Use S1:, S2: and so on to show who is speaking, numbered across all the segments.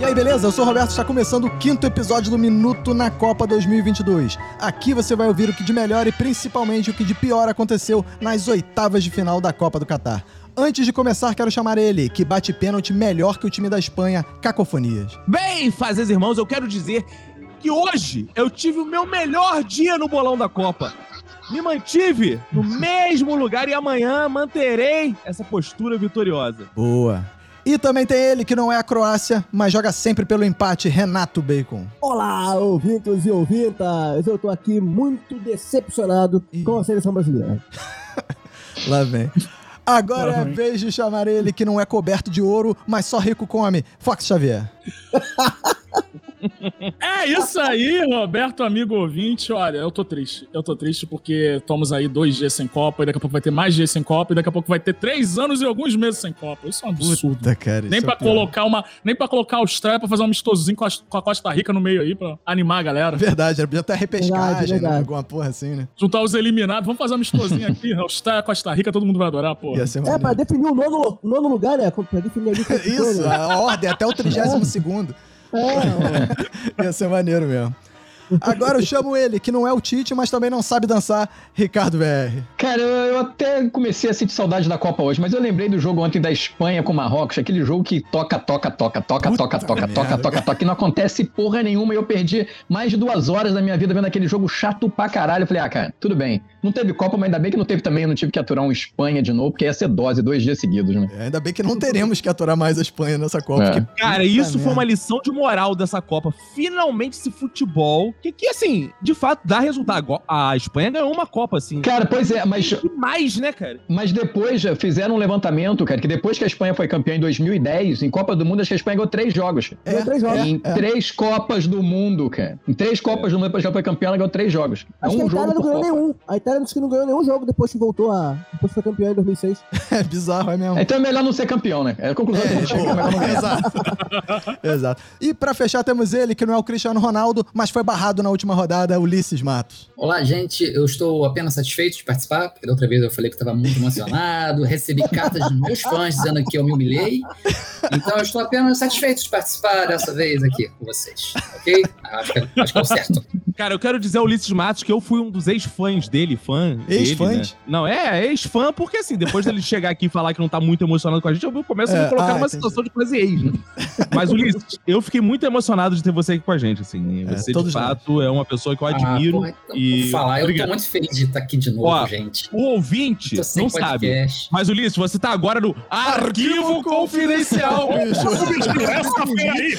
S1: E aí, beleza? Eu sou o Roberto, está começando o quinto episódio do Minuto na Copa 2022. Aqui você vai ouvir o que de melhor e principalmente o que de pior aconteceu nas oitavas de final da Copa do Catar. Antes de começar, quero chamar ele, que bate pênalti melhor que o time da Espanha, Cacofonias.
S2: Bem, fazeres irmãos, eu quero dizer que hoje eu tive o meu melhor dia no bolão da Copa. Me mantive no mesmo lugar e amanhã manterei essa postura vitoriosa.
S1: Boa. E também tem ele, que não é a Croácia, mas joga sempre pelo empate, Renato Bacon.
S3: Olá, ouvintes e ouvintas! Eu tô aqui muito decepcionado com a seleção brasileira.
S1: Lá vem. Agora é a vez de chamar ele, que não é coberto de ouro, mas só rico come, Fox Xavier.
S4: É isso aí, Roberto, amigo ouvinte. Olha, eu tô triste. Eu tô triste porque estamos aí dois dias sem Copa, e daqui a pouco vai ter mais dias sem Copa, e daqui a pouco vai ter três anos e alguns meses sem Copa. Isso é um absurdo.
S1: cara. isso
S4: nem
S1: é
S4: pra
S1: o pior.
S4: colocar uma. Nem pra colocar a Austrália pra fazer um amistosozinho com a, com a Costa Rica no meio aí, pra animar a galera.
S1: Verdade, era podia até repescagem,
S3: Verdade,
S1: né?
S3: verdade.
S1: alguma porra assim, né?
S4: Juntar os eliminados. Vamos fazer um amistosozinho aqui, Austrália, Costa Rica, todo mundo vai adorar, pô.
S1: Ia ser
S3: É, pra
S1: maneiro.
S3: definir o nono, o nono lugar, né? Pra definir ali o campeão,
S1: Isso,
S3: né?
S1: a ordem, até o 32º.
S3: É,
S1: Ia ser maneiro mesmo. Agora eu chamo ele, que não é o Tite, mas também não sabe dançar, Ricardo VR.
S5: Cara, eu eu até comecei a sentir saudade da Copa hoje, mas eu lembrei do jogo ontem da Espanha com o Marrocos, aquele jogo que toca, toca, toca, toca,
S1: Puta
S5: toca, toca,
S1: merda,
S5: toca, toca, toca, que não acontece porra nenhuma e eu perdi mais de duas horas da minha vida vendo aquele jogo chato pra caralho. Eu falei, ah, cara, tudo bem. Não teve Copa, mas ainda bem que não teve também, eu não tive que aturar um Espanha de novo, porque ia ser dose dois dias seguidos, né?
S1: É, Ainda bem que não teremos que aturar mais a Espanha nessa Copa.
S5: É.
S1: porque
S2: Cara,
S1: puta
S2: isso foi
S1: merda.
S2: uma lição de moral dessa Copa. Finalmente esse futebol, que, que assim, de fato dá resultado. Agora, A Espanha ganhou uma Copa, assim.
S5: Cara, pois é, mas
S2: Demais, né, cara?
S5: Mas depois já fizeram um levantamento, cara, que depois que a Espanha foi campeã em 2010, em Copa do Mundo, acho que a Espanha ganhou três jogos.
S1: É,
S3: Ganhou três jogos.
S5: em
S1: é.
S5: três Copas do Mundo, cara. Em três Copas do Mundo, depois que ela foi campeã, ela ganhou três jogos. É
S3: Acho que a
S5: um jogo
S3: Itália não
S5: por
S3: ganhou
S5: Copa.
S3: nenhum. A Itália acho que não ganhou nenhum jogo depois que voltou a. Depois que foi campeã em 2006.
S1: É bizarro, é mesmo.
S5: Então é melhor não ser campeão, né? É a conclusão que a gente chega, é melhor não
S1: É,
S5: ganhar.
S1: exato. exato. E pra fechar, temos ele, que não é o Cristiano Ronaldo, mas foi barrado na última rodada, Ulisses Matos.
S6: Olá, gente. Eu estou apenas satisfeito de participar, porque da outra vez eu falei que estava muito emocionado, recebi cartas de meus fãs dizendo que eu me humilhei. Então, eu estou apenas satisfeito de participar dessa vez aqui com vocês, ok? Acho que, acho que é o certo.
S2: Cara, eu quero dizer ao Ulisses Matos que eu fui um dos ex-fãs dele, fã. dele,
S1: Ex-fãs?
S2: né? Não, é, ex-fã, porque assim, depois dele chegar aqui e falar que não tá muito emocionado com a gente, eu começo a
S1: É,
S2: me colocar
S1: ah,
S2: numa
S1: entendi.
S2: situação de quase ex, né? Mas, Ulisses, eu fiquei muito emocionado de ter você aqui com a gente, assim.
S1: É,
S2: Você, de
S1: todos
S2: fato, é uma pessoa que eu
S6: Ah,
S2: admiro.
S6: porra, então,
S2: e-
S6: vou falar. Eu
S2: Obrigado.
S6: estou muito feliz de estar aqui de novo,
S2: Ó,
S6: gente.
S2: o ouvinte
S6: Tô
S2: não
S6: sem
S2: sabe.
S6: podcast.
S2: Mas, Ulisses, você tá agora no Arquivo Confidencial.
S4: Essa-feira aí,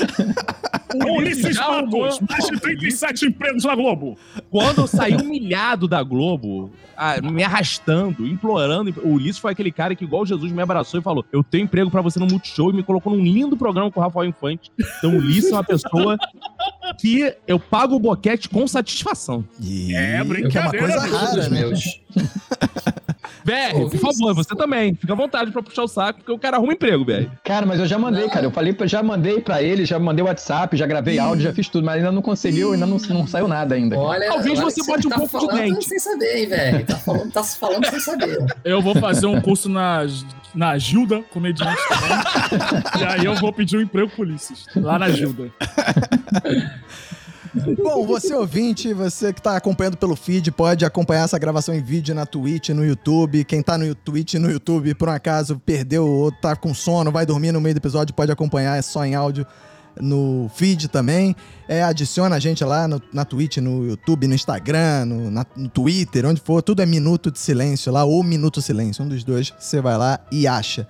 S4: Ulisses
S2: Já arrumou.
S4: Matos, mais de 37 empregos na Globo.
S2: Quando eu saí humilhado da Globo, ah, me arrastando, implorando, o Ulisses foi aquele cara que, igual Jesus, me abraçou e falou: Eu tenho emprego pra você no Multishow e me colocou num lindo programa com o Rafael Infante. Então, o Ulisses é uma pessoa que eu pago o boquete com satisfação.
S1: É,
S4: brincadeira,
S1: Que é uma coisa
S6: Todos
S1: rara,
S6: os
S1: né?
S6: meus.
S2: BR, por favor, você também. Fica à vontade pra puxar o saco, porque o cara arruma emprego, BR.
S5: Cara, mas eu já mandei, cara. Eu falei, pra- já mandei pra ele, já mandei WhatsApp, já gravei áudio, já fiz tudo, mas ainda não conseguiu, ainda não, não saiu nada ainda. cara.
S6: Olha,
S2: Talvez
S6: olha
S2: você
S6: que
S2: bote um
S6: tá
S2: pouco de
S6: falando
S2: dente.
S6: sem saber, hein, velho. Tá falando, tá se falando sem saber.
S4: Eu vou fazer um curso na, na Gilda, comediante também. E aí eu vou pedir um emprego polícias. Lá na Gilda.
S1: Bom, você ouvinte, você que tá acompanhando pelo feed, pode acompanhar essa gravação em vídeo na Twitch, no YouTube. Quem tá no Twitch e no YouTube, por um acaso, perdeu ou tá com sono, vai dormir no meio do episódio, pode acompanhar, é só em áudio no feed também. É, adiciona a gente lá no- na Twitch, no YouTube, no Instagram, no, na- no Twitter, onde for. Tudo é Minuto de Silêncio lá, ou Minuto Silêncio. Um dos dois, você vai lá e acha.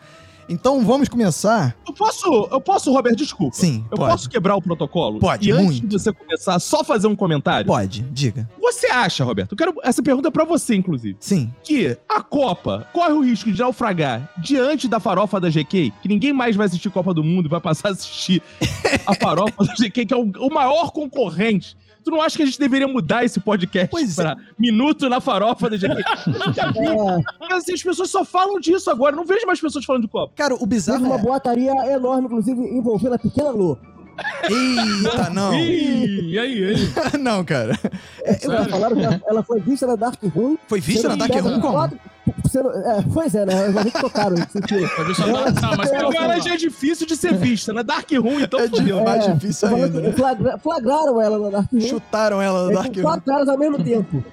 S1: Então vamos começar?
S2: Eu posso, eu posso, Roberto, desculpa.
S1: Sim,
S2: Eu
S1: pode.
S2: posso quebrar o protocolo?
S1: Pode,
S2: E antes
S1: muito.
S2: de você começar, só fazer um comentário.
S1: Pode, diga.
S2: Você acha, Roberto? Eu quero essa pergunta é pra você, inclusive.
S1: Sim.
S2: que a Copa corre o risco de naufragar diante da farofa da GK, que ninguém mais vai assistir Copa do Mundo e vai passar a assistir a farofa da GK, que é o, o maior concorrente. Tu não acha que a gente deveria mudar esse podcast
S1: Pois é.
S2: pra Minuto na Farofa da GK?
S3: É,
S1: tá
S2: Porque, assim, as pessoas só falam disso agora, eu não vejo mais pessoas falando de Copa.
S1: Cara, o
S3: teve
S1: bizarro
S3: uma
S1: é...
S3: boataria enorme, inclusive envolvendo a pequena Lu.
S1: Eita, não.
S4: Ih, e aí, e aí?
S1: não, cara.
S3: É, eles já falaram que ela, ela foi vista na Dark Room.
S1: Foi vista na
S3: Sendo
S1: Dark
S3: pega
S1: Room como?
S3: quatro- Você não- é, pois é, né? Mas muito tocaram isso. que-
S4: Vai deixar dar- Tá, mas pera-
S2: Agora já é difícil de ser vista, né? Dark Room, então
S1: É de-
S2: fudeu.
S1: mais difícil
S3: falou
S1: ainda,
S3: que
S1: né?
S3: flagra- flagraram ela na Dark Room.
S1: Chutaram ela no
S3: é,
S1: Dark
S3: Com
S1: Room.
S3: quatro caras ao mesmo tempo.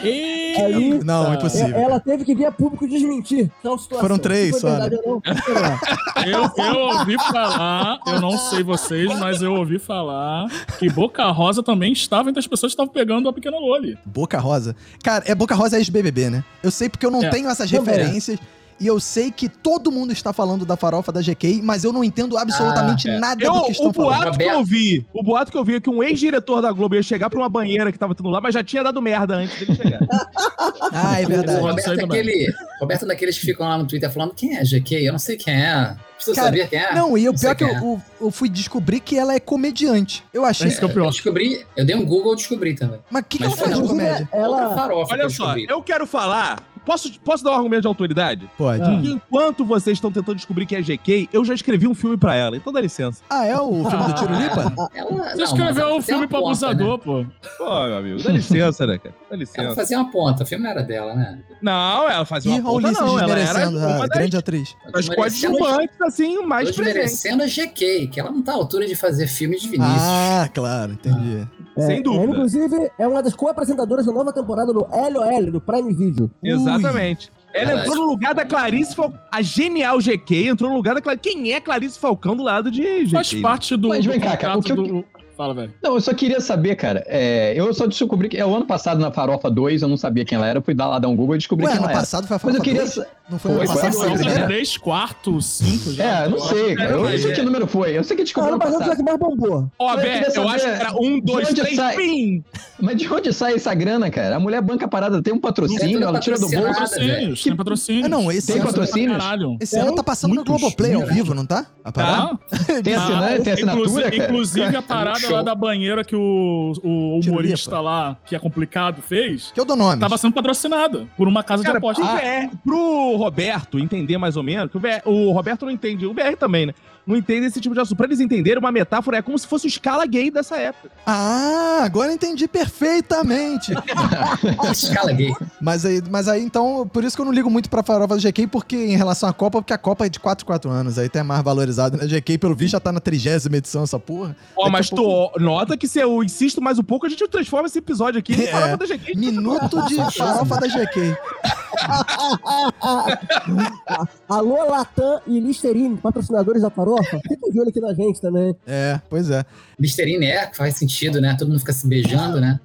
S3: Aí,
S1: Não, é impossível.
S3: é, ela teve que vir a público desmentir. tal situação.
S1: Foram três
S3: Se foi
S1: só,
S3: verdade ou não, sei lá.
S4: Eu, eu ouvi falar, eu não sei vocês, mas eu ouvi falar que Boca Rosa também estava entre as pessoas que estavam pegando a pequena Loli.
S1: Boca Rosa. Cara, é Boca Rosa é ex-BBB, né? Eu sei porque eu não
S4: É,
S1: tenho essas
S3: também.
S1: referências. E eu sei que todo mundo está falando da farofa da GK, mas eu não entendo absolutamente
S6: Ah, é.
S1: nada
S2: Eu,
S1: do que estão
S2: o boato
S1: falando.
S2: que eu vi, o boato que eu vi é que um ex-diretor da Globo ia chegar pra uma banheira que tava tendo lá, mas já tinha dado merda antes dele chegar.
S1: Ah, é
S6: O
S1: verdade.
S6: Roberto
S4: Isso aí
S6: é
S4: também.
S6: aquele. Roberto é daqueles que ficam lá no Twitter falando quem é GK? Eu não sei quem é. Preciso
S1: Cara,
S6: saber quem é.
S1: Não, e o pior
S6: sei
S1: é que eu,
S6: quem é.
S1: eu- eu fui descobrir que ela é comediante. Eu achei.
S4: Esse que é o
S6: Eu
S4: pior.
S6: descobri, eu dei um Google e descobri também.
S1: Mas o que, que
S6: Mas
S1: ela faz de
S6: não,
S3: Inclusive,
S1: comédia?
S6: Outra
S3: ela.
S6: farofa. que
S2: Olha
S6: eu
S2: só,
S6: descobri.
S2: eu quero falar. Posso, posso dar um argumento de autoridade?
S1: Pode.
S4: Hum.
S2: Enquanto vocês estão tentando descobrir quem é GK, eu já escrevi um filme pra ela, então dá licença.
S1: Ah, é o filme do Tiro Lipa?
S6: Ela,
S4: Você
S6: não, mas
S4: escreveu
S6: ela
S4: um
S6: fazia
S4: filme
S6: uma
S4: pro
S6: ponta, né?
S4: abusador, pô.
S2: Pô, meu amigo, dá licença, né, cara? Dá
S6: Ela
S2: licença.
S6: fazia uma ponta, o filme não era dela, né?
S2: Não, ela fazia
S1: Ih,
S2: uma ponta,
S1: Ulisses
S2: não. Ela era
S1: desmerecendo ah,
S2: uma
S1: a
S2: das,
S1: grande atriz.
S2: das
S6: Desmerecendo-
S2: coadjuvantes, assim, mais
S6: Tô
S2: presentes.
S6: desmerecendo a GK, que ela não tá à altura de fazer filme de Vinícius.
S1: Ah, claro, entendi.
S3: é,
S2: Sem
S3: ela,
S2: dúvida.
S3: inclusive, é uma das co-apresentadoras da nova temporada do LOL, do Prime Video.
S2: Exatamente. Ela
S6: Verdade.
S2: entrou no lugar da Clarice Falcão. A genial GK entrou no lugar da Clarice. Quem é Clarice Falcão do lado de GK?
S4: Faz parte do.
S5: Mas
S4: do
S5: vem cá, cara, o
S4: contrato
S5: que eu-
S4: do- Fala, velho.
S5: Não, eu só queria saber, cara. é, eu só descobri que. É, o ano passado, na Farofa 2, eu não sabia quem ela era. Eu fui dar lá dar um Google e descobri
S1: Ué,
S5: quem
S1: ano
S5: ela era.
S1: passado foi a
S5: Mas
S1: farofa
S5: eu queria.
S1: dois?
S5: sa-
S1: Não foi ano
S5: Foi,
S1: passado, né?
S5: foi
S1: foi é a
S5: ano
S1: primeira?
S5: passado.
S4: Três, quatro, cinco já.
S5: É, eu não sei, cara. Eu não sei que número foi. Eu sei que descobri
S1: Ah,
S3: Cara,
S5: Ah, ano
S3: mas ela foi a
S5: passado.
S3: que mais bombou.
S2: Ó,
S5: Mas eu
S2: Bé,
S5: queria
S2: eu
S5: saber
S2: acho que era um, dois,
S5: onde
S2: três,
S5: sai-
S2: pim!
S5: Mas de onde sai essa grana, cara? A mulher banca a parada, tem um patrocínio,
S6: Não,
S5: ela tira do
S6: patrocínio.
S5: bolso.
S4: Patrocínios,
S5: Que-
S4: tem patrocínios.
S1: Ah, não, esse
S5: Tem
S1: ano-
S5: patrocínios?
S4: Caralho.
S1: Esse ano tá passando no
S5: Muitos.
S1: Globoplay ao vivo, não tá? A parada?
S4: Tá?
S5: Tem, assina- tem assinatura,
S4: inclusive,
S5: cara? é um
S4: inclusive a parada
S5: show.
S4: lá da banheira que o, o
S1: Tiro
S4: humorista
S1: limpa.
S4: lá, que é complicado, fez,
S1: Que é eu dou nome.
S4: tava sendo patrocinada por uma casa de
S2: Cara, pro,
S4: apostas.
S5: ah,
S2: Bé- pro Roberto entender mais ou menos, que o, Bé- o Roberto não entende, o BR também, né? Não entende esse tipo de assunto. Pra eles entenderem, uma metáfora é como se fosse o escala gay dessa época.
S1: Ah, agora eu entendi perfeitamente.
S6: Escala gay.
S1: mas, aí, mas aí, então, por isso que eu não ligo muito pra farofa da GK, porque em relação à Copa, porque a Copa é de 4 4 anos, aí tem mais valorizado. Né? A GK, pelo visto, já tá na trigésima edição, essa porra.
S2: Ó,
S1: Daqui a
S2: mas tu nota que se eu insisto mais um pouco, a gente transforma esse episódio aqui em
S1: É.
S2: farofa da GK.
S1: Minuto de farofa da GK.
S3: Alô, Latam e Listerine, patrocinadores da farofa. Fica de olho aqui na gente também.
S1: É, pois é.
S6: Listerine é, faz sentido, né? Todo mundo fica se beijando, né?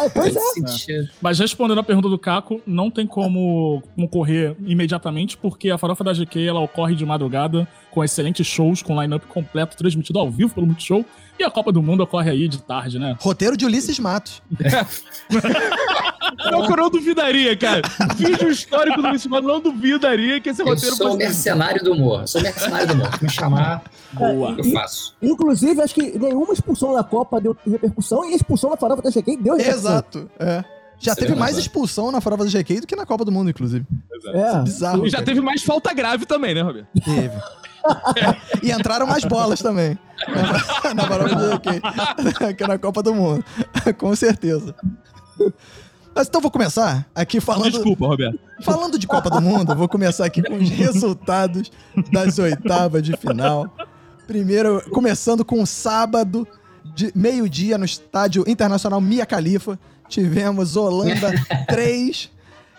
S3: É, pois
S6: Faz
S3: é.
S6: sentido.
S4: Mas respondendo a pergunta do Caco, não tem como concorrer imediatamente, porque a farofa da GQ ela ocorre de madrugada, com excelentes shows, com line-up completo, transmitido ao vivo pelo Multishow, e a Copa do Mundo ocorre aí de tarde, né?
S1: Roteiro de Ulisses Matos.
S2: Não, que eu não duvidaria, cara. Vídeo histórico do Vinicius, não duvidaria que esse
S6: Eu
S2: roteiro assim.
S6: sou um mercenário do humor. eu Sou mercenário do humor. Me chamar,
S4: Boa.
S6: eu faço.
S3: Inclusive, acho que nenhuma expulsão na Copa deu repercussão e a expulsão na farofa da Chequei deu repercussão.
S1: Exato. É. Já
S6: Isso é
S1: teve mais
S6: verdade.
S1: expulsão na farofa da GK do que na Copa do Mundo, inclusive.
S3: É.
S1: Bizarro.
S2: E já
S1: cara.
S2: teve mais falta grave também, né, Roberto?
S1: Teve. e entraram mais bolas também. Na, na farofa do UK. Que é na Copa do Mundo. Com certeza. Mas então vou começar aqui falando,
S2: Desculpa, Roberto.
S1: falando de Copa do Mundo. eu Vou começar aqui com os resultados das oitavas de final. Primeiro, começando com o sábado, de meio-dia, no estádio internacional Mia Khalifa. Tivemos Holanda 3,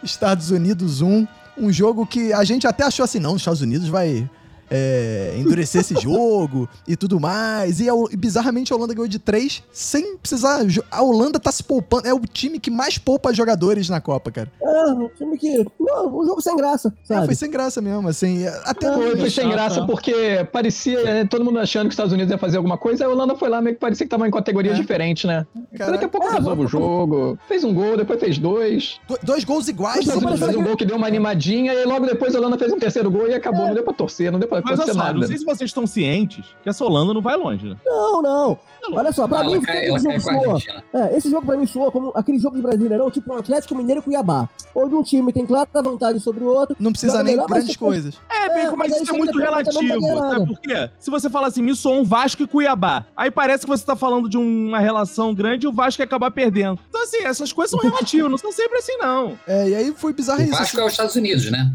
S1: Estados Unidos 1. Um jogo que a gente até achou assim: não, os Estados Unidos vai é, endurecer esse jogo e tudo mais. E, a Hol- e bizarramente a Holanda ganhou de 3 sem precisar. jo- A Holanda tá se poupando. É o time que mais poupa jogadores na Copa, cara.
S3: É, um time que. Não, um jogo sem graça,
S1: É,
S3: sabe?
S1: foi sem graça mesmo, assim. Até
S5: Foi, foi sem
S4: Chato,
S5: graça,
S4: né?
S5: porque parecia né, todo mundo achando que os Estados Unidos ia fazer alguma coisa, aí a Holanda foi lá, meio que parecia que tava em categorias
S1: É.
S5: diferentes, né? Daqui
S1: cara,
S5: a pouco resolve o jogo, fez um gol, depois fez dois.
S1: do- dois gols
S5: Os
S1: iguais. assim,
S5: Estados Unidos fez um gol que deu uma animadinha, e aí logo depois a Holanda fez um terceiro gol e acabou, não deu pra torcer, não deu pra vai
S2: Mas olha
S5: acontecer
S2: só, não
S5: nada.
S2: sei se vocês estão cientes que essa Holanda não vai longe, né?
S3: Não, não. Olha só, pra
S6: Não,
S3: mim,
S6: ela cai,
S3: o
S6: ela
S3: jogo
S6: cai com a
S3: soa.
S6: Argentina.
S3: É, esse jogo pra mim soa como aquele jogo de Brasileirão, tipo um Atlético Mineiro e Cuiabá. Onde um time tem clara vantagem sobre o outro.
S1: Não precisa
S3: Joga
S1: nem
S3: melhor, mas
S1: grandes
S3: você-
S1: coisas.
S2: É, bem,
S3: É,
S2: mas
S3: mas aí
S2: isso é
S3: chega
S2: muito
S3: também, mas também
S2: relativo.
S3: não tá
S2: Sabe
S3: ganhando.
S2: por quê? Se você fala assim, me soam Vasco e Cuiabá, aí parece que você tá falando de uma relação grande e o Vasco ia acabar perdendo. Então, assim, essas coisas são relativas, não são sempre assim, não.
S1: É, e aí foi bizarro
S6: O
S1: isso. assim.
S6: Vasco é os Estados Unidos, né?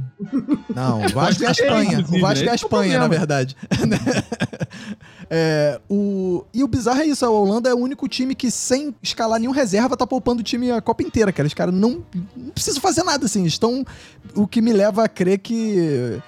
S1: Não, o Vasco é a
S2: É,
S1: Espanha.
S2: inclusive,
S1: O Vasco
S2: né?
S1: é a
S2: Esse é o
S1: Espanha, na
S2: problema.
S1: verdade. É, o... E o bizarro é isso, a Holanda é o único time que, sem escalar nenhum reserva, tá poupando o time a Copa inteira, cara. Os caras não, não precisam fazer nada, assim. Estão. O que me leva a crer que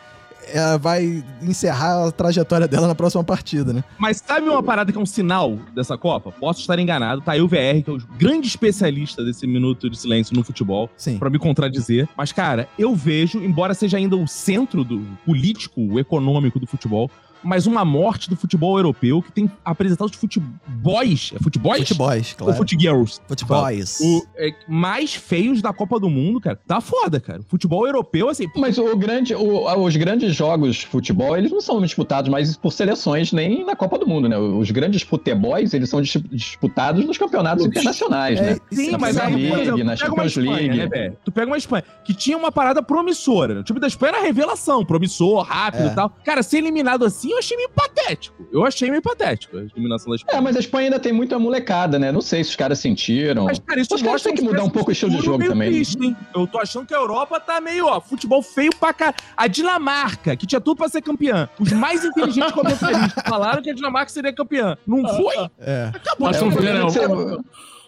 S1: ela vai encerrar a trajetória dela na próxima partida, né?
S2: Mas sabe uma parada que é um sinal dessa Copa? Posso estar enganado, tá aí o VR, que é o grande especialista desse minuto de silêncio no futebol.
S1: Sim.
S2: Pra me contradizer. Mas, cara, eu vejo, embora seja ainda o centro do político, o econômico do futebol, mas uma morte do futebol europeu que tem apresentado os futeboys. É futeboys?
S1: Futeboys,
S2: Ou
S1: claro.
S2: futigueiros?
S1: Futeboys.
S2: O, é, mais feios da Copa do Mundo, cara. Tá foda, cara. O Futebol europeu, assim. pô,
S5: Mas o grande, o- os grandes jogos de futebol, eles não são disputados mais por seleções nem na Copa do Mundo, né? Os grandes futebols, eles são dis- disputados nos campeonatos
S6: Clubes.
S5: internacionais,
S1: É,
S5: né?
S1: isso
S2: Sim,
S1: é
S2: mas
S5: na
S1: bizarro.
S2: aí, por
S5: League,
S2: exemplo,
S5: na
S2: tu pega uma
S5: Champions
S2: Espanha, né,
S5: League.
S2: velho? Tu pega uma Espanha, que tinha uma parada promissora. né? O time da Espanha era revelação, promissor, rápido e
S1: É.
S2: tal. Cara, ser eliminado assim, eu achei meio patético. Eu achei meio patético a eliminação da Espanha.
S5: É, mas a Espanha ainda tem muita molecada, né? Não sei se os caras sentiram.
S2: Mas, cara, isso
S5: Os caras
S2: mostra
S5: têm que mudar um pouco o estilo de
S2: futuro
S5: jogo
S2: meio
S5: também. né?
S2: Triste, hein? Eu tô achando que a Europa tá meio, ó, futebol feio pra cá. A Dinamarca, que tinha tudo pra ser campeã. Os mais inteligentes comentaristas falaram que a Dinamarca seria campeã. Não foi?
S1: É.
S2: Acabou. é
S4: Mas
S5: Ah, É,
S4: são
S5: o
S4: Vera,
S5: grande-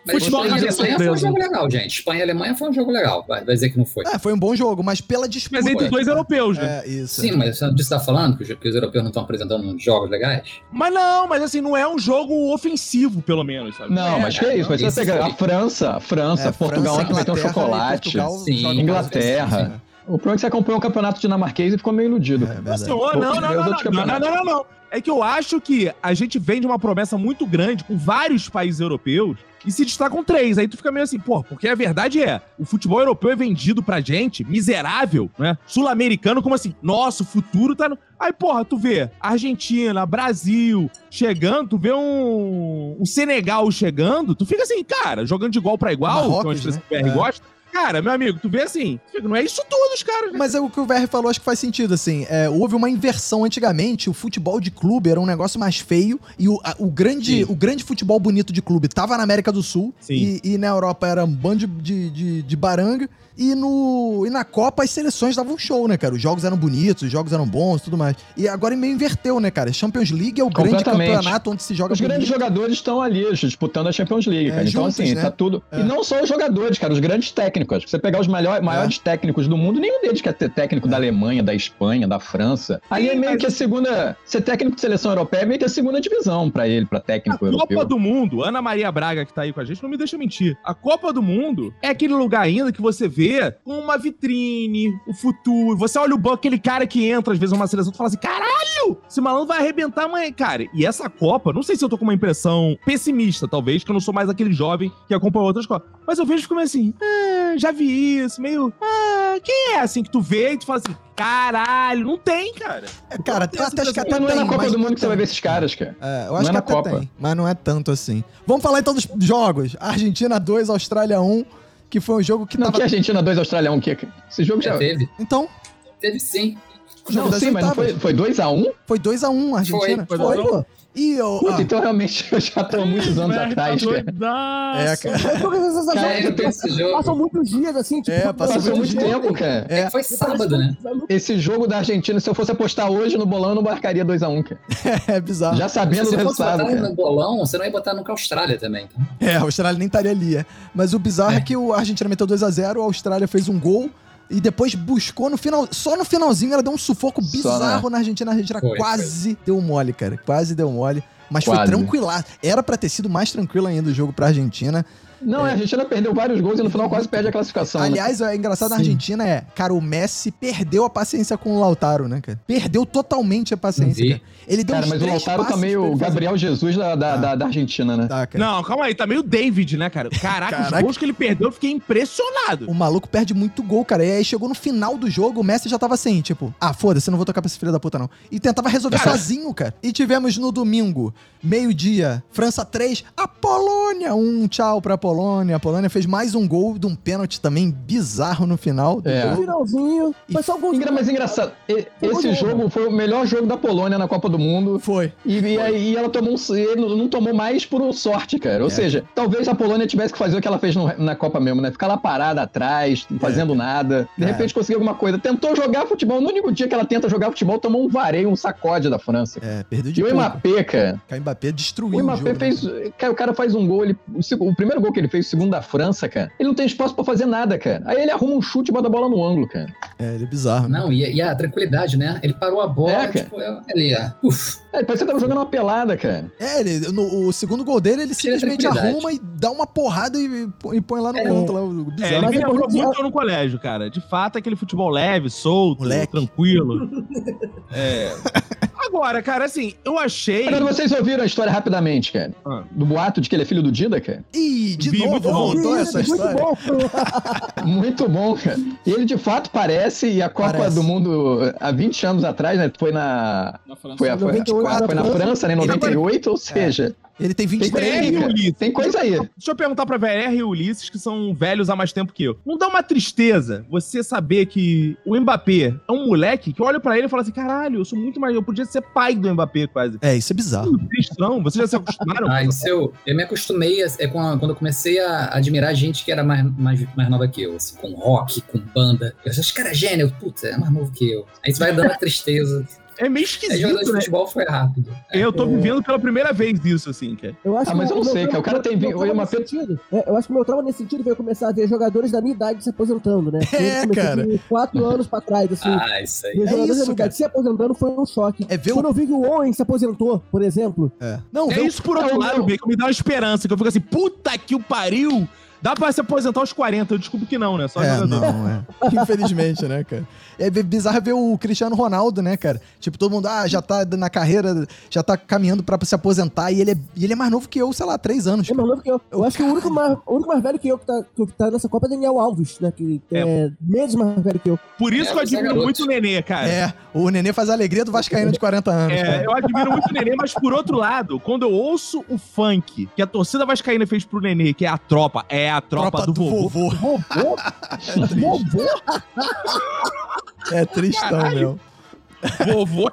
S6: Mas
S4: Futebol
S6: Espanha
S5: é,
S6: e
S4: arrasa
S6: Alemanha foi um
S4: surpresa.
S6: jogo legal, gente. Espanha e Alemanha foi um jogo legal. Vai, vai dizer que não foi.
S1: Ah, foi um bom jogo, mas pela disputa.
S2: Mas entre os dois europeus, né?
S1: É, isso.
S6: Sim, mas você não está falando que os, que os europeus não estão apresentando jogos legais?
S2: Mas não, mas assim, não é um jogo ofensivo, pelo menos, sabe?
S5: Não,
S6: É,
S5: mas que é isso? Mas se
S6: esse
S5: você pegar
S6: foi.
S5: a França, a França,
S1: É,
S5: Portugal
S1: França,
S5: ontem meteu
S1: Inglaterra
S5: um
S1: e
S5: chocolate.
S1: Portugal
S6: Sim.
S1: joga
S5: Inglaterra.
S1: assim, né?
S5: O problema é que você acompanhou o campeonato dinamarquês e ficou meio iludido.
S1: É verdade.
S2: Senhor,
S5: Pô,
S2: não, não,
S5: Deus,
S2: não,
S5: outro
S2: não, não, não,
S5: campeonato.
S2: não, não. É que eu acho que a gente vem de uma promessa muito grande com vários países europeus e se destacam três. Aí tu fica meio assim, pô, porque a verdade é, o futebol europeu é vendido pra gente, miserável, né? Sul-americano, como assim? Nossa, o futuro tá. No... Aí, porra, tu vê Argentina, Brasil chegando, tu vê um, um Senegal chegando, tu fica assim, cara, jogando de igual pra igual, que é uma
S1: Marrocos,
S2: expressão que
S1: né?
S2: o PR
S1: É.
S2: gosta. Cara, meu amigo, tu vê assim, tu fica, não é isso tudo, os caras.
S1: Mas é o que o VR falou, acho que faz sentido, assim. É, houve uma inversão antigamente, o futebol de clube era um negócio mais feio, e o, a- o grande,
S6: Sim.
S1: o grande futebol bonito de clube tava na América do Sul,
S2: Sim.
S1: e, e na Europa era um bando de, de, de- de baranga, e, no, e na Copa as seleções davam show, né, cara? Os jogos eram bonitos, os jogos eram bons tudo mais. E agora meio inverteu, né, cara? Champions League é o grande
S5: Completamente.
S1: campeonato onde se joga
S5: Os grandes
S1: bonito.
S5: jogadores estão ali disputando a Champions
S1: É,
S5: League, cara. Então,
S1: juntos,
S5: assim,
S1: né?
S5: tá tudo.
S1: É.
S5: E não só os jogadores, cara, os grandes técnicos. Se você pegar os maior-
S1: É.
S5: maiores técnicos do mundo, nenhum deles quer ter técnico da Alemanha, da Espanha, da França. Ali é meio que a segunda. Ser técnico de seleção europeia é meio que a segunda divisão pra ele, pra
S2: A
S5: técnico europeu.
S2: É, Copa do Mundo, Ana Maria Braga que tá aí com a gente, não me deixa mentir. A Copa do Mundo é aquele lugar ainda que você vê com uma vitrine, o futuro. Você olha o banco, aquele cara que entra às vezes numa seleção e fala assim: caralho, esse malandro vai arrebentar amanhã, cara. E essa Copa, não sei se eu tô com uma impressão pessimista, talvez, que eu não sou mais aquele jovem que acompanha outras Copas. Mas eu vejo como assim: ah, já vi isso, meio. Ah, quem é assim que tu vê e tu fala assim: caralho, não tem, cara.
S1: É, cara, eu até acho que até
S5: Mas não é na
S1: tem,
S5: Copa
S1: mas
S5: do
S1: não
S5: Mundo que você vai
S1: tem.
S5: ver esses caras, cara.
S1: É, eu
S5: Não
S1: acho
S5: é
S1: que
S5: na
S1: até
S5: Copa.
S1: tem, mas não é tanto assim. Vamos falar então dos jogos. Argentina 2, Austrália 1, que foi um jogo que
S5: Não,
S1: tava...
S5: que Argentina 2, Austrália 1, que Esse jogo já.
S6: Já É, teve?
S1: Então,
S6: Teve sim.
S5: Não,
S1: jogo das
S5: sim, mas não
S1: oitavas.
S5: foi, foi 2x1?
S1: Foi 2x1 a um, Argentina.
S4: Foi,
S3: Foi,
S4: foi.
S3: pô.
S1: E eu...
S5: Puta,
S1: ah,
S5: então realmente eu já tô há muitos anos
S4: Vera,
S5: atrás,
S4: tá
S5: cara.
S4: doidaço.
S1: É, cara.
S3: Todas essas
S5: Cara,
S3: horas-
S6: eu tenho esse jogo.
S3: Passam muitos dias assim, tipo.
S1: É, passou
S5: Passou muito
S1: muito
S5: tempo, cara.
S1: É.
S6: Foi sábado, né?
S5: Esse jogo da Argentina, se eu fosse apostar hoje no bolão, eu não marcaria 2x1, cara.
S1: é bizarro.
S5: Já sabendo
S6: Se
S5: do
S6: você fosse
S5: tá resultado,
S6: botar
S5: cara.
S6: no bolão, você não ia botar nunca a Austrália também. então.
S1: É, a Austrália nem estaria ali, é. Mas o bizarro é,
S6: É.
S1: que o Argentina meteu 2x0, a, Austrália fez um gol e depois buscou no final... Só no finalzinho ela deu um sufoco
S5: Só, né?
S1: bizarro na Argentina. A Argentina
S6: Foi,
S1: quase deu mole, cara. Quase deu mole. Mas foi
S5: Quase.
S1: tranquilar. Era pra ter sido mais tranquilo ainda o jogo pra Argentina.
S5: Não, a Argentina perdeu vários gols e no final quase perde a classificação. né?
S1: Aliás, é engraçado na
S3: Sim.
S1: Argentina é, cara, o Messi perdeu a paciência com o Lautaro, né, cara? Perdeu totalmente a paciência,
S6: Não vi.
S1: cara. Ele deu
S5: Cara,
S1: uns
S5: mas o
S1: três
S5: Lautaro tá
S1: passes pra
S5: meio
S1: ele
S5: o
S1: fazer-
S5: Gabriel Jesus da, da, da- da Argentina, né?
S1: Tá, cara.
S2: Não, calma aí, tá meio David, né, cara? Caraca,
S1: Caraca.
S2: os gols que ele perdeu, eu fiquei impressionado.
S1: O maluco perde muito gol, cara. E aí chegou no final do jogo, o Messi já tava assim, tipo, ah, foda-se, eu não vou tocar pra esse filho da puta, não. E tentava resolver
S2: Cara.
S1: sozinho, cara. E tivemos no domingo, meio-dia, França 3, a Polônia. Um tchau pra Polônia. A Polônia fez mais um gol de um pênalti também bizarro no final do
S5: É.
S1: jogo.
S3: Finalzinho. Foi só o gol.
S5: Engra, mas engraçado, e- esse jogo foi o melhor jogo da Polônia na Copa do Mundo.
S1: Foi.
S5: E, e aí ela tomou um, e não não tomou mais por sorte, cara. Ou
S1: É.
S5: seja, talvez a Polônia tivesse que fazer o que ela fez no- na Copa mesmo, né? Ficar lá parada atrás, não fazendo nada. De
S1: É.
S5: repente conseguir alguma coisa. Tentou jogar futebol. No único dia que ela tenta jogar futebol, tomou um vareio, um sacode da França.
S1: É, perdeu de
S5: E o
S1: pouco.
S5: Mbappé, cara.
S1: Cara, O Mbappé destruiu
S5: O
S1: o,
S5: Mbappé
S1: jogo.
S5: fez.
S1: né?
S5: Cara, o cara faz um gol, ele, o, seg- o primeiro gol que ele fez, o segundo da França, cara. Ele não tem espaço pra fazer nada, cara. Aí ele arruma um chute e bota a bola no ângulo, cara.
S1: É, ele é bizarro, né?
S6: Não, e, e a tranquilidade, né? Ele parou a bola,
S5: É, cara.
S6: tipo, eu- ele, ah, uf,
S5: É, parece que tava jogando uma pelada, cara.
S1: É, ele, no, o segundo gol dele, ele
S6: Tira a
S1: simplesmente
S6: tranquilidade.
S1: arruma e dá uma porrada e, e põe lá no
S4: É.
S1: canto, lá, o
S2: É,
S1: bizarro.
S2: ele
S3: Mas
S2: me
S3: é
S2: lembrou
S3: porque-
S2: muito eu no colégio, cara. De fato, aquele futebol leve, solto,
S1: Moleque.
S2: tranquilo. É. Agora, cara, assim, eu achei.
S5: Agora vocês ouviram a história rapidamente, cara.
S2: Ah.
S5: Do boato de que ele é filho do Dida, cara.
S1: Ih, de
S2: Vi,
S1: novo
S2: muito bom.
S1: voltou
S3: Ih,
S1: essa
S3: é muito
S1: história.
S3: bom.
S5: Muito bom, cara. E ele de fato parece, e a Copa
S1: Parece.
S5: do Mundo há 20 anos atrás, né? Foi na.
S4: Na França.
S5: Foi, a- foi, a-
S3: 98
S5: foi na França, né? Em
S1: Ele É.
S5: 98, ou seja,
S1: Ele tem
S5: tem
S1: 23
S5: coisa
S2: Tem
S5: aí, é, cara.
S2: Ulisses.
S5: Tem coisa aí.
S2: Deixa eu perguntar pra VR e Ulisses, que são velhos há mais tempo que eu. Não dá uma tristeza você saber que o Mbappé é um moleque que eu olho pra ele e falo assim: caralho, eu sou muito mais. Eu podia ser pai do Mbappé, quase.
S1: É, isso é bizarro.
S2: Triste, não? Vocês já se acostumaram?
S6: Ah, isso eu, eu me acostumei a- é com a- quando eu comecei a admirar gente que era mais, mais, mais nova que eu, assim, com rock, com banda. Eu achei, cara, é gênio, puta, é mais novo que eu. Aí isso vai dando a tristeza.
S2: É meio
S6: É, jogador de
S2: esquisito, né?
S6: futebol foi rápido.
S2: É, Eu tô vivendo pela primeira vez isso, assim, cara.
S3: Eu acho
S5: Ah,
S3: que
S5: mas
S3: o
S5: eu não
S3: meu
S5: sei,
S3: trauma-
S5: cara. O cara tem
S3: meu
S5: 20
S3: trauma
S5: o
S3: nesse
S5: Mbappé-
S3: sentido- é, Eu acho que o meu trauma nesse sentido foi eu começar a ver jogadores da minha idade se aposentando, né?
S1: É,
S3: Eu comecei
S1: cara.
S3: com Quatro anos pra trás, assim.
S6: Ah, isso aí.
S3: Ver
S1: É
S3: jogadores
S1: isso,
S3: da minha
S1: cara.
S3: idade se aposentando foi um choque.
S1: É ver o-
S3: Quando eu vi que o Owen se aposentou, por exemplo,
S1: É. Não,
S2: É
S1: vê o-
S2: isso por outro
S5: Não,
S2: lado,
S5: não.
S2: Bacon, me dá uma esperança, que eu fico assim, puta que o pariu! Dá pra se aposentar aos 40, eu desculpo que não, né? Só
S1: É,
S2: jogador.
S1: não, é. Infelizmente, né, cara? É bi- bizarro ver o Cristiano Ronaldo, né, cara? Tipo, todo mundo, ah, já tá na carreira, já tá caminhando pra se aposentar e ele é, e ele é mais novo que eu, sei lá, três anos.
S3: é mais novo que eu. Eu
S1: Eu-
S3: acho que o único mais, o único mais velho que eu que tá, que tá nessa Copa é Daniel Alves, né? Que é, meses mais velho que eu.
S2: Por isso
S6: É,
S2: que eu
S6: mas é
S2: admiro
S6: garoto.
S2: muito o Nenê, cara. É.
S1: É, o Nenê faz a alegria do Vascaíno de 40 anos. cara.
S2: eu admiro muito o Nenê, mas por outro lado, quando eu ouço o funk que a torcida vascaína fez pro Nenê, que é a tropa, é a tropa, do, vovô.
S1: Vovô? É triste. É tristão,
S2: Caralho.
S1: meu.
S2: Vovô.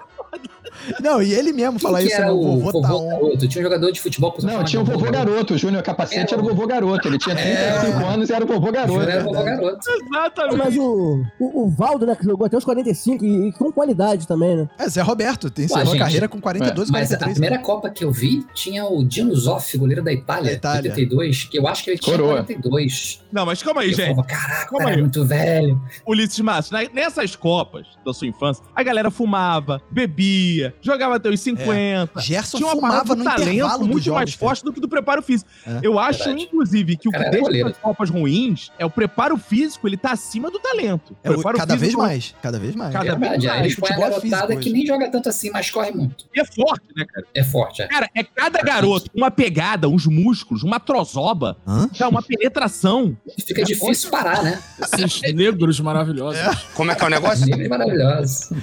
S1: Não, e ele mesmo fala
S6: Quem que
S1: isso,
S6: era
S1: não,
S6: o
S1: o vovô
S6: vovô
S1: tá on.
S6: garoto? Tinha um jogador de futebol...
S5: Não, tinha o vovô
S6: É.
S5: garoto. O Júnior Capacete era o vovô garoto. Ele tinha 35 anos e era o vovô garoto. né?
S6: Era o vovô garoto.
S2: Exatamente.
S3: Mas o, o, o Valdo, né, que jogou até os 45 e, e com qualidade também, né?
S1: É, Zé Roberto, tem
S6: Ué,
S1: encerrou a
S6: gente.
S1: carreira com 42,
S6: Mas a
S1: 43. né?
S6: primeira Copa que eu vi tinha o Dino Zoff, goleiro da Itália,
S1: Da Itália.
S6: 82, que eu acho que ele tinha
S5: Coroa.
S6: 42.
S2: Não, mas calma aí,
S6: Eu
S2: gente.
S6: falava, caraca,
S2: Calma
S6: era
S2: aí.
S6: muito velho.
S2: Ulisses Matos, na- nessas copas da sua infância, a galera fumava, bebia, jogava até os 50.
S1: Gerson
S2: tinha uma
S1: fumava
S2: parada
S1: no
S2: de talento
S1: intervalo do
S2: muito
S1: jogo.
S2: mais forte do que do preparo físico.
S1: É,
S2: eu acho,
S6: verdade.
S2: inclusive, que o
S6: Cara, é
S2: que
S6: era
S2: deixa
S6: goleiro.
S2: as Copas ruins é o preparo físico, ele tá acima do talento.
S1: É, o-
S2: preparo
S1: cada vez
S2: físico um
S1: mais, cada vez mais.
S2: Cada-
S6: É verdade,
S2: bem
S6: aí eles põem a
S1: futebol é
S6: garotada
S1: físico
S6: que
S1: hoje.
S6: nem joga tanto assim, mas corre muito.
S2: é forte, né, cara?
S6: É forte, é.
S2: Cara, é cada garoto, uma pegada, uns músculos, uma trozoba,
S1: Hã?
S2: tá, uma penetração.
S6: Fica difícil parar, né?
S4: Esses negros maravilhosos.
S7: Como é que é o negócio?
S6: Negro é maravilhoso.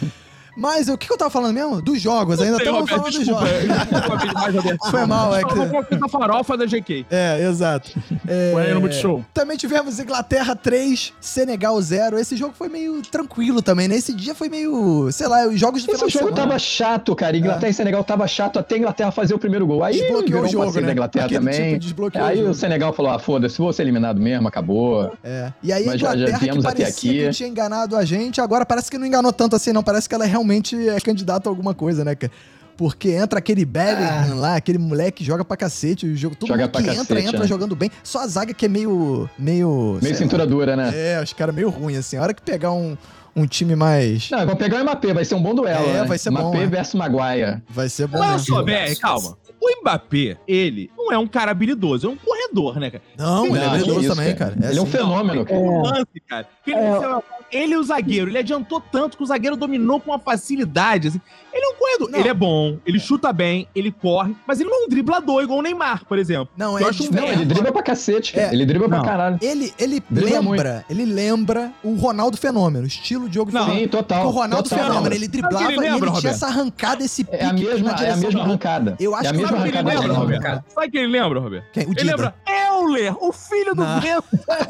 S1: Mas o que que eu tava falando mesmo? Dos jogos, ainda
S2: Sei,
S1: estamos
S2: Roberto,
S1: falando dos
S2: desculpa,
S1: jogos.
S2: desculpa, vez mais, Roberto.
S1: Foi mal, é
S2: Eu
S1: que-
S2: não vou contar a farofa da JK.
S1: É, exato. É,
S4: Foi aí no Multishow.
S1: Também tivemos Inglaterra 3, Senegal 0. Esse jogo foi meio tranquilo também, né? Esse dia foi meio, sei lá, os jogos do
S5: Esse
S1: final de
S5: jogo
S1: semana.
S5: tava chato, cara. Inglaterra e Senegal tava chato até a Inglaterra fazer o primeiro gol. Aí
S1: É. Desbloqueou
S5: virou
S1: o
S5: um
S1: jogo,
S5: passeio
S1: né?
S5: da Inglaterra
S1: Aquele
S5: também.
S1: tipo, desbloqueou
S5: Aí
S1: o
S5: o
S1: jogo.
S5: Senegal falou: ah, foda-se, vou ser eliminado mesmo, acabou.
S1: É. E aí a
S5: Mas já- já
S1: Inglaterra, que
S5: viemos até
S1: parecia
S5: aqui.
S1: que tinha é enganado a gente, agora parece que não enganou tanto assim, não. Parece que ela realmente é candidata a alguma coisa, né, cara? Porque entra aquele
S2: Ah.
S1: Bellingham lá, aquele moleque que joga pra cacete, o jogo todo
S5: Joga
S1: mundo que
S5: pra
S1: entra,
S5: cacete,
S1: entra
S5: é.
S1: jogando bem. Só a zaga que é meio. Meio. sei
S5: Meio
S1: lá.
S5: cintura dura, né?
S1: É, os caras meio ruim, assim. A hora que pegar um, um time mais.
S5: Não, eu vou pegar o Mbappé, vai ser um bom duelo.
S1: É,
S5: né?
S1: vai ser
S5: Mbappé
S1: bom, é.
S5: versus Maguaia.
S1: Vai ser bom.
S2: Olha
S1: né?
S2: só, BR, calma. O Mbappé, ele não é um cara habilidoso, é um corredor, né, cara?
S1: Não, ele é
S5: Não, que
S1: habilidoso
S5: isso,
S1: também, cara.
S5: cara.
S1: É
S5: ele é um
S1: assim.
S5: fenômeno, cara.
S2: Um
S3: É.
S2: lance, cara. Ele,
S3: É.
S2: sei lá, ele e o zagueiro, ele adiantou tanto que o zagueiro dominou com uma facilidade. assim. Ele é um corredor.
S1: Não.
S2: Ele é bom, ele chuta bem, ele corre, mas ele não é um driblador igual o Neymar, por exemplo.
S1: Não,
S2: Eu
S1: é
S2: acho um
S1: diferente.
S5: Não, ele dribla pra cacete, cara.
S1: É.
S5: Ele dribla
S2: Não.
S5: pra caralho.
S1: Ele, ele
S5: Dribla
S1: lembra, ele lembra o Ronaldo Fenômeno, estilo Diogo
S2: Não.
S1: Fenômeno.
S5: Sim, total.
S1: o Ronaldo
S5: total,
S1: Fenômeno,
S5: lembra.
S1: ele driblava
S2: Sabe o que ele
S1: e
S2: lembra,
S1: ele tinha
S2: Roberto?
S1: essa arrancada, esse pique
S5: É a mesma,
S1: na
S5: é a
S1: direção né?
S5: mesma
S1: do gol.
S5: arrancada.
S1: Eu acho
S5: é a
S1: que o
S5: mesma
S2: Sabe o que ele
S5: arrancada
S2: lembra,
S5: dele,
S2: Roberto?
S5: cara.
S2: Sabe quem ele lembra, Roberto?
S1: Quem? O
S2: Ele lembra
S1: Dida.
S2: Euler, o filho do
S1: Não.
S2: Breno.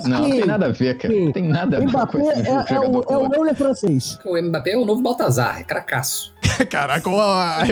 S5: Não, não tem nada a ver, cara.
S3: Sim.
S5: Tem nada a ver com
S3: Mbappé
S5: esse
S3: é, é o,
S5: jogador.
S3: é o Euler francês.
S6: O Mbappé é o novo Baltazar, é cracaço.
S1: Caraca, olha a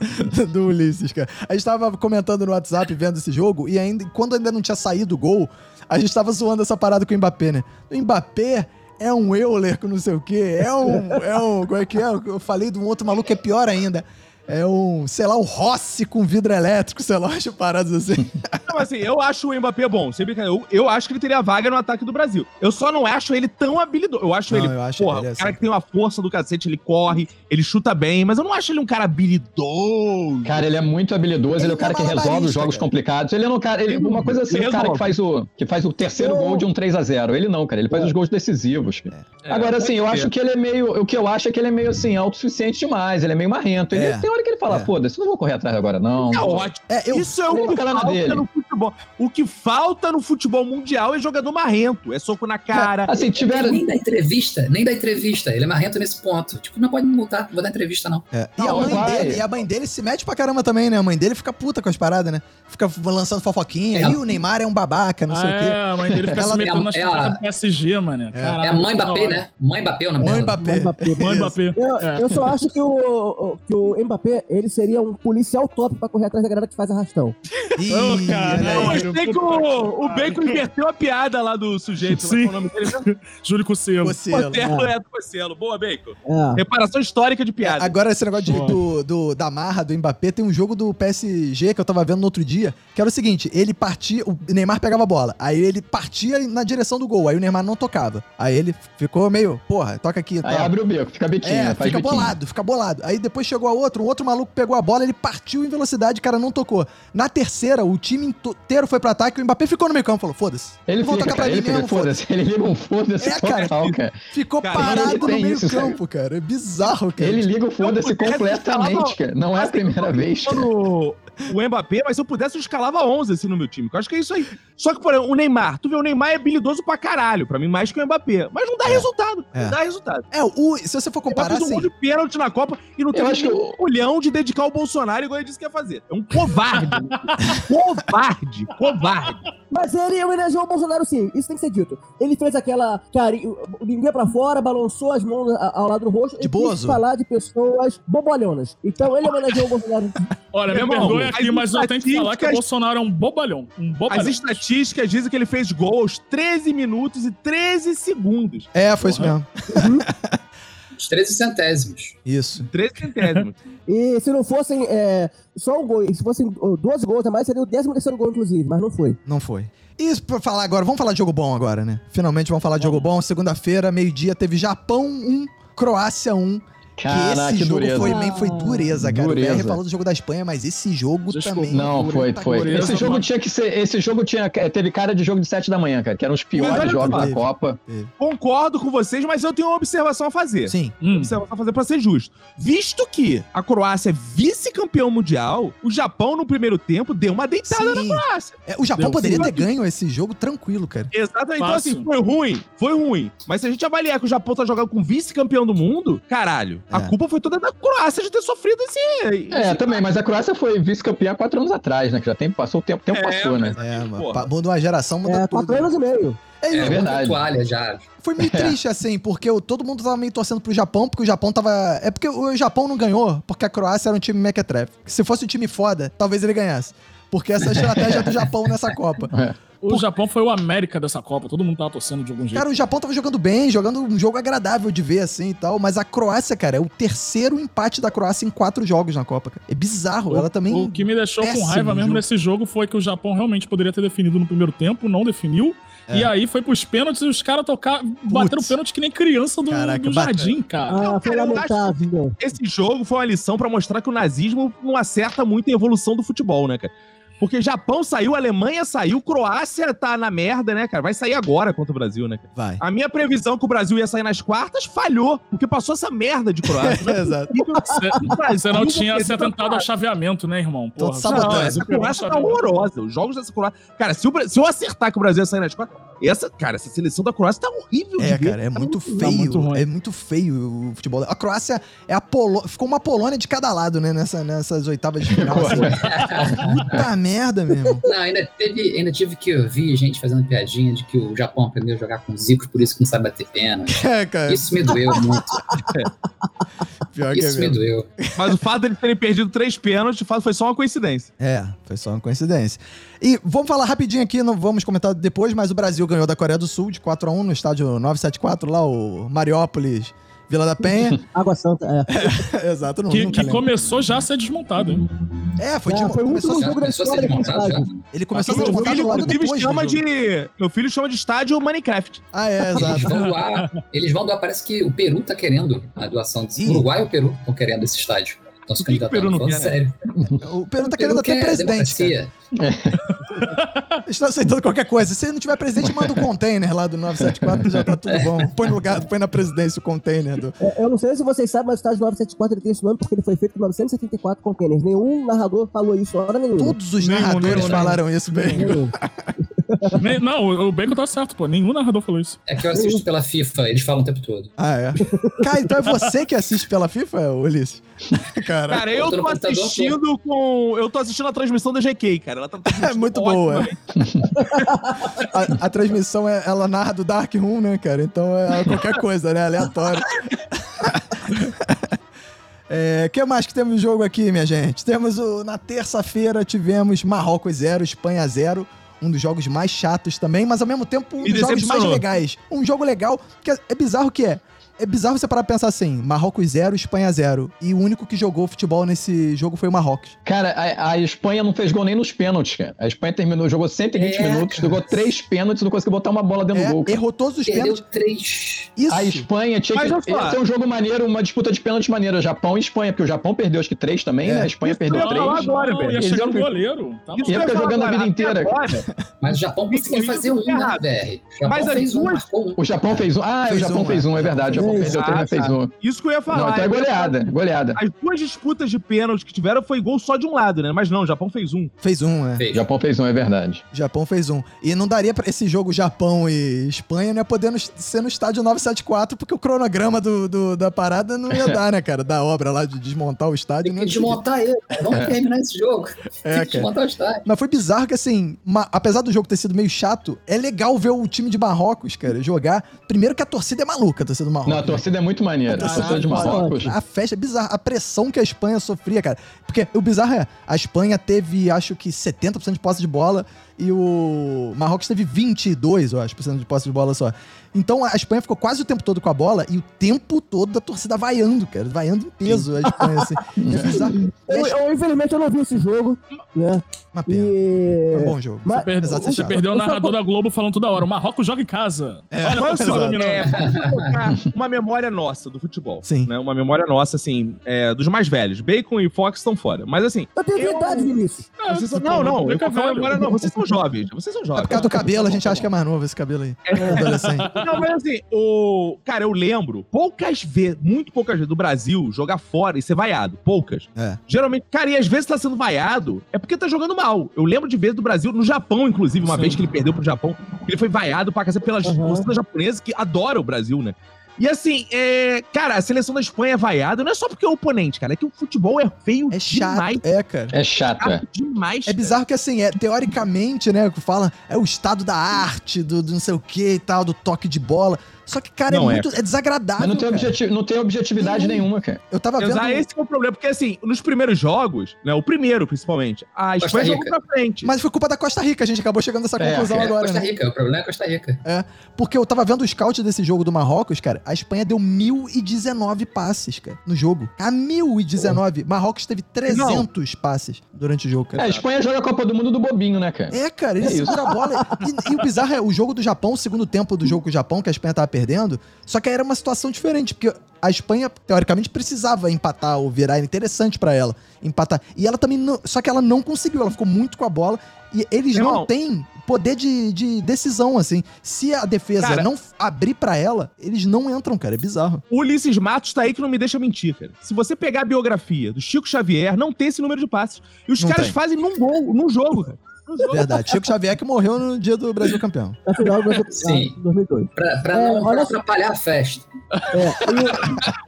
S1: referência do Ulisses, cara. A gente tava comentando no WhatsApp, vendo esse jogo, e ainda, quando ainda não tinha saído o gol, a gente tava zoando essa parada com o Mbappé, né? O Mbappé é um Euler com não sei o quê, é um... É um como é que é? Eu falei de um outro maluco que é pior ainda. É um, sei lá, um Rossi com vidro elétrico, sei lá, umas paradas assim.
S2: Não, assim, eu acho o Mbappé bom. Sem brincadeira, eu, eu acho que ele teria vaga no ataque do Brasil. Eu só não acho ele tão habilidoso. Eu acho
S1: Não,
S2: ele.
S1: eu acho
S2: porra,
S1: ele
S2: um
S1: assim.
S2: cara que tem uma força do cacete, ele corre, ele chuta bem, mas eu não acho ele um cara habilidoso.
S5: Cara, ele é muito habilidoso, ele, é
S1: Ele
S5: o cara
S1: é
S5: que resolve os
S1: malabarista,
S5: jogos
S1: cara.
S5: complicados. Ele é um cara, ele, uma coisa assim,
S2: Ele
S5: o cara
S2: resolve.
S5: que faz o que faz o terceiro gol de um 3 a 0. Ele não, cara, ele faz
S1: É.
S5: os gols decisivos. cara. Agora assim, eu acho que ele é meio, o que eu acho é que ele é meio assim autossuficiente demais, ele é meio marrento. Ele
S1: É.
S5: tem hora que ele fala,
S1: É.
S5: foda-se, não vou correr atrás agora não.
S2: É ótimo.
S1: É, eu,
S2: Isso é
S5: eu
S2: o que
S5: vou falar na
S2: falta
S5: dele.
S2: no futebol. O que falta no futebol mundial é jogador marrento. É soco na cara.
S5: Assim, tiveram
S6: Nem da entrevista, nem da entrevista. Ele é marrento nesse ponto. Tipo, não pode me multar, não vou dar entrevista, não.
S1: É.
S5: Não,
S1: e, a mãe
S5: vai.
S1: dele, e a mãe dele se mete pra caramba também, né? A mãe dele fica puta com as paradas, né? Fica lançando fofoquinha.
S6: É.
S1: E o Neymar é um babaca, não sei o
S5: Ah,
S1: quê.
S4: é, a mãe dele fica
S1: Ela-
S4: se metendo nas
S6: é a-
S4: paradas do PSG, mano.
S6: É a mãe Mbappé, né? Mãe Mbappé é o nome
S1: Mãe
S6: dela.
S1: Mbappé.
S3: Mbappé.
S4: Mãe Mbappé.
S3: Eu,
S4: É.
S3: eu só acho que o, que o Mbappé, ele seria um policial top pra correr atrás da galera que faz arrastão.
S5: é.
S1: Ih, né?
S4: Ô, cara,
S1: olha aí.
S2: Eu gostei que o, o Bacon inverteu a piada lá do sujeito. Lá,
S4: Sim.
S2: qual é o nome dele?
S4: Júlio Cocelo.
S1: Você,
S2: Marcelo é do Marcelo. Boa, Bacon.
S3: É.
S2: Reparação histórica de piada.
S1: Agora, esse negócio de-
S4: Boa.
S1: do, do- da marra do Mbappé, tem um jogo do PSG que eu tava vendo no outro dia, que era o seguinte: ele partia, o Neymar pegava a bola, aí ele partia na direção do gol, aí o Neymar não tocava. Aí ele ficou meio, porra, toca aqui. tá?
S5: Aí
S1: tal.
S5: abre o bico, fica biquinho,
S1: É,
S5: né? faz
S1: fica
S5: biquinho.
S1: bolado, fica bolado. Aí depois chegou a outro, um outro maluco pegou a bola, ele partiu em velocidade, o cara não tocou. Na terceira, o time inteiro foi pra ataque, o Mbappé ficou no meio campo, falou, foda-se.
S5: Ele
S1: Vou
S5: fica,
S1: tocar pra
S5: cara,
S1: ele
S5: ele fica,
S1: mesmo, foda-se.
S5: foda-se, ele liga um foda-se
S1: É, cara.
S5: total, cara.
S1: Ficou
S2: Cara,
S5: ele
S1: parado no
S5: tem
S1: meio
S5: isso,
S1: campo, cara. É bizarro, cara.
S5: Ele liga o foda-se
S2: pudesse instalar
S5: completamente,
S2: no-
S5: cara. Não é a
S2: Assim,
S5: primeira vez, cara.
S2: quando o Mbappé, mas se eu pudesse, eu escalava 11 assim no meu time. que Eu acho que é isso aí. Só que, por exemplo, o Neymar, tu vê, o Neymar é habilidoso pra caralho, pra mim, mais que o Mbappé. Mas não dá resultado.
S1: É.
S2: Não dá resultado.
S1: É, o, se você for
S2: O Neymar
S1: comparar,
S2: fez um
S1: assim...
S2: gol de pênalti na Copa e não teve
S5: acho que
S2: nem
S5: o-
S2: um olhão de dedicar o Bolsonaro igual ele disse que ia fazer. É um covarde. covarde. Covarde.
S3: Mas ele homenageou o Bolsonaro sim, isso tem que ser dito. Ele fez aquela carinha, o ninguém pra fora, balançou as mãos a- ao lado do rosto
S1: De
S3: e quis
S1: bozo.
S3: falar de pessoas bobalhonas. Então ele homenageou o Bolsonaro.
S4: Olha, me
S2: Meu irmão,
S4: perdoe aqui,
S2: as
S4: mas eu tenho que falar que o
S2: estatísticas-
S4: Bolsonaro é um bobalhão. Um bobalhão.
S2: As estatísticas dizem que ele fez gol aos 13 minutos e 13 segundos.
S1: É, foi isso mesmo.
S6: Os 13 centésimos.
S1: Isso.
S2: 13 centésimos.
S3: E se não fossem é, só um gol, e se fossem oh, 12 gols a mais, seria o 13 terceiro gol, inclusive, mas não foi.
S1: Não foi. Isso pra falar agora, vamos falar de jogo bom agora, né? Finalmente vamos falar de jogo bom. Segunda-feira, meio-dia, teve Japão 1, Croácia 1.
S5: Caraca,
S1: que esse
S5: que
S1: jogo
S5: dureza.
S1: foi, meio- foi dureza, cara. O BR
S5: Dureza.
S1: falou do jogo da Espanha, mas esse jogo
S4: Desculpa.
S1: também.
S5: Não, foi,
S2: tá
S1: Puta
S5: foi.
S1: dureza,
S5: Esse jogo
S4: mano.
S5: tinha que ser. Esse jogo tinha, teve cara de jogo de 7 da manhã, cara, que eram os
S2: Mas
S5: piores
S2: olha
S5: jogos
S1: só.
S5: da Copa.
S2: Concordo com vocês, mas eu tenho uma observação a fazer.
S1: Sim.
S4: Hum.
S2: Isso é pra fazer pra ser justo. Visto que a Croácia é vice-campeão mundial, o Japão no primeiro tempo deu uma deitada
S1: Sim.
S2: na Croácia.
S1: É, o Japão
S4: Deu
S1: poderia
S4: sim.
S1: ter ganho esse jogo tranquilo, cara.
S2: Exatamente. Então,
S4: Fácil.
S2: assim, foi ruim, foi ruim. Mas se a gente avaliar que o Japão tá jogando com vice-campeão do mundo, caralho, a
S1: É.
S2: culpa foi toda da Croácia de ter sofrido esse.
S5: É, também, mas a Croácia foi vice-campeã há quatro anos atrás, né? Que já tem, passou o tempo, o tempo
S2: É,
S5: passou, né?
S1: É, mano,
S2: porra.
S1: pa- muda uma geração, muda
S5: tá
S3: É,
S1: tudo.
S3: 4 anos e meio.
S1: É,
S6: É,
S1: isso.
S5: verdade.
S6: Toalha já.
S1: Foi meio
S5: É.
S1: triste, assim, porque o- todo mundo tava meio torcendo pro Japão, porque o Japão tava. É porque o Japão não ganhou, porque a Croácia era um time mequetrefe. Se fosse um time foda, talvez ele ganhasse. Porque essa é a estratégia do Japão nessa Copa.
S5: É.
S4: O Japão foi o América dessa Copa. Todo mundo tava torcendo de algum jeito.
S1: Cara, o Japão tava jogando bem, jogando um jogo agradável de ver, assim e tal. Mas a Croácia, cara, é o terceiro empate da Croácia em quatro jogos na Copa, cara. É bizarro. ela também.
S4: O que me deixou com
S1: péssimo
S4: raiva mesmo
S1: jogo.
S4: nesse jogo foi que o Japão realmente poderia ter definido no primeiro tempo, não definiu.
S1: É.
S4: E aí foi pros pênaltis e os caras tocar, bateram pênalti que nem criança do,
S1: Caraca,
S4: do
S1: bate-
S4: jardim, cara.
S2: Não,
S3: Ah, foi
S2: cara, eu
S3: lamentável.
S2: Esse jogo foi uma lição pra mostrar que o nazismo não acerta muito a evolução do futebol, né, cara? Porque Japão saiu, Alemanha saiu, Croácia tá na merda, né, cara? Vai sair agora contra o Brasil, né? cara?
S1: Vai.
S2: A minha previsão é que o Brasil ia sair nas quartas falhou, porque passou essa merda de Croácia. Não é
S1: Exato.
S4: Você-
S1: Ah,
S2: possível,
S4: Você não
S2: Brasil
S4: tinha
S2: vai
S4: se
S2: perder pra
S4: atentado ao chaveamento, né, irmão?
S1: tá Tô
S4: Porra,
S1: sabotando.
S4: não,
S2: Não,
S1: Mas
S2: essa
S4: o Peru
S2: Croácia tá
S4: chaveamento.
S2: horrorosa. Os jogos dessa Croácia. Cara, se, o Bra- se eu acertar que o Brasil ia sair nas quartas. Essa, cara, essa seleção da Croácia tá horrível, de
S1: É,
S2: ver.
S1: cara, é
S2: Tá
S1: muito
S2: horrível.
S1: feio.
S4: muito ruim.
S1: é muito feio o futebol. A Croácia é a Polo... ficou uma Polônia de cada lado, né? Nessa, nessas oitavas de final. assim. Puta merda, meu irmão.
S6: Não, ainda, teve, ainda tive que ouvir gente fazendo piadinha de que o Japão aprendeu a jogar com Zico, por isso que não sabe bater pênalti.
S1: É, cara.
S6: Isso me doeu muito.
S1: Pior que é
S6: Isso me
S1: mesmo.
S6: doeu.
S2: Mas o fato de ele terem perdido três pênaltis, de fato, foi só uma coincidência.
S1: É, foi só uma coincidência. E vamos falar rapidinho aqui, não vamos comentar depois, mas o Brasil ganhou da Coreia do Sul de 4 a 1 no estádio 974, lá o Mariópolis, Vila da Penha.
S3: Água Santa, é.
S1: Exato, não,
S4: Que,
S1: nunca
S4: que
S1: lembro.
S4: começou já a ser desmontado. hein?
S1: É, foi,
S3: Ah,
S1: de,
S3: foi o
S1: começou,
S3: último
S6: Já
S3: jogo da
S6: começou a ser
S3: história desse
S6: desmontado já.
S3: estádio.
S1: Ele começou a
S4: Aqui
S1: ser
S4: no
S2: Meu
S1: desmontado
S2: filho,
S1: logo
S2: inclusive,
S1: depois.
S2: chama
S1: do jogo.
S2: de. Meu filho chama de estádio Minecraft.
S1: Ah, é,
S6: Eles
S1: exato.
S6: vão doar. Eles vão doar. Parece que o Peru tá querendo a doação. desse-
S1: Ih.
S6: Uruguai ou Peru estão querendo esse estádio? Então, Estão se
S2: Por que que o Peru
S6: candidatando.
S2: não
S6: Falando
S2: quer, né?
S6: sério.
S1: O Peru tá
S6: O Peru
S1: querendo até
S6: quer
S1: presidente. né? Cara.
S6: democracia.
S1: Eles estão aceitando qualquer coisa. Se não tiver presidente, manda o container lá do 974, já tá tudo bom. Põe no lugar, põe na presidência o container do.
S3: É, Eu não sei se vocês sabem, mas o estádio 974 ele tem esse nome porque ele foi feito em 974 containers. Nenhum narrador falou isso, hora nenhuma.
S1: Todos os
S4: Nenhum,
S1: narradores
S4: nenhum,
S1: falaram isso bem.
S3: Nenhum.
S4: Nem- não, o o Bacon tá certo, pô. Nenhum narrador falou isso.
S6: É que eu assisto pela FIFA, eles falam o tempo todo.
S1: Ah, é. Cara, então é você que assiste pela FIFA, Ulisses? Cara,
S2: Cara, eu
S6: Eu tô no
S2: tô
S6: computador,
S2: assistindo com. Eu tô assistindo a transmissão da GK, cara. Ela tá
S1: é muito boa. A, a transmissão, é, ela narra do Dark Room, né, cara? Então é qualquer coisa, né? Aleatório. É, que mais que temos no jogo aqui, minha gente? Temos o, na terça-feira tivemos Marrocos 0, Espanha 0. Um dos jogos mais chatos também, mas ao mesmo tempo um
S2: Me
S1: dos jogos mais
S2: decepcionou.
S1: legais. Um jogo legal, que é, é bizarro que é. É bizarro você parar pra pensar assim, Marrocos 0, Espanha 0. E o único que jogou futebol nesse jogo foi o Marrocos.
S5: Cara, a, a Espanha não fez gol nem nos pênaltis, cara. A Espanha terminou, jogou 120
S6: É,
S5: minutos, jogou três pênaltis, não conseguiu botar uma bola dentro
S1: É,
S5: do gol. cara.
S1: errou todos os
S6: Perdeu
S1: pênaltis.
S6: três.
S5: A
S1: Isso.
S5: Espanha tinha
S2: Mas
S5: que.
S2: eu falar.
S5: Esse é um jogo maneiro, uma disputa de pênalti maneira. Japão e Espanha, porque o Japão perdeu acho que três também,
S1: É.
S5: né? A Espanha perdeu
S2: eu ia
S5: três.
S2: falar agora,
S4: não,
S2: velho.
S4: ia
S5: Eles
S4: chegar
S5: eram-
S4: no goleiro. Tá
S5: Ele fica
S2: eu ia falar
S5: jogando a vida
S2: até
S5: inteira.
S2: agora,
S6: Mas o Japão conseguiu
S2: Inclusive,
S6: fazer um, né,
S2: errado.
S6: BR? O Japão
S2: Mas as
S6: fez um,
S2: duas-
S6: marcou um.
S5: O Japão fez um. Ah,
S1: Fez
S5: o Japão
S1: um,
S5: fez um, é verdade. O Japão
S3: Fez.
S5: perdeu três,
S2: Ah,
S5: mas
S2: tá.
S5: fez um.
S2: isso que eu ia falar.
S5: Não, então é
S2: Eu ia
S5: goleada, goleada.
S2: falar, As duas disputas de pênalti que tiveram foi gol só de um lado, né? Mas não, o Japão fez um.
S1: Fez um, é.
S5: O
S6: Fez.
S5: Japão fez um, é verdade.
S1: Japão fez um. E não daria pra esse jogo Japão e Espanha, né? Podendo ser no estádio 974, porque o cronograma do, do- da parada não ia dar, né, cara? Da obra lá de desmontar o estádio.
S6: Tem
S1: Não
S6: que
S1: ia conseguir.
S6: desmontar ele. Vamos terminar esse jogo.
S1: É,
S6: Tem
S1: cara.
S6: que desmontar o estádio.
S1: Mas foi bizarro que, assim, ma- apesar do jogo ter sido meio chato, é legal ver o time de Marrocos, cara, jogar. Primeiro que a torcida é maluca, a torcida do Marrocos.
S5: Não, a torcida é muito maneira. A
S1: Caralho,
S5: torcida de Marrocos.
S1: A festa é bizarra. A pressão que a Espanha sofria, cara. Porque o bizarro é, a Espanha teve, acho que 70% de posse de bola e o Marrocos teve 22, eu acho, por cento de posse de bola só. Então a Espanha ficou quase o tempo todo com a bola e o tempo todo a torcida vaiando, cara. Vaiando em peso a Espanha, assim. É bizarro. É
S3: Eu, eu, infelizmente, eu não vi esse jogo, né?
S1: uma pena. Tá Foi um
S3: E...
S1: bom jogo.
S3: Mas-
S4: Perdeu,
S1: Exato,
S4: é,
S1: é
S4: você
S1: exato.
S4: perdeu o
S3: Eu só
S4: narrador da Globo falando toda hora. O Marrocos joga em casa. Olha como
S1: exato.
S4: tá dominando.
S2: É, vamos colocar uma memória nossa do futebol.
S1: Sim.
S2: Né? Uma memória nossa, assim, é, dos mais velhos. Bacon e Fox estão fora. Mas assim.
S3: Eu tenho
S2: Eu-
S3: verdade, Vinícius.
S4: Ah,
S2: vocês
S4: tá
S2: são- não,
S4: bom,
S2: não, eu
S4: Bacon é
S2: tô falando
S4: velho.
S2: agora, não. Vocês são jovens. Vocês são
S1: É
S2: jovens.
S1: por causa do cabelo, a gente acha que é mais novo esse cabelo aí.
S4: É.
S1: Adolescente.
S2: Não, mas assim, o. Cara, eu lembro poucas vezes, muito poucas vezes, do Brasil jogar fora e ser vaiado. Poucas.
S1: É.
S2: Geralmente, cara, e às vezes tá sendo vaiado é porque tá jogando mal. Eu lembro de vezes do Brasil, no Japão, inclusive, uma
S4: Sim.
S2: vez que ele perdeu pro Japão, ele foi vaiado pra cacete pelas
S3: Uhum.
S2: torcidas japonesas que adoram o Brasil, né? E assim, é, cara, a seleção da Espanha é vaiada, não é só porque é oponente, cara, é que o futebol é feio
S1: É
S2: demais.
S1: chato. É, cara.
S5: É chato, é.
S2: Chato demais.
S1: É bizarro que, assim, é, teoricamente, né, que fala, é o estado da arte, do, do não sei o que e tal, do toque de bola. Só que, cara,
S2: Não
S1: é
S2: é.
S1: muito. É, desagradável.
S5: Mas não tem,
S1: cara.
S5: objeti- não tem objetividade
S1: Nenhum.
S5: nenhuma, cara.
S1: Eu tava tá vendo.
S2: Exato, esse que é o problema, porque assim, nos primeiros jogos, né, o primeiro principalmente, a
S6: Costa
S2: Espanha jogou
S6: Rica.
S2: pra frente.
S1: Mas foi culpa da Costa Rica, a gente acabou chegando a essa
S5: É,
S1: conclusão
S6: É,
S1: agora.
S6: Costa
S1: né?
S6: Rica, o problema é Costa Rica.
S1: Porque eu tava vendo o scout desse jogo do Marrocos, cara. A Espanha deu 1.019 passes, cara, no jogo. A 1.019. Marrocos teve 300 passes durante o jogo,
S5: É, a
S1: cara.
S5: Espanha joga a Copa do Mundo do bobinho, né, cara?
S1: É, cara, ele
S5: É
S1: segura a bola. E, e o bizarro é o jogo do Japão, o segundo tempo do jogo com o Japão, que a Espanha tava perdendo. Só que aí era uma situação diferente, porque a Espanha, teoricamente, precisava empatar ou virar. Era interessante pra ela empatar. E ela também não. Só que ela não conseguiu, ela ficou muito com a bola. E eles não
S2: Irmão.
S1: têm poder de, de decisão, assim. Se a defesa
S2: Cara.
S1: não f- abrir pra ela, eles não entram, cara. É bizarro.
S2: O Ulisses Matos tá aí que não me deixa mentir, cara. Se você pegar a biografia do Chico Xavier, não tem esse número de passes. E os
S1: Não
S2: caras
S1: tem.
S2: fazem num gol, num jogo, cara. Num jogo.
S1: Verdade. Chico Xavier que morreu no dia do Brasil campeão.
S3: Na final do Brasil-
S6: Sim.
S3: ah, 2002.
S6: Pra, pra
S3: É,
S6: não pra
S3: olha só.
S6: atrapalhar a festa.
S3: É,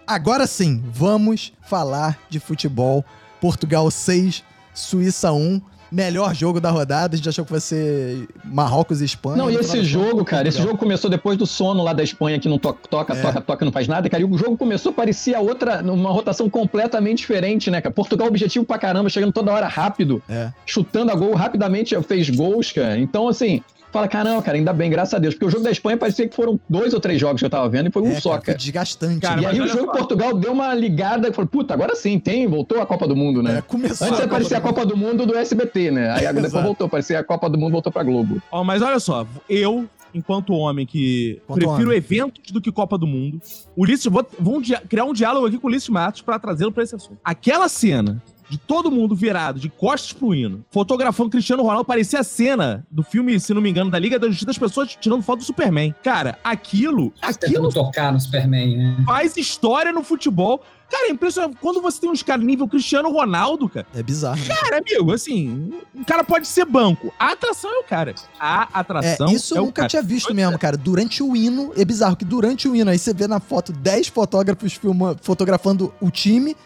S1: Agora sim, vamos falar de futebol. Portugal 6, Suíça 1. Melhor jogo da rodada. A gente achou que vai ser Marrocos e Espanha.
S5: Não, e
S1: No
S5: esse
S1: final das contas,
S5: jogo,
S1: foi
S5: cara, esse
S1: Portugal.
S5: jogo começou depois do sono lá da Espanha, que não to- toca,
S1: É.
S5: toca, toca, não faz nada, cara. E o jogo começou, parecia outra, uma rotação completamente diferente, né, cara? Portugal objetivo pra caramba, chegando toda hora rápido,
S1: É.
S5: chutando a gol rapidamente, fez gols, cara. Então, assim, fala, caramba, cara, ainda bem, graças a Deus. Porque o jogo da Espanha parecia que foram dois ou três jogos que eu tava vendo e foi um
S1: É,
S5: só,
S1: cara, foi
S5: cara.
S1: desgastante.
S2: Cara,
S5: E
S1: né?
S2: mas
S5: aí o
S2: olha
S5: jogo
S2: só.
S5: Portugal deu uma ligada e falou, puta, agora sim, tem, voltou a Copa do Mundo, né?
S1: É, começou
S5: Antes
S1: a Copa
S5: aparecia a
S1: do Mundo.
S5: Copa do Mundo do SBT, né? Aí depois
S1: Exato.
S5: voltou, parecia a Copa do Mundo voltou pra Globo.
S2: Ó, mas olha só, eu, enquanto homem que
S1: Enquanto
S2: prefiro
S1: homem.
S2: eventos do que Copa do Mundo, Ulisses, vou, vamos dia- criar um diálogo aqui com o Ulisses Matos pra trazê-lo pra esse assunto. Aquela cena de todo mundo virado, de costas pro hino, fotografando Cristiano Ronaldo, parecia a cena do filme, se não me engano, da Liga da Justiça, das pessoas tirando foto do Superman. Cara, aquilo,
S6: Tá
S2: aquilo
S6: Tentando tocar no Superman, né?
S2: faz história no futebol. Cara, é impressionante. Quando você tem uns caras nível Cristiano Ronaldo, cara,
S1: É bizarro. né?
S2: cara, amigo, assim, um cara pode ser banco. A atração é o cara. A
S1: É,
S2: atração é,
S1: isso eu
S2: o
S1: nunca
S2: cara.
S1: tinha visto mesmo, cara. Durante o hino, é bizarro que durante o hino, aí você vê na foto 10 fotógrafos filma, fotografando o time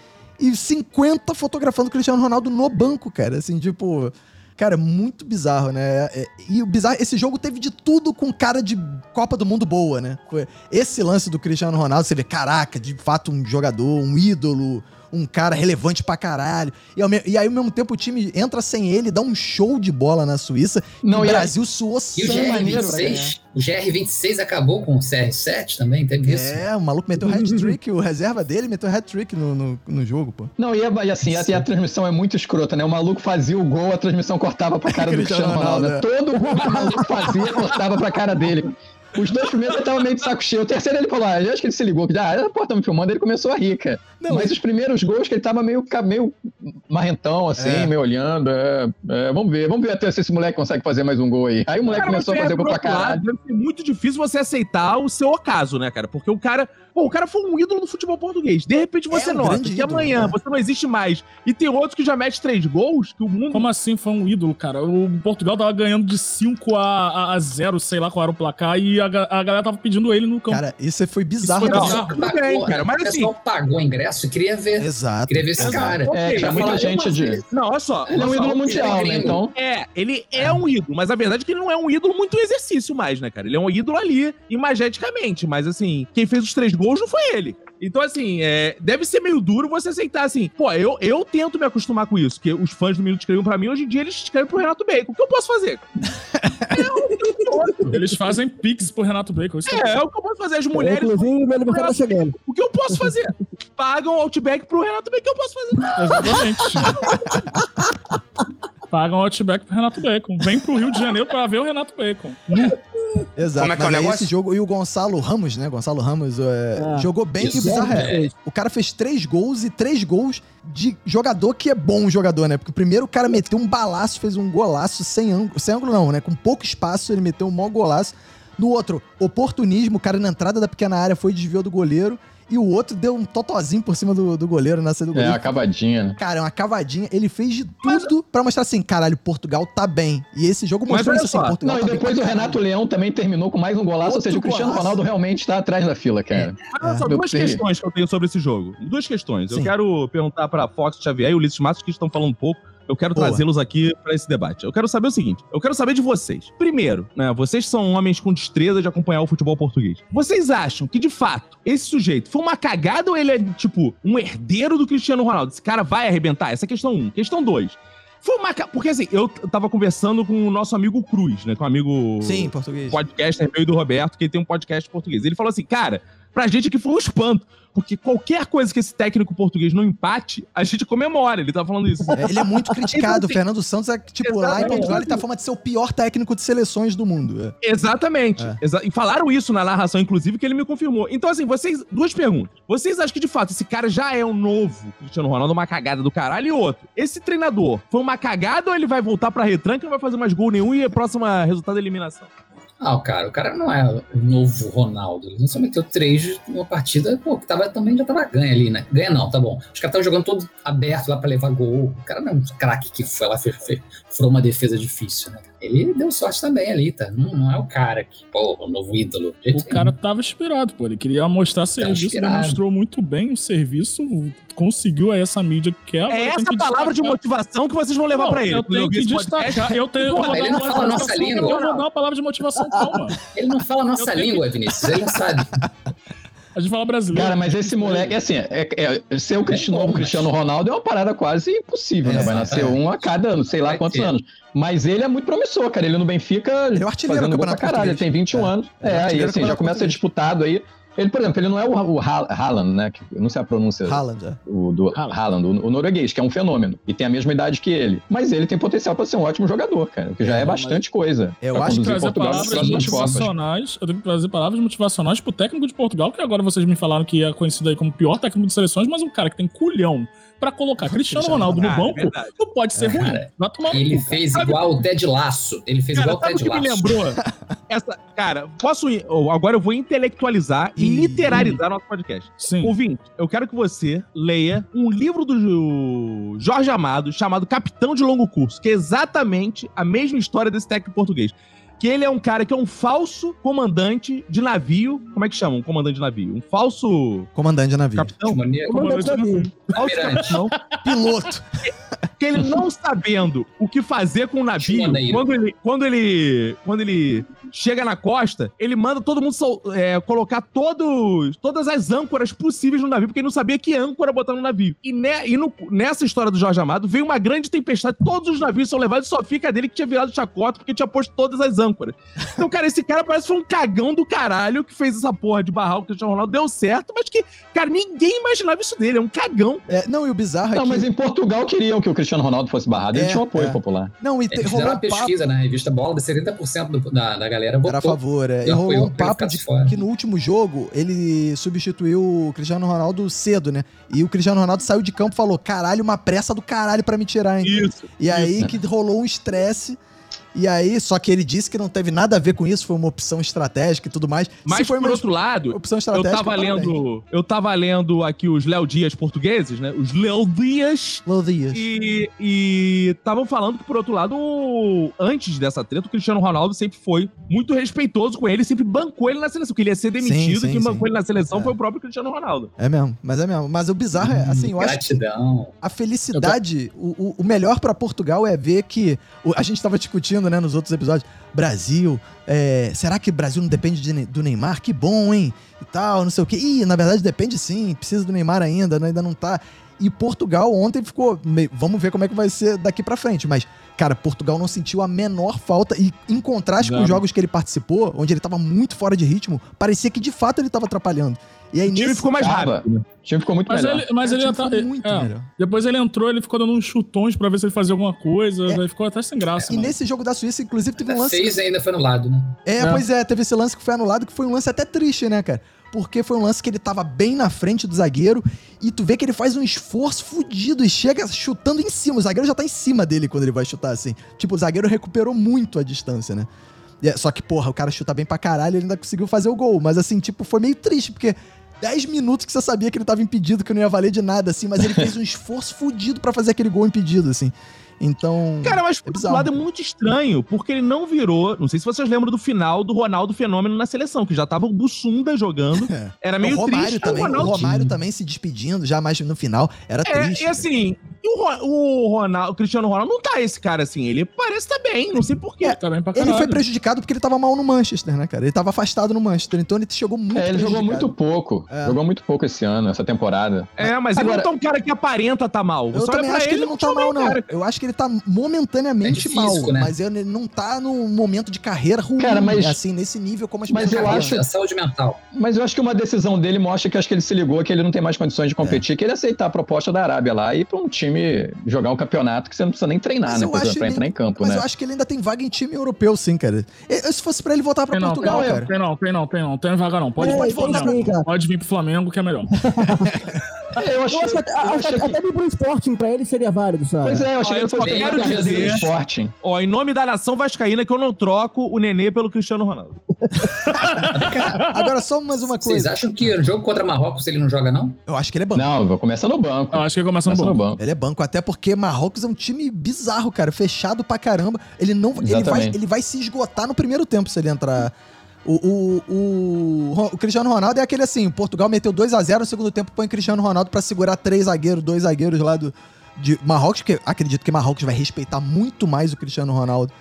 S1: e 50 fotografando o Cristiano Ronaldo no banco, cara. Assim, tipo. Cara, muito bizarro, né? É, E o bizarro, esse jogo teve de tudo com cara de Copa do Mundo boa, né? Foi- Esse lance do Cristiano Ronaldo, você vê, caraca, de fato um jogador, um ídolo, um cara relevante pra caralho. E, ao me- e aí, ao mesmo tempo, o time entra sem ele, dá um show de bola na Suíça.
S5: Não,
S1: o
S5: e a-
S1: Brasil suou
S6: E o
S1: sangue né, maneiro pra ganhar.
S6: GR26, o GR26 acabou com o CR7 também, teve isso. Uhum.
S1: É, o maluco meteu hat-trick, o reserva dele meteu hat-trick no, no, no jogo, pô.
S5: Não, e, é- e assim, a, e a transmissão é muito escrota, né? O maluco fazia o gol, a transmissão cortava pra cara do
S1: Cristiano
S5: Cristiano Ronaldo. né?
S1: Ronaldo,
S5: Todo gol que o maluco fazia, cortava pra cara dele. Os dois primeiros ele tava meio de saco cheio. O terceiro ele falou, ah, eu acho que ele se ligou. que já, Ah, pô, tá me filmando, ele começou a rir, cara.
S1: Não,
S5: Mas os primeiros gols que ele tava meio, ca- meio marrentão, assim,
S1: É.
S5: meio olhando. é, é, vamos ver, vamos ver até se esse moleque consegue fazer mais um gol aí. Aí o moleque
S2: Cara,
S5: começou a
S2: mas é
S5: fazer gol pra
S2: pro outro lado,
S5: caralho.
S2: Deve ser muito difícil você aceitar o seu ocaso, né, cara? Porque o cara. Pô, o cara foi um ídolo do futebol português. De repente você
S5: É
S1: um
S2: nota
S1: grande
S2: que
S1: ídolo,
S2: amanhã
S1: né?
S2: você não existe mais. E tem outro que já mete três gols, que o mundo.
S4: Como assim foi um ídolo, cara? O Portugal tava ganhando de 5 a, a, a 0, sei lá qual era o placar, e a, ga- a galera tava pedindo ele no campo.
S1: cara, isso foi bizarro.
S4: Isso foi
S1: pra
S6: O
S1: caralho.
S6: pessoal
S4: bizarro.
S2: tudo bem,
S6: pagou,
S2: cara,
S6: né?
S2: mas assim-
S6: o pessoal pagou o ingresso e queria ver,
S1: Exato.
S6: queria ver esse
S1: exato.
S6: cara.
S5: É,
S2: Ok,
S5: tinha
S2: já
S5: muita
S2: falaram
S5: gente
S6: algumas
S5: de...
S6: vezes.
S2: Não, olha só.
S5: Ele é um
S2: olha só,
S5: ídolo
S6: ele é
S5: mundial, né?
S6: gringo.
S5: Então...
S2: É, ele é um ídolo, mas a verdade é que ele não é um ídolo muito em exercício mais, né, cara? Ele é um ídolo ali, imageticamente, mas assim, quem fez os três gols não foi ele. Então, assim, é, deve ser meio duro você aceitar, assim, pô, eu, eu tento me acostumar com isso, que os fãs do Minuto escrevem pra mim, hoje em dia eles escrevem pro Renato Bacon. O que eu posso fazer?
S4: Eles fazem pix pro Renato Bacon. Isso
S2: É, é o que eu posso fazer. As
S3: é,
S2: mulheres,
S3: inclusive, meu aniversário tá chegando.
S2: o que eu posso fazer? Pagam o Outback pro Renato Bacon, o que eu posso fazer?
S4: Exatamente. Pagam o Outback pro Renato Bacon. Vem pro Rio de Janeiro pra ver o Renato Bacon. Hum,
S1: Exato.
S7: Como é que
S1: Mas
S7: é o
S1: aí
S7: negócio?
S1: esse jogo. E o Gonçalo Ramos, né? Gonçalo Ramos é,
S3: É.
S1: jogou bem. E o
S6: Isso.
S1: bizarro é,
S3: É.
S1: o cara fez três gols e três gols de jogador que é bom jogador, né? Porque o primeiro o cara meteu um balaço, fez um golaço sem ângulo. Sem ângulo não, né? Com pouco espaço, ele meteu um maior golaço. No outro, oportunismo, o cara na entrada da pequena área foi e desviou do goleiro. E o outro deu um totozinho por cima do, do goleiro, na saída do
S5: É,
S1: goleiro.
S5: acabadinha, né?
S1: Cara, é uma cavadinha. Ele fez de tudo pra mostrar assim, caralho, Portugal tá bem. E esse jogo
S2: Mas
S1: mostrou
S2: olha
S1: isso assim,
S2: só.
S1: Portugal
S5: Não, e
S1: tá bem
S5: depois o
S1: pra
S5: Renato Leão também terminou com mais um golaço, ou seja, o
S1: Outro
S5: Cristiano
S1: golaço.
S5: Ronaldo realmente tá atrás da fila, cara.
S2: Mas olha Ah, só,
S5: É, meu
S2: duas
S5: filho.
S2: questões que eu tenho sobre esse jogo. Duas questões.
S1: Sim.
S2: Eu quero perguntar pra Fox, Xavier e Ulisses Matos, que estão falando um pouco. Eu quero
S1: Boa.
S2: trazê-los aqui pra esse debate. Eu quero saber o seguinte: eu quero saber de vocês. Primeiro, né? Vocês são homens com destreza de acompanhar o futebol português. Vocês acham que, de fato, esse sujeito foi uma cagada ou ele é, tipo, um herdeiro do Cristiano Ronaldo? Esse cara vai arrebentar? Essa é questão 1. Um. Questão 2. Foi uma. ca- Porque assim, eu t- tava conversando com o nosso amigo Cruz, né? Com o amigo
S1: Sim, em português.
S2: podcast é meu e do Roberto, que ele tem um podcast português. Ele falou assim, cara, pra gente aqui foi um espanto, porque qualquer coisa que esse técnico português não empate, a gente comemora. Ele tá falando isso.
S1: É, Ele é muito criticado.
S2: Então,
S1: O
S2: assim,
S1: Fernando Santos é, tipo, lá em
S2: exatamente.
S1: Portugal ele tá fama de ser o pior técnico de seleções do mundo. É.
S2: Exatamente.
S1: É.
S2: Exa- e falaram isso na narração, inclusive, que ele me confirmou. Então, assim, vocês. Duas perguntas. Vocês acham que, de fato, esse cara já é um novo Cristiano Ronaldo, uma cagada do caralho? E outro, esse treinador foi uma cagada ou ele vai voltar pra retranca e não vai fazer mais gol nenhum e é próximo resultado é eliminação?
S6: Ah, o cara, o cara não é o novo Ronaldo. Ele só meteu três numa partida, pô, que tava, também já tava ganha ali, né? Ganha não, tá bom. Os caras estavam jogando todo aberto lá pra levar gol. O cara não é um craque que foi lá, fez, fez, furou uma defesa difícil, né? Ele deu sorte também ali, tá? Não, não é o cara que, pô, o novo ídolo. De jeito
S4: O cara tava inspirado, pô. Ele queria mostrar serviço,
S6: inspirado.
S4: demonstrou muito bem o serviço, conseguiu aí essa mídia que é.
S2: É essa palavra de motivação que vocês vão levar pra ele.
S4: Eu
S2: Quando
S4: tenho que
S2: vi esse podcast,
S4: destacar. Eu tenho. eu vou
S6: Porra,
S4: dar
S6: ele
S4: uma
S6: não fala a nossa
S4: motivação,
S6: língua.
S4: Eu vou dar uma palavra de motivação, calma.
S6: nenhum. Ele não fala a nossa
S4: Eu tenho que-
S6: língua, Vinícius. Ele não sabe.
S4: A gente fala brasileiro.
S5: Cara, mas esse moleque, assim, é, é- ser o Cristiano,
S6: bom,
S5: novo Cristiano Ronaldo é uma parada quase impossível, né? Vai
S6: É,
S5: nascer
S6: é.
S5: um a cada ano, sei lá
S6: Vai
S5: quantos
S6: ter.
S5: anos. Mas ele é muito promissor, cara. Ele no Benfica
S1: Ele é o artilheiro
S5: fazendo
S1: do
S5: gol pra
S1: Campeonato
S5: caralho. Ele
S1: Português.
S5: tem 21
S1: É.
S5: anos.
S1: Ele é
S5: É, e
S1: artilheiro do
S5: assim, já
S1: Campeonato
S5: começa a ser
S1: Português.
S5: disputado aí. Ele, por exemplo, ele não é o, Ha- o Ha- Haaland, né? Que, eu não sei a pronúncia
S1: Haaland, é.
S5: o, do
S4: Haaland.
S5: Haaland, o, o norueguês, que é um fenômeno. E tem a mesma idade que ele. Mas ele tem potencial pra ser um ótimo jogador, cara. O que já é,
S4: É, mas-
S5: bastante coisa.
S1: Eu
S5: pra
S1: acho que
S5: conduzir
S4: trazer
S5: Portugal é nas
S4: palavras
S5: próximas Copas.
S4: motivacionais. Eu tenho que trazer palavras motivacionais pro técnico de Portugal, que agora vocês me falaram que é conhecido aí como o pior técnico de seleções, mas um cara que tem culhão pra colocar Cristiano Ronaldo no
S2: Ah, é
S4: banco
S2: verdade.
S4: não pode ser ruim.
S6: Cara,
S4: Vai tomar no
S6: Ele
S4: cu, cara.
S6: fez igual o Ted Laço. Ele fez
S2: Cara,
S6: igual o
S2: sabe o
S6: Ted
S2: que me
S6: Laço.
S2: lembrou? Essa, cara, posso ir? ou Agora eu vou intelectualizar e
S1: Ih.
S2: literarizar nosso podcast.
S6: Hum.
S4: Sim.
S2: Ouvinte, eu quero que você leia um livro do Jo- Jorge Amado chamado Capitão de Longo Curso, que é exatamente a mesma história desse técnico português. Que ele é um cara que é um falso comandante de navio. Como é que chama um comandante de navio? Um falso
S1: Comandante de navio.
S2: capitão?
S6: Maneiro,
S3: Comandante da vida.
S2: Falso
S6: Almirante.
S2: capitão.
S1: Piloto.
S2: que ele não sabendo o que fazer com o navio,
S6: Chimoneiro.
S2: quando ele, quando ele quando ele chega na costa, ele manda todo mundo sol- é, colocar todos, todas as âncoras possíveis no navio, porque ele não sabia que âncora botar no navio. E, ne- e no- nessa história do Jorge Amado, veio uma grande tempestade, todos os navios são levados, só fica a dele que tinha virado chacota, porque tinha posto todas as âncoras. Então, cara, esse cara parece que foi um cagão do caralho que fez essa porra de barrar o Cristiano Ronaldo, deu certo, mas que, cara, ninguém imaginava isso dele, é um cagão.
S1: É, não, e o bizarro é
S5: Não,
S1: que.
S5: mas em Portugal queriam que o Cristiano Ronaldo fosse barrado. Ele
S1: É,
S5: tinha um apoio
S1: é.
S5: popular.
S1: Não, e te-
S6: Eles fizeram
S1: rolou
S6: uma
S1: um papo.
S6: pesquisa na revista Bola, de 70% do- da, da galera
S1: Era a
S6: votou.
S1: favor, é. E
S6: Eu fui
S1: rolou
S6: um
S1: um papo
S6: pra
S1: de
S6: fora.
S1: que no último jogo ele substituiu o Cristiano Ronaldo cedo, né? E o Cristiano Ronaldo saiu de campo e falou: caralho, uma pressa do caralho pra me tirar, hein?
S2: Isso.
S1: E aí que rolou um estresse. E aí, só que ele disse que não teve nada a ver com isso, foi uma opção estratégica e tudo mais. Se
S2: Mas,
S1: foi
S2: por
S1: uma
S2: outro lado,
S1: opção
S2: Eu
S1: estratégica.
S2: tava
S1: parabéns.
S2: lendo, eu tava lendo aqui os Léo Dias portugueses, né? Os Léo Dias
S1: Lô Dias.
S2: e e estavam falando que por outro lado, o- antes dessa treta, o Cristiano Ronaldo sempre foi muito respeitoso com ele, sempre bancou ele na seleção, que ele ia ser demitido,
S1: sim,
S2: quem
S1: sim.
S2: bancou ele na seleção
S1: É.
S2: foi o próprio Cristiano Ronaldo.
S1: É mesmo, mas é mesmo. Mas o bizarro é, assim, eu acho que
S6: Hum, Gratidão.
S1: a felicidade, o, o- o melhor pra Portugal é ver que. o- a gente tava discutindo, né, nos outros episódios. Brasil, é, será que o Brasil não depende de Ne- do Neymar? Que bom, hein? E tal, não sei o quê. Ih, na verdade depende sim, precisa do Neymar ainda, né, ainda não tá. E Portugal ontem ficou. meio- vamos ver como é que vai ser daqui pra frente. Mas, cara, Portugal não sentiu a menor falta. E em contraste com
S4: Não.
S1: os jogos que ele participou, onde ele tava muito fora de ritmo, parecia que de fato ele tava atrapalhando. E aí
S2: O time
S1: nesse
S2: ficou mais
S5: Tava.
S2: rápido. né?
S5: O time ficou muito
S4: Mas
S5: melhor.
S4: ele, é mas ele
S1: time
S4: entra-
S1: foi muito
S4: é,
S1: melhor.
S4: Depois ele entrou, ele ficou dando uns chutões pra ver se ele fazia alguma coisa.
S1: É.
S4: Daí ficou até sem graça.
S1: E
S4: mano.
S1: nesse jogo da Suíça, inclusive, teve um
S6: Ainda
S1: lance.
S6: fez e ainda foi no lado, né?
S1: É,
S4: É.
S1: pois é, teve esse lance que foi anulado, que foi um lance até triste, né, cara? Porque foi um lance que ele tava bem na frente do zagueiro e tu vê que ele faz um esforço fudido e chega chutando em cima. O zagueiro já tá em cima dele quando ele vai chutar, assim. Tipo, o zagueiro recuperou muito a distância, né? E é- só que, porra, o cara chuta bem pra caralho, ele ainda conseguiu fazer o gol. Mas assim, tipo, foi meio triste, porque 10 minutos que você sabia que ele tava impedido, que não ia valer de nada, assim, mas ele fez um esforço fudido pra fazer aquele gol impedido, assim. Então.
S2: Cara, mas por outro
S1: bizarro.
S2: lado é muito estranho, porque ele não virou. Não sei se vocês lembram do final do Ronaldo Fenômeno na seleção, que já tava o Bussunda jogando.
S1: É.
S2: Era meio
S1: o Romário
S2: triste. né?
S1: também,
S2: o
S1: o
S2: Ronaldo
S1: Romário também se despedindo já mais no final, era
S2: É,
S1: triste.
S2: e assim, e o, Ro- o, Ronaldo, o Cristiano Ronaldo não tá esse cara assim. Ele parece tá bem, não sei porquê.
S4: Tá bem pra
S1: Ele
S4: caralho.
S1: foi prejudicado porque ele tava mal no Manchester, né, cara? Ele tava afastado no Manchester, então ele chegou muito
S5: É, ele jogou
S1: prejudicado.
S5: muito pouco.
S1: É.
S5: Jogou muito pouco esse ano, essa temporada.
S2: É, mas ele
S5: Agora-
S2: não tá um cara que aparenta tá mal.
S1: Eu
S2: Você olha
S1: também
S2: pra
S1: acho que
S2: ele
S1: ele não tá mal, não.
S2: cara.
S1: Eu acho que ele tá momentaneamente
S6: É de
S1: mal,
S6: físico, né?
S1: mas ele não tá num momento de carreira ruim,
S5: Cara, mas-
S1: assim, nesse nível como as
S5: Mas
S1: pessoas
S5: eu
S1: falam.
S5: acho-
S6: A saúde mental.
S5: Mas eu acho que uma decisão dele mostra que acho que ele se ligou que ele não tem mais condições de
S1: É.
S5: competir, que ele aceitar a proposta da Arábia lá e ir pra um time jogar um campeonato que você não precisa nem treinar,
S1: Mas
S5: né?
S1: eu
S5: Pra,
S1: acho
S5: pra
S1: ele-
S5: entrar em campo,
S1: Mas
S5: né?
S1: eu acho que ele ainda tem vaga em time europeu, sim, cara. E- e se fosse pra ele voltar pra
S4: Tem não, tem
S1: Portugal,
S4: não, é
S1: cara.
S4: tem não, tem não, tem não, tem vaga não. Pode,
S3: É,
S4: pode,
S3: tem
S4: voltar.
S3: sim, cara.
S4: pode vir pro Flamengo que é melhor.
S5: É, Eu acho,
S3: Eu acho que até,
S5: eu
S3: acho
S5: acho
S3: que
S5: que-
S3: até mesmo o Sporting pra ele seria válido, sabe?
S5: Pois é, eu achei
S2: Ó,
S5: que
S2: eu
S5: ele
S2: só
S5: foi bem
S2: quero
S5: na carreira dele
S2: dizer-
S5: no Sporting.
S2: Ó, em nome da nação vascaína que eu não troco o Nenê pelo Cristiano Ronaldo.
S1: Agora, só mais uma
S6: Vocês
S1: coisa.
S6: acham que no jogo contra Marrocos ele não joga, não?
S1: Eu acho que ele é banco.
S5: Não, vou começar no banco.
S4: Eu
S2: Ah,
S4: acho que começa no
S5: Começa no
S4: banco.
S5: banco.
S1: Ele é banco, até porque Marrocos é um time bizarro, cara. Fechado pra caramba. Ele não ele vai,
S5: Exatamente.
S1: ele vai se esgotar no primeiro tempo se ele entrar. O, o, o, o Cristiano Ronaldo é aquele assim: Portugal meteu 2 a 0 no segundo tempo, põe Cristiano Ronaldo pra segurar três zagueiros, dois zagueiros lá do, de Marrocos, porque acredito que Marrocos vai respeitar muito mais o Cristiano Ronaldo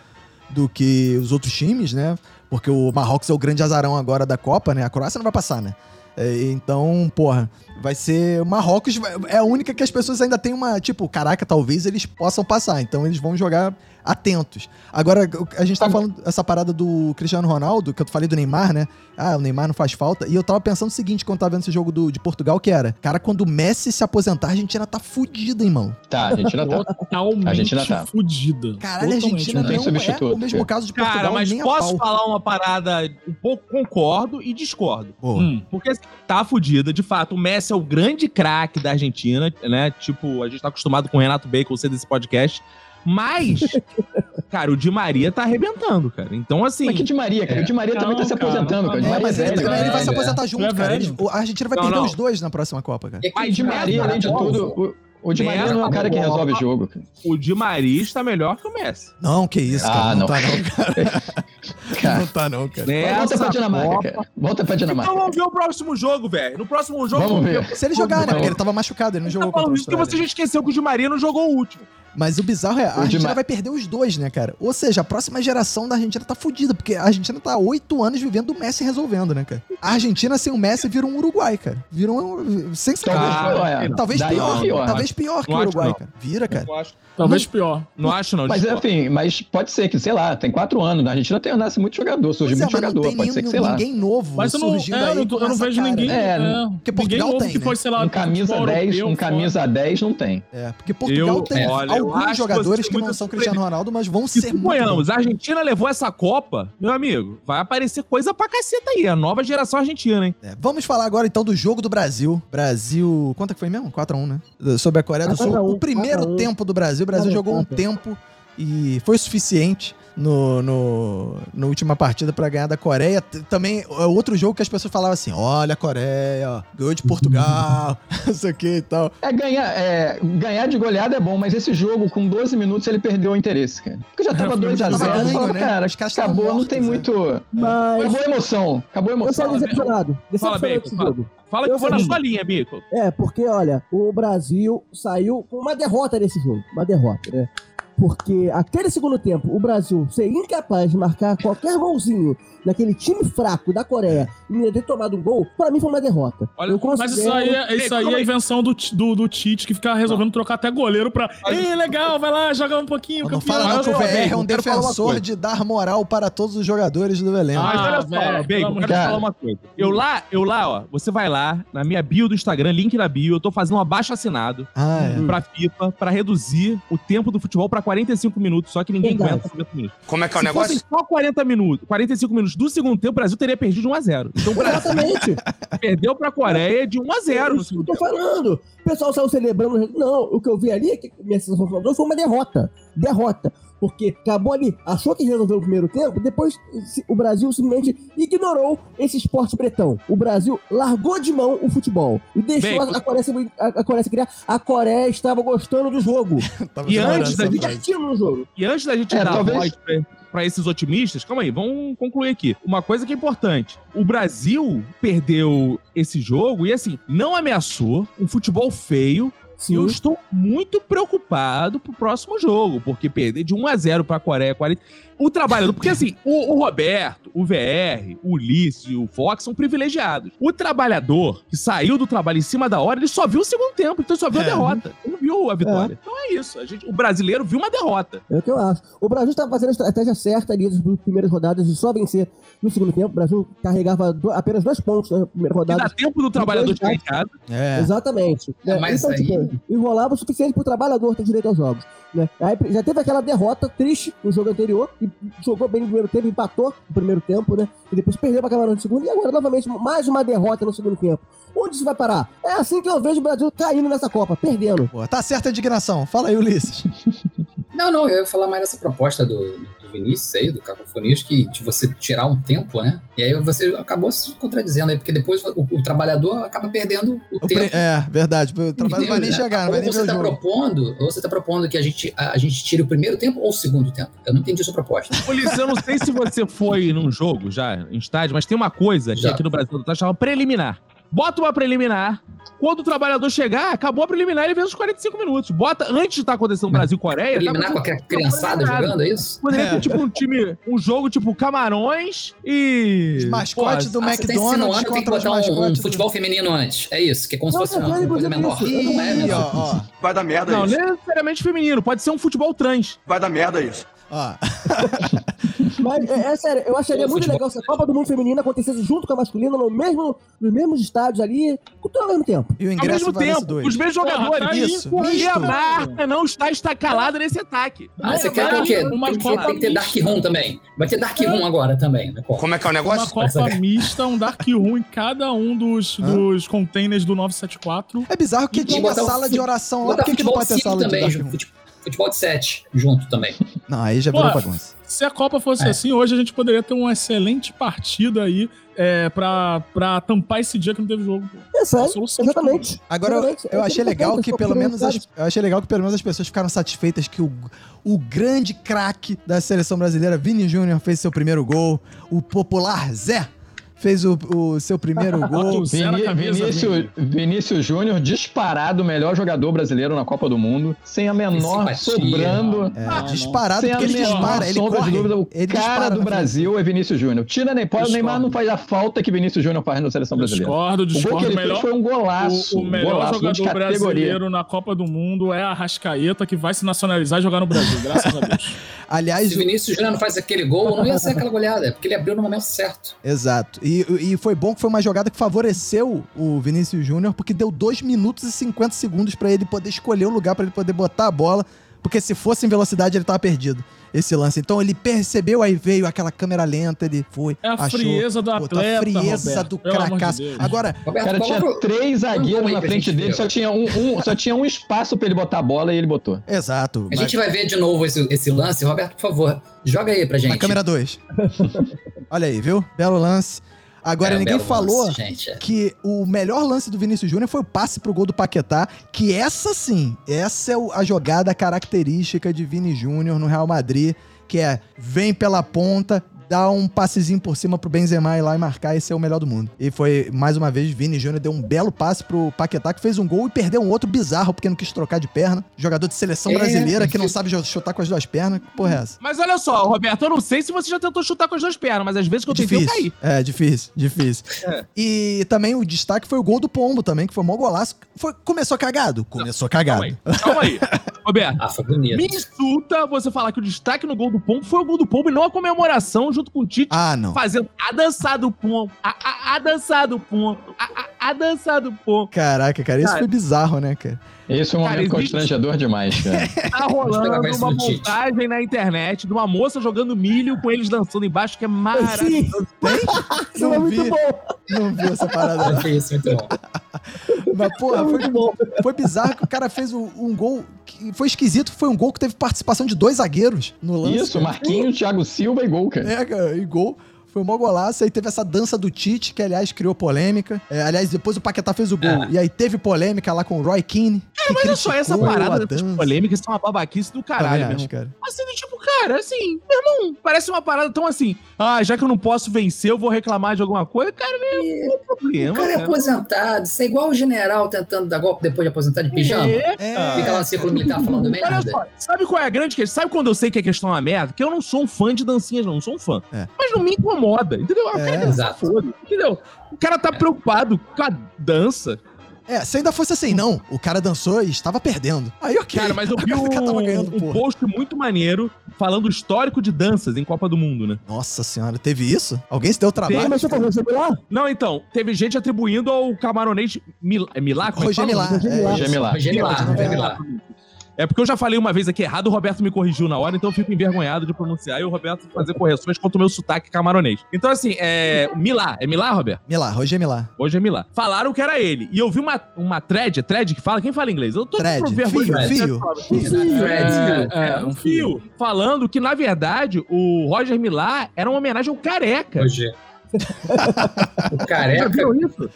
S1: do que os outros times, né? Porque o Marrocos é o grande azarão agora da Copa, né? A Croácia não vai passar, né? É, Então, porra, vai ser. Marrocos vai- é a única que as pessoas ainda têm uma. Tipo, caraca, talvez eles possam passar. Então eles vão jogar atentos. Agora, o- a gente tá falando essa parada do Cristiano Ronaldo, que eu falei do Neymar, né? Ah, o Neymar não faz falta. E eu tava pensando o seguinte quando tava vendo esse jogo do- de Portugal, que era: cara, quando o Messi se aposentar, a Argentina tá fudida, irmão.
S5: Tá, a gente ainda tá.
S4: Totalmente
S5: A Argentina tá.
S4: um fudida.
S1: Caralho, a
S4: Totalmente,
S1: Argentina
S4: né?
S5: Tem
S1: não é
S5: substituto,
S1: o mesmo
S5: cara.
S1: caso de Portugal,
S2: Cara, mas
S1: nem
S2: posso
S1: a pau.
S2: falar uma parada um pouco concordo e discordo.
S1: Pô,
S4: Hum.
S2: Porque assim, tá fudida, de fato. O Messi é o grande craque da Argentina, né? Tipo, a gente tá acostumado com o Renato Bacon ser desse podcast. Mas, cara, o Di Maria tá arrebentando, cara. Então, assim.
S5: Mas é que Di Maria, cara. O Di Maria
S4: Não,
S5: também tá se
S4: cara,
S5: aposentando, cara. O Di
S1: É,
S4: não,
S5: Maria é
S1: mas ele,
S5: velho.
S1: também ele vai
S6: velho,
S1: se
S6: é.
S1: aposentar junto,
S4: É
S1: cara.
S4: velho.
S1: Eles- o- a Argentina vai
S2: Não,
S1: perder
S2: não.
S1: os dois na próxima Copa, cara.
S6: E aqui
S5: O Di Maria, além de
S2: tá
S5: tudo, o, o Di Maria não é o cara que resolve o jogo. cara.
S2: O Di Maria está melhor que o Messi.
S1: Não, que isso, cara.
S5: Ah,
S1: não,
S5: não.
S1: tá não, cara.
S5: Cara,
S1: Não tá não, cara.
S5: volta pra
S2: Essa
S5: Dinamarca,
S2: Copa-
S5: cara. Volta pra
S2: Então
S5: Dinamarca.
S2: vamos ver o próximo jogo, velho. No próximo jogo.
S5: Vamos ver.
S1: Se ele jogar, né?
S5: Não.
S1: Porque ele tava machucado, ele não
S2: Você
S1: jogou
S2: tá
S1: contra a
S2: falando isso porque
S1: Austrália.
S2: você já esqueceu que o Di Maria não jogou o último.
S1: Mas o bizarro é, a
S5: O
S1: Argentina
S5: Dima-
S1: vai perder os dois, né, cara? Ou seja, a próxima geração da Argentina tá fudida, porque a Argentina tá há oito anos vivendo o Messi resolvendo, né, cara? A Argentina sem o Messi vira um Uruguai, cara. Vira um... Sem
S5: Talvez
S1: sacanagem.
S2: Ah,
S5: pior, é.
S1: Talvez
S5: Daí
S1: pior,
S5: pior.
S1: talvez pior que o
S2: Não acho,
S1: Uruguai,
S2: não.
S1: cara. Vira, cara.
S2: Não acho,
S4: Talvez pior.
S2: não. Acho, não
S5: Mas é
S2: discordo.
S5: enfim, mas pode ser que, sei lá, tem quatro anos. né? Na Argentina tem nasce muito jogador, surge
S1: Pois é,
S5: muito
S1: mas não
S5: jogador.
S1: tem
S5: Pode ser que, sei lá.
S1: ninguém novo
S4: Mas eu não,
S1: surgindo
S4: é,
S1: aí
S4: eu não, tô-
S1: com
S4: eu não
S1: essa
S4: vejo
S1: cara.
S4: ninguém.
S5: É,
S1: porque
S4: ninguém
S1: Portugal
S4: novo
S1: tem,
S4: que
S1: né?
S4: foi, sei lá,
S5: Um camisa
S4: futebol
S5: 10, um
S4: europeu,
S5: camisa 10 não tem.
S1: É, porque Portugal
S2: Eu-
S1: tem
S2: é, olha, eu acho
S1: alguns
S2: que
S1: jogadores
S2: você
S1: que não
S2: muito
S1: são Cristiano Ronaldo, mas vão
S2: E
S1: ser muito.
S2: suponhamos, a Argentina levou essa Copa, meu amigo, vai aparecer coisa pra caceta aí, a nova geração argentina, hein?
S1: bons. É, vamos falar agora então do jogo do Brasil. Brasil. Quanto é que foi mesmo? 4x1, né? Sobre a Coreia do Sul.
S3: 4x1,
S1: o primeiro
S3: 4x1.
S1: tempo do Brasil. O Brasil
S3: Cara,
S1: jogou um
S3: cara.
S1: tempo e foi suficiente no, no, na última partida pra ganhar da Coreia. T- Também é outro jogo que as pessoas falavam assim: olha a Coreia, ó, ganhou de Portugal, não sei o que e tal.
S5: É ganhar, é, ganhar de goleada é bom, mas esse jogo, com 12 minutos, ele perdeu o interesse, cara. Porque já tava
S4: É,
S5: 2 a
S1: tava
S5: 0
S1: ganho,
S5: falava,
S1: né?
S5: cara,
S1: Os caras estavam
S5: acabou, não
S1: mortos,
S5: tem
S1: né?
S5: muito...
S3: Mas
S5: Acabou a emoção, acabou a
S3: eu saio
S5: emoção.
S3: decepcionado.
S2: Fala,
S3: Decepcionado
S2: Bacon,
S3: esse
S2: fala.
S3: jogo.
S2: Fala que eu
S3: Eu
S2: vou na
S3: sei.
S2: sua linha, Bico.
S3: É, porque, olha, o Brasil saiu com uma derrota nesse jogo. Uma derrota, né? Porque aquele segundo tempo, o Brasil ser incapaz de marcar qualquer golzinho naquele time fraco da Coreia e ainda ter tomado um gol, pra mim foi uma derrota.
S2: Olha,
S3: eu
S4: Mas isso aí, é- isso aí
S2: Calma
S4: é a
S2: aí.
S4: invenção do, Ti- do, do Tite, que fica resolvendo trocar até goleiro pra. Ei, legal, vai lá, joga um pouquinho,
S1: Não fala não que o
S4: Olha,
S1: VR é um
S2: quero falar uma
S1: defensor
S2: coisa.
S1: de dar moral para todos os jogadores do elenco.
S4: Ah,
S2: Mas olha só,
S4: velho,
S2: Bacon,
S4: vamos,
S2: quero te
S5: cara.
S2: falar uma coisa. Eu lá, eu lá, ó, você vai lá, na minha bio do Instagram, link na bio, eu tô fazendo um abaixo assinado
S1: Ah,
S5: Hum.
S1: é.
S2: pra FIFA, pra reduzir o tempo do futebol pra 45 minutos, só que ninguém
S3: Verdade.
S2: aguenta 40 minutos.
S7: Como é que é o
S2: Se
S7: negócio?
S2: fossem só 40 minutos, 45 minutos do segundo tempo, o Brasil teria perdido de 1x0. Então o Brasil
S3: Exatamente.
S2: perdeu pra Coreia de 1x0 no
S3: Isso que
S2: segundo
S3: eu tô falando. é O pessoal saiu celebrando. Não, o que eu vi ali, que minha sensação final foi uma derrota. Derrota. Porque acabou ali, achou que resolveu o primeiro tempo, depois se- o Brasil simplesmente ignorou esse esporte bretão. O Brasil largou de mão o futebol e deixou
S2: Bem,
S3: a, a, Coreia, se- a, a Coreia se criar. A Coreia estava gostando do jogo,
S1: Tava
S2: E
S1: demorando
S2: antes da
S1: essa
S2: gente-
S1: frase.
S3: divertindo no jogo.
S2: E antes da gente
S5: É,
S2: dar
S5: talvez-
S2: a voz pra, pra esses otimistas, calma aí, vamos concluir aqui. Uma coisa que é importante: o Brasil perdeu esse jogo e, assim, não ameaçou, um futebol feio. E eu estou muito preocupado pro próximo jogo, porque perder de 1 a 0 pra Coreia 40. O trabalhador. Porque assim, o, o Roberto, o VR, o Ulisses e o Fox são privilegiados. O trabalhador que saiu do trabalho em cima da hora, ele só viu o segundo tempo, então ele só viu
S1: É.
S2: a derrota. Ele não viu a vitória. Então é isso. A gente, o brasileiro viu uma derrota.
S3: É o que eu acho. O Brasil estava fazendo a estratégia certa ali das primeiras rodadas de só vencer no segundo tempo. O Brasil carregava do- apenas dois pontos na primeira
S2: Que dá
S3: rodada.
S2: tempo do trabalhador
S3: Dois
S2: ficar em casa.
S1: É.
S3: Exatamente. então, tipo,
S6: É, mas aí-
S3: enrolava o suficiente pro trabalhador ter direito aos jogos. né? Aí já teve aquela derrota triste no jogo anterior, e jogou bem no primeiro tempo, empatou no primeiro tempo, né? E depois perdeu pra Camarão no segundo, e agora novamente mais uma derrota no segundo tempo. Onde isso vai parar? É assim que eu vejo o Brasil caindo nessa Copa, perdendo.
S1: Pô, tá certa a indignação. Fala aí, Ulisses.
S6: Não, não, eu ia falar mais dessa proposta do, do Vinícius aí, do Cacofonias, que de você tirar um tempo, né? E aí você acabou se contradizendo aí, porque depois o, o trabalhador acaba perdendo o,
S1: O pre-
S6: tempo.
S1: É, verdade. O trabalho não vai nem
S6: Entendeu?
S1: chegar, não vai
S6: ou
S1: nem ver
S6: você
S1: o
S6: está
S1: jogo.
S6: propondo, ou você está propondo que a gente, a, a gente tire o primeiro tempo ou o segundo tempo. Eu não entendi a sua proposta.
S2: Ulisses, eu não sei se você foi num jogo já, em estádio, mas tem uma coisa que
S6: Já.
S2: aqui no Brasil do Norte chama preliminar. Bota uma preliminar. Quando o trabalhador chegar, acabou a preliminar, ele vê os 45 minutos. Bota antes de estar acontecendo
S6: Mas
S2: Brasil-Coreia.
S6: Eliminar com a criançada jogando, é isso?
S2: Poderia ter,
S1: É.
S2: tipo, um time, um jogo tipo Camarões e.
S1: Os mascotes
S2: Pô,
S1: do
S6: Ah, você tá insinuando
S1: McDonald's
S6: que tem que
S1: contra os
S6: botar um, um
S1: mascotes.
S6: futebol feminino antes. É isso, que é como se
S3: Não,
S6: fosse
S3: não,
S6: uma
S3: não,
S6: coisa
S3: não,
S6: menor.
S3: não, não,
S6: Não é
S1: do... Ih,
S6: menor.
S1: ó, ó,
S7: Vai dar merda
S2: Não,
S7: isso.
S2: não é necessariamente feminino, pode ser um futebol trans.
S7: Vai dar merda isso.
S1: ó.
S3: Mas é, é sério, eu acharia muito legal se a Copa do Mundo Feminina acontecesse junto com a masculina, no mesmo, nos mesmos estádios ali, com tudo ao mesmo tempo.
S1: E o
S2: Ao
S1: ingresso
S2: mesmo
S1: vale
S2: tempo,
S1: dois.
S2: os mesmos
S4: Porra,
S2: jogadores.
S4: tá aí,
S1: Isso,
S4: porra.
S2: E
S1: misto.
S2: a Marta não está estacalada nesse ataque.
S6: Ah, você quer ter o quê?
S4: Uma
S6: Tem que,
S4: Copa
S6: tem que ter Dark Room também. Vai ter Dark Room agora também. Né?
S7: Como é que é o
S4: Uma
S7: negócio?
S4: Copa mista, um Dark Room em cada um dos,
S1: Hã?
S4: dos containers do 974.
S1: É bizarro que
S6: E
S1: tinha uma
S6: botar o
S1: sala
S6: fu-
S1: de oração lá.
S6: Botar
S1: Por que, que não
S6: futebol
S1: pode ter
S6: 5
S1: sala de
S6: também,
S1: oração?
S6: ju- fute- futebol de 7 junto também.
S1: Não, aí já virou
S4: Pô,
S1: bagunça.
S4: Se a Copa fosse
S6: É.
S4: assim, hoje a gente poderia ter uma excelente partida aí é, pra, pra tampar esse dia que não teve jogo.
S3: É
S4: É a
S3: sério,
S4: solução de
S3: exatamente.
S1: Agora, eu,
S3: Exatamente.
S1: eu
S6: é
S1: achei
S3: Tem
S1: legal
S3: tantas
S1: que pelo menos as,
S3: oportunidades.
S1: eu achei legal que pelo menos as pessoas ficaram satisfeitas que o, o grande craque da seleção brasileira, Vini Júnior, fez seu primeiro gol. O popular Zé fez o, o seu primeiro gol.
S4: Zero a camisa,
S5: Vinícius, Vinícius Júnior disparado o melhor jogador brasileiro na Copa do Mundo, sem a menor
S6: simpatia.
S5: sobrando.
S1: É,
S4: Ah, não.
S1: disparado,
S5: Sem a
S1: porque ele
S5: menor
S1: dispara, ele
S5: sombra de
S1: corre.
S5: dúvida, o
S1: ele
S5: cara
S1: dispara
S5: do
S1: na frente.
S5: Brasil é Vinícius Júnior. Tira Neymar, o
S4: Discordo.
S5: Neymar não faz a falta que Vinícius Júnior faz na seleção brasileira.
S4: Discordo,
S5: O gol que
S4: discordo.
S5: ele
S4: O
S5: fez
S4: melhor,
S5: foi um golaço.
S4: o, o melhor
S5: golaço, gol de
S4: jogador
S5: categoria.
S4: brasileiro na Copa do Mundo é a Rascaeta, que vai se nacionalizar e jogar no Brasil, graças a Deus.
S1: Aliás,
S6: Se o Vinícius Júnior não faz aquele gol, não ia ser aquela goleada, é porque ele abriu no momento certo.
S1: Exato. E, e foi bom que foi uma jogada que favoreceu o Vinícius Júnior, porque deu 2 minutos e 50 segundos pra ele poder escolher o lugar pra ele poder botar a bola, porque se fosse em velocidade ele tava perdido esse lance. Então ele percebeu, aí veio aquela câmera lenta, ele foi,
S4: É a
S1: achou.
S4: frieza do
S1: Pô,
S4: atleta,
S1: tá a frieza
S4: Roberto,
S1: do
S4: pelo amor de
S1: cracaço.
S4: Deus.
S1: Agora,
S5: O
S6: Roberto,
S5: cara tinha
S6: coloca o-
S5: três
S6: Vamos
S5: zagueiros
S6: aí
S5: na
S6: pra
S5: frente
S6: gente
S5: dele,
S6: ver.
S5: só tinha um, um- só tinha um espaço pra ele botar a bola e ele botou.
S1: exato.
S6: A
S1: Mas-
S6: gente vai ver de novo esse, esse lance. Roberto, por favor, joga aí pra é gente.
S1: Na câmera 2. Olha aí, viu? Belo lance. Agora
S6: É,
S1: ninguém
S6: belo
S1: falou
S6: lance, gente, é.
S1: que o melhor lance do Vinícius Júnior foi o passe pro gol do Paquetá, que essa sim, essa é o- a jogada característica de Vini Júnior no Real Madrid, que é vem pela ponta, dá um passezinho por cima pro Benzema ir lá e marcar e ser o melhor do mundo. E foi, mais uma vez, Vini Júnior deu um belo passe pro Paquetá, que fez um gol e perdeu um outro bizarro, porque não quis trocar de perna. Jogador de seleção
S6: É,
S1: brasileira que não
S6: porque-
S1: sabe jo- chutar com as duas pernas. Que porra é essa?
S2: Mas olha só, Roberto, eu não sei se você já tentou chutar com as duas pernas, mas às vezes que eu tentei, eu caí.
S1: É, difícil, difícil.
S2: É.
S1: E também o destaque foi o gol do Pombo também, que foi mó golaço. Foi, começou cagado? Começou cagado.
S2: Calma aí, calma aí. Roberto,
S6: Ah, foi bonito.
S2: me insulta você falar que o destaque no gol do Pombo foi o gol do Pombo e não a comemoração junto com o Tite.
S1: Ah, não.
S2: Fazendo a dançar do pombo, a, a, a dançar do pombo, a, a, a dançar do pombo.
S1: Caraca, cara, isso
S2: Cara.
S1: foi bizarro, né, cara?
S5: Esse é um
S2: Cara,
S5: momento
S2: existe-
S5: constrangedor demais, cara.
S2: Tá
S6: pegar
S2: rolando
S6: mais um
S2: uma
S6: do Tite.
S2: montagem na internet de uma moça jogando milho com eles dançando embaixo, que é maravilhoso.
S3: Sim, isso é
S1: Não
S3: muito
S1: vi.
S3: bom.
S1: Não vi essa parada.
S6: Ah, foi isso, muito bom.
S1: Mas, porra, foi, foi bizarro que o cara fez um, um gol que foi esquisito, foi um gol que teve participação de dois zagueiros no lance.
S5: Isso, Marquinhos, Thiago Silva e gol, cara.
S1: É, cara, e gol. Foi um mó golaço. Aí teve essa dança do Tite, que aliás criou polêmica. É, aliás, depois o Paquetá fez o gol. E aí teve polêmica lá com o Roy Keane. que
S2: É. Mas olha só, essa
S1: criticou a
S2: parada das
S1: dança.
S2: polêmicas são uma babaquice do
S1: Também
S2: caralho, meu
S1: acho,
S2: irmão.
S1: cara.
S2: Assim, do tipo, cara, assim, meu irmão, parece uma parada tão assim. Ah, já que eu não posso vencer, eu vou reclamar de alguma coisa. Cara, não é
S6: O
S2: problema.
S6: cara é
S2: cara.
S6: aposentado, isso é igual o general tentando dar golpe depois de aposentar de pijama.
S2: Ah.
S1: É,
S6: Fica lá no círculo militar falando
S2: Olha
S6: merda.
S2: só, sabe qual é a grande questão? Sabe quando eu sei que a questão é uma merda? Que eu não sou um fã de dancinhas, não, não sou um fã.
S1: É.
S2: Mas não me incomoda, entendeu? Ah,
S1: É.
S2: cara,
S6: Exato.
S2: foda, entendeu? O cara tá preocupado com a dança.
S1: É, se ainda fosse assim, não. O cara dançou e estava perdendo. Aí, ok.
S2: Cara, mas eu vi
S1: O cara tava ganhando,
S2: um, um
S1: porra.
S2: post muito maneiro falando o histórico de danças em Copa do Mundo, né?
S1: Nossa senhora, teve isso? Alguém se deu
S3: Ah,
S1: trabalho?
S3: mas deixa eu falar, você foi lá?
S2: Não, então, teve gente atribuindo ao camaronês Mil... é Milá? Como é que
S1: Roger Milá.
S2: fala?
S3: tá Roger Milá.
S1: isso.
S5: Gemilar.
S6: Gemilar,
S1: Não,
S6: gemilar.
S2: É porque eu já falei uma vez aqui errado, o Roberto me corrigiu na hora, então eu fico envergonhado de pronunciar e o Roberto fazer correções contra o meu sotaque camaronês. Então, assim, é. Milá. É Milá, Roberto?
S1: Milá, Roger Milá.
S2: Hoje é Milá. Falaram que era ele. E eu vi uma, uma thread, é thread que fala? Quem fala inglês? Eu tô
S1: Thread,
S2: com vergonha
S1: fio,
S2: de-
S1: fio.
S4: É,
S6: Threads,
S4: é,
S2: É, um fio. Falando que, na verdade, o Roger Milá era uma homenagem ao Careca.
S6: Hoje. O
S2: Já
S6: careca.
S2: viu isso?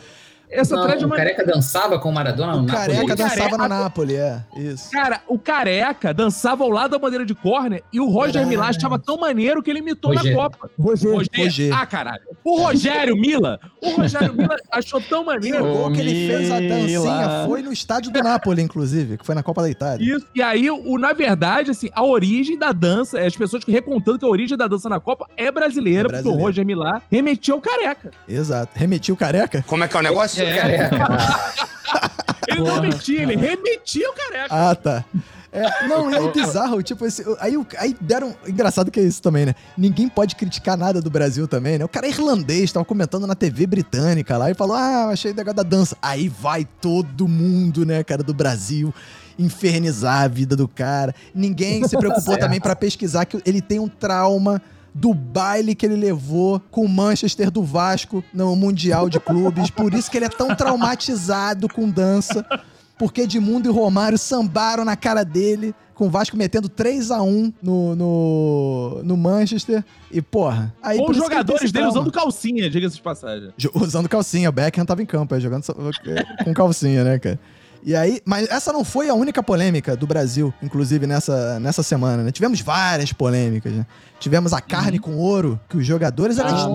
S2: Essa
S6: Não,
S2: thread é
S6: o
S2: uma...
S6: careca dançava com o Maradona
S1: O
S6: na
S1: careca
S2: Napoli.
S1: dançava na
S2: Careca.
S1: Nápoles, é. Isso.
S2: Cara, o Careca dançava ao lado da bandeira de córner e o Roger
S1: Caralho.
S2: Milá achava tão maneiro que ele imitou
S6: Rogério.
S2: na Copa.
S3: Rogério.
S2: Roger.
S1: Rogério.
S2: Ah, caralho. O Rogério Mila, o Rogério Mila achou tão
S1: E o
S2: maneiro.
S1: gol que ele fez a dancinha
S5: Milá.
S1: foi no estádio do Nápoles, inclusive, que foi na Copa da Itália.
S2: Isso. E aí, o, na verdade, assim, a origem da dança, as pessoas que recontando que a origem da dança na Copa é brasileira,
S1: É
S2: porque
S1: brasileira.
S2: o Roger Milá remetia ao careca.
S1: Exato. Remetiu careca?
S7: Como é que é o negócio?
S2: Ele não remetia, ele remetia ao careca.
S1: Ah, tá. É, não, e aí bizarro, tipo, esse, aí, o- aí deram. Engraçado que é isso também, né? Ninguém pode criticar nada do Brasil também, né? O cara é irlandês, tava comentando na TV britânica lá e falou: Ah, achei o negócio da dança. Aí vai todo mundo, né, cara, do Brasil, infernizar a vida do cara. Ninguém se preocupou também pra pesquisar que ele tem um trauma. Do baile que ele levou com o Manchester do Vasco no Mundial de Clubes. Por isso que ele é tão traumatizado com dança porque Edmundo e Romário sambaram na cara dele, com o Vasco metendo 3 a 1 no, no, no Manchester. E, porra. Aí
S2: Ou
S1: por
S2: os
S1: isso que ele tem
S2: jogadores
S1: esse
S2: dele
S1: trauma.
S2: usando calcinha, diga-se de passagem.
S1: Jo- Usando calcinha. O Beckham tava em campo, aí, jogando só- eh, com calcinha, né, cara? E aí, mas essa não foi a única polêmica do Brasil, inclusive nessa, nessa semana, né? Tivemos várias polêmicas, né? Tivemos a carne com ouro, que os jogadores, elas-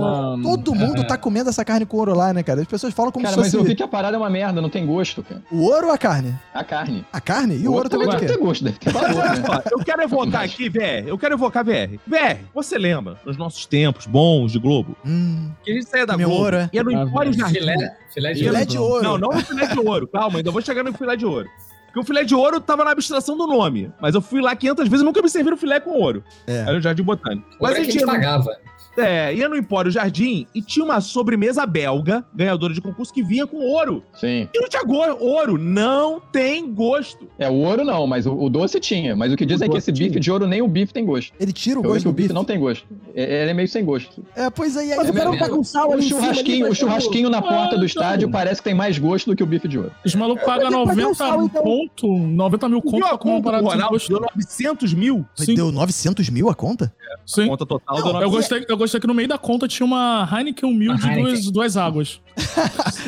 S1: todo mundo tá comendo essa carne com ouro lá, né, cara? As pessoas falam como
S5: Cara,
S1: se
S5: mas eu
S1: fosse
S5: vi que a parada é uma merda, não tem gosto, cara.
S1: o ouro ou a carne?
S5: A carne.
S1: A carne? E o, ouro também do
S5: deve
S1: quê?
S5: ter gosto, deve
S1: Tá
S5: ter valor,
S2: Olha
S5: né?
S2: só, eu quero evocar aqui, VR. Eu quero evocar VR. VR, você lembra, nos nossos tempos bons de Globo,
S1: Hum,
S2: que a gente saía da
S1: Meu
S2: Globo
S1: ouro, é?
S2: e era no
S4: Ah,
S2: Empório
S4: velho.
S2: Jardim.
S6: Filé, filé de
S1: filé é de ouro.
S2: Não, não no filé de ouro. Calma, ainda vou chegar no filé de ouro. Porque o filé de ouro tava na abstração do nome. Mas eu fui lá 500 vezes e nunca me serviram filé com ouro.
S1: É.
S2: Era o Jardim Botânico.
S6: Mas
S2: Mas
S6: é
S2: a
S6: que a
S2: gente
S6: gente tá
S2: ia no,
S6: pagava.
S2: é, ia no Empório Jardim e tinha uma sobremesa belga, ganhadora de concurso, que vinha com ouro.
S5: Sim.
S2: E não tinha go- ouro. Não tem gosto.
S5: É, o ouro não, mas o, o doce tinha. Mas o que diz
S2: O
S5: é que
S2: doce
S5: esse bife de ouro nem o bife tem gosto.
S1: Ele tira o
S5: Eu
S1: gosto
S5: acho que
S1: do
S5: o bife
S1: bife.
S5: não tem gosto. É, ele é meio sem gosto.
S1: É, pois aí, aí
S3: Mas o cara não tá com
S1: Um
S3: sal
S5: O
S3: ali em cima,
S5: churrasquinho,
S3: ele
S5: o
S3: vai-
S5: churrasquinho na porta do
S4: Ah,
S5: estádio
S4: não.
S5: parece que tem mais gosto do que o bife de ouro.
S4: Os malucos pagam
S3: Mas
S5: um
S3: tem que pagar
S4: 90
S3: o sal, então.
S4: ponto, 90 mil
S2: Viu
S4: conto
S2: a
S4: pra comer
S2: conta
S4: uma
S2: do
S4: parada sem
S2: Ronaldo? Deu
S4: gosto.
S2: 900 mil?
S4: Sim,
S1: Deu 900 mil a conta?
S4: sim.
S2: Conta total
S1: Não, é
S2: deu
S4: Eu
S2: 900
S4: gostei, eu gostei que no meio da conta tinha uma Heineken humilde
S6: Uma
S4: e duas,
S6: Heineken.
S4: duas águas.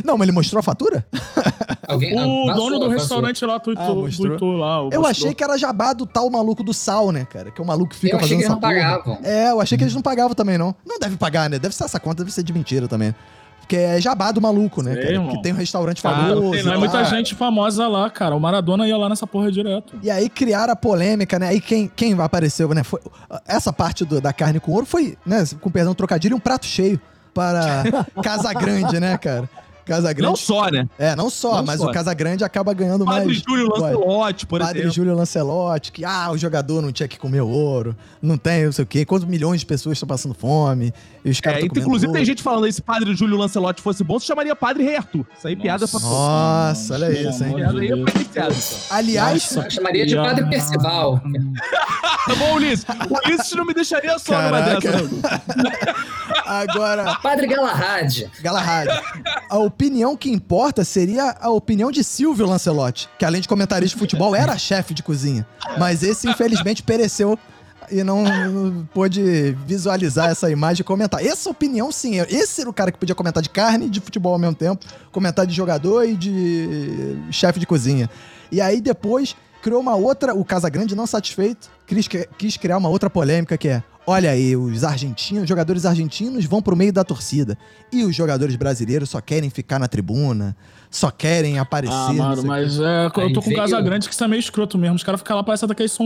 S1: Não, mas ele mostrou a fatura?
S6: Alguém,
S4: O dono
S6: ah, passou,
S4: do
S6: passou.
S4: restaurante lá
S1: Ah,
S4: tuitou,
S1: mostrou.
S4: tuitou lá.
S1: Eu achei que era jabá do tal maluco do sal, né, cara? Que o maluco fica
S6: Eu achei
S1: fazendo
S6: que eles
S1: essa
S6: não
S1: porra.
S6: pagavam.
S1: É, eu achei que eles não pagavam também, não. Não deve pagar, né? Deve ser essa conta, deve ser de mentira também. Porque é jabá do maluco, né,
S4: Sei,
S1: cara?
S4: irmão.
S1: Que tem um restaurante
S2: Cara,
S1: famoso.
S2: tem,
S4: Não é
S1: e
S4: muita
S1: tal.
S4: gente famosa lá, cara. O Maradona ia lá nessa porra direto.
S1: E aí criaram a polêmica, né? Aí quem, quem apareceu, né? Foi, essa parte do- da carne com ouro foi, né? Com perdão, trocadilho, um prato cheio para Casa Grande, né, cara? Casa Grande.
S2: Não só, né?
S1: é, não só,
S2: não
S1: mas
S2: só.
S1: o Casa Grande acaba ganhando
S2: Padre
S1: mais.
S2: Júlio
S1: Vai.
S2: Lancelotti, por
S1: Padre
S2: exemplo.
S1: Júlio Lancelotti, que ah, o jogador não tinha que comer ouro, não tem, não sei o quê, quantos milhões de pessoas estão passando fome, e os
S2: É,
S1: caras estão comendo
S2: inclusive
S1: ouro.
S2: tem gente falando aí, se Padre Júlio Lancelotti fosse bom, se chamaria Padre Rei Arthur. Isso aí, é piada pra porra.
S1: Nossa, olha
S4: Pelo
S1: isso, hein?
S4: amor de
S2: Piada aí é
S4: Deus.
S2: pra iniciado.
S1: Aliás,
S4: Nossa.
S6: Eu chamaria de padre Percival.
S2: Tá bom, Ulisses? O Ulisses não me deixaria só numa
S1: Caraca.
S2: dessa. não.
S1: agora,
S6: Padre Galahad.
S1: Galahad, a opinião que importa seria a opinião de Silvio Lancelotti, que além de comentarista de futebol era chefe de cozinha. Mas esse, infelizmente, pereceu e não pôde visualizar essa imagem e comentar. Essa opinião, sim. Esse era o cara que podia comentar de carne e de futebol ao mesmo tempo, comentar de jogador e de chefe de cozinha. E aí depois criou uma outra. O Casagrande, não satisfeito, quis, quis criar uma outra polêmica que é. Olha aí, os argentinos, os jogadores argentinos vão pro meio da torcida. E os jogadores brasileiros só querem ficar na tribuna, só querem aparecer.
S4: Ah,
S1: não
S4: mano,
S1: sei o
S4: mas é, eu
S6: Aí
S4: tô com
S6: veio-
S4: casa grande que isso é meio escroto mesmo. Os caras ficam lá, parece até que eles são,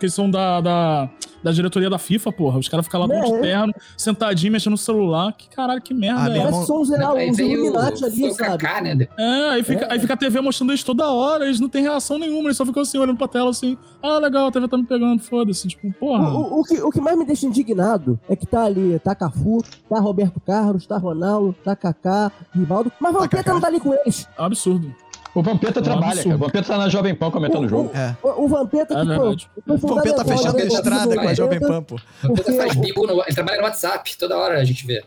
S4: que eles são da, da, da diretoria da FIFA, porra. Os caras ficam lá
S3: Não,
S4: com
S3: é.
S4: de terno, sentadinho, mexendo no celular. Que caralho, que merda
S1: Ah, meu
S4: é
S3: Parece
S1: irmão-
S3: que são uns,
S6: Não, aí é
S3: uns
S6: veio
S3: Illuminati
S6: foi
S3: ali,
S6: o
S3: sabe?
S6: Kaká, né? depois.
S4: É, aí fica,
S3: É.
S4: aí fica a TV mostrando eles toda hora, eles não têm reação nenhuma, eles só ficam assim olhando pra tela assim, ah, legal, a TV tá me pegando, foda-se, tipo,
S3: O,
S1: Hum.
S4: porra.
S3: o- o que, o que mais me deixa indignado é que tá ali, tá Cafu, tá Roberto Carlos, tá Ronaldo, tá Kaká, Rivaldo, mas Vampeta
S1: Kaká.
S3: não tá ali com eles.
S4: é um Absurdo.
S5: O Vampeta
S4: É um
S5: trabalha,
S4: absurdo.
S5: cara. O Vampeta tá na Jovem Pan comentando o jogo.
S1: É.
S3: O, o Vampeta
S4: É
S3: que foi.
S4: verdade.
S3: foi
S1: O Pompeu tá
S3: fundador
S1: fechando
S3: da
S1: a
S6: Olha,
S1: estrada
S3: Vampeta,
S1: com a Jovem Pan, pô.
S3: porque-
S6: Puta, faz bico no, ele trabalha no WhatsApp, toda hora a gente vê.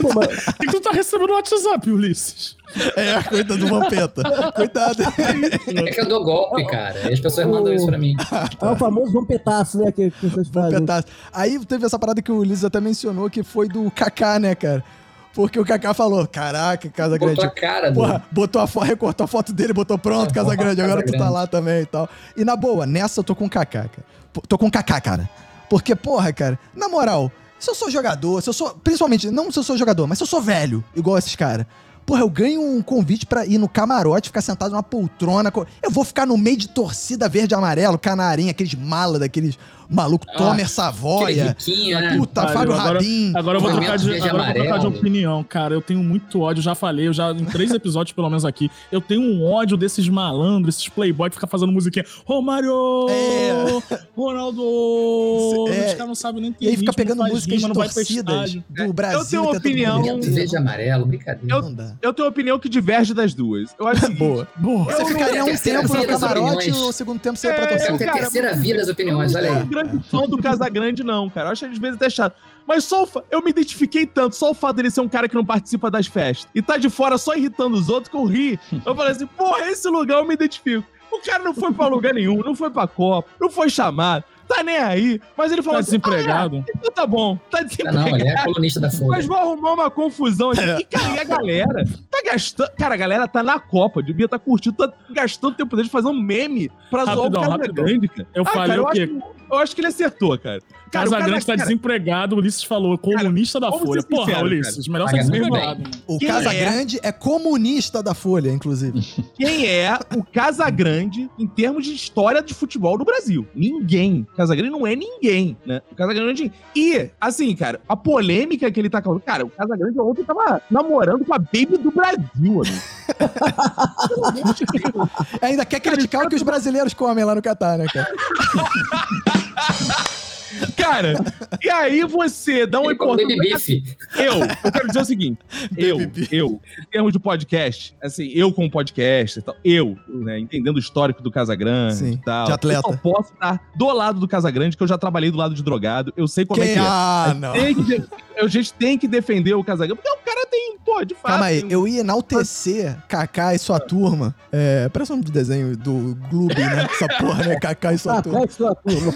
S3: pô, mano,
S4: O que que tu tá recebendo no WhatsApp, Ulisses?
S1: É, coitado do Vampeta. Coitado.
S6: É que eu dou golpe, cara. E as pessoas mandam isso pra mim.
S3: É o famoso Vampetaço, né? Que, que vocês fazem.
S1: Vampetaço. Aí teve essa parada que o Ulisses até mencionou, que foi do Kaká, né, cara? Porque o Kaká falou, caraca, Casa
S6: Botou
S1: Grande.
S6: a cara do.
S1: Porra, botou a foto, recortou a foto dele, botou pronto, Casa Grande, agora tu tá
S6: É Casagrande.
S1: lá também e tal. E na boa, nessa eu tô com o Kaká, cara. Pô, Tô com o Kaká, cara. Porque, porra, cara, na moral, se eu sou jogador, se eu sou. Principalmente, não se eu sou jogador, mas se eu sou velho, igual esses caras. Porra, eu ganho um convite pra ir no camarote, ficar sentado numa poltrona. co- Eu vou ficar no meio de torcida verde e amarelo, canarinha, aqueles mala daqueles maluco Tomer
S6: Aquele
S1: Savoia.
S6: riquinho, Ah, né?
S1: Puta,
S4: Pariu,
S1: Tá Fábio
S4: agora-
S1: Rabin.
S4: Agora eu vou
S6: Movimento
S4: trocar de,
S6: verde e
S4: agora eu vou trocar de
S6: amarelo.
S4: opinião, cara. Eu tenho muito ódio, já falei, eu já em três episódios, pelo menos aqui, eu tenho um ódio desses malandros, esses playboy que ficam fazendo musiquinha. Romário!
S1: É.
S4: Ronaldo!
S1: É.
S4: Os caras não sabem nem ter
S1: E aí fica
S4: ritmo,
S1: pegando
S4: não faz
S1: músicas
S4: rima,
S1: de
S4: não vai pro
S1: torcidas
S4: estádio.
S1: do Brasil.
S2: tenho uma
S1: e tenta
S2: opinião.
S1: dominar.
S6: Movimento verde e amarelo, brincadeira.
S2: Eu-
S1: Não dá.
S2: Eu tenho uma opinião que diverge das duas. Eu acho o seguinte,
S1: Boa.
S4: Boa.
S1: Você
S6: Eu
S1: ficaria
S6: não-
S1: um
S6: terceira
S1: tempo no
S6: via das
S1: camarote e
S6: opiniões.
S1: o segundo tempo você ia pra
S2: É,
S1: torcida.
S6: Essa é a
S2: cara,
S6: terceira via das opiniões, olha
S2: Eu não
S6: aí.
S2: sou um grande fã do Casagrande, não, cara. Eu acho às vezes até chato. Mas só o fa... eu me identifiquei tanto, só o fato dele ser um cara que não participa das festas e tá de fora só irritando os outros que eu ri. Eu falei assim, porra, esse lugar eu me identifico. O cara não foi pra lugar nenhum, não foi pra Copa, não foi chamado, tá nem aí. Mas ele
S4: Tá
S2: falou assim,
S4: desempregado?
S2: "Ah, então tá bom, tá
S6: Ah, não,
S2: desempregado.
S6: ele é colunista da Folha.
S2: Mas vão arrumar uma confusão aqui. E, cara, e a galera tá gastando. Cara, a galera tá na Copa. Devia tá curtindo, tá gastando tempo deles fazendo um meme pra zoar o
S4: Rapidão,
S2: cara
S4: rapidão.
S2: grande, cara.
S4: Eu
S2: Ah,
S4: falei
S2: cara, eu
S4: o quê?
S2: acho, eu acho que ele acertou, cara. cara o
S4: Casagrande tá
S2: cara-
S4: desempregado, o Ulisses falou, colunista da
S2: vamos
S4: Folha.
S2: ser
S4: Porra,
S2: sinceros,
S4: Ulisses, melhor ser
S6: Paga muito
S4: desempregado.
S1: O
S2: Quem
S1: Casa
S2: é?
S1: Grande é comunista da Folha, inclusive.
S2: Quem é o Casagrande em termos de história de futebol no Brasil? Ninguém. Casagrande não é ninguém, né? O Casagrande. E, assim, cara, a polêmica que ele tá causando. Cara, o Casagrande ontem tava namorando com a Baby do Brasil, amigo.
S1: Ainda quer criticar o que os brasileiros comem lá no Catar, né, cara?
S2: Cara, e aí você dá uma
S6: Ele come baby
S2: importância.
S6: beef.
S2: Eu, eu quero dizer o seguinte: eu, eu, em termos de podcast, assim, eu como podcast, e tal, eu, né, entendendo o histórico do Casagrande
S1: Sim,
S2: e tal.
S1: de atleta.
S2: Eu só posso estar do lado do Casagrande, que eu já trabalhei do lado de drogado, eu sei como é
S1: Quem?
S2: que é.
S1: Ah, não.
S2: Tem que de- a gente tem que defender o Casagrande, porque o cara tem, pô, de fato.
S1: Calma aí,
S2: tem- um
S1: eu ia enaltecer Kaká e sua turma. É, parece um nome de desenho do Globo, né? Essa porra, né? Kaká e sua
S3: Ah,
S1: turma.
S3: fecha sua turma.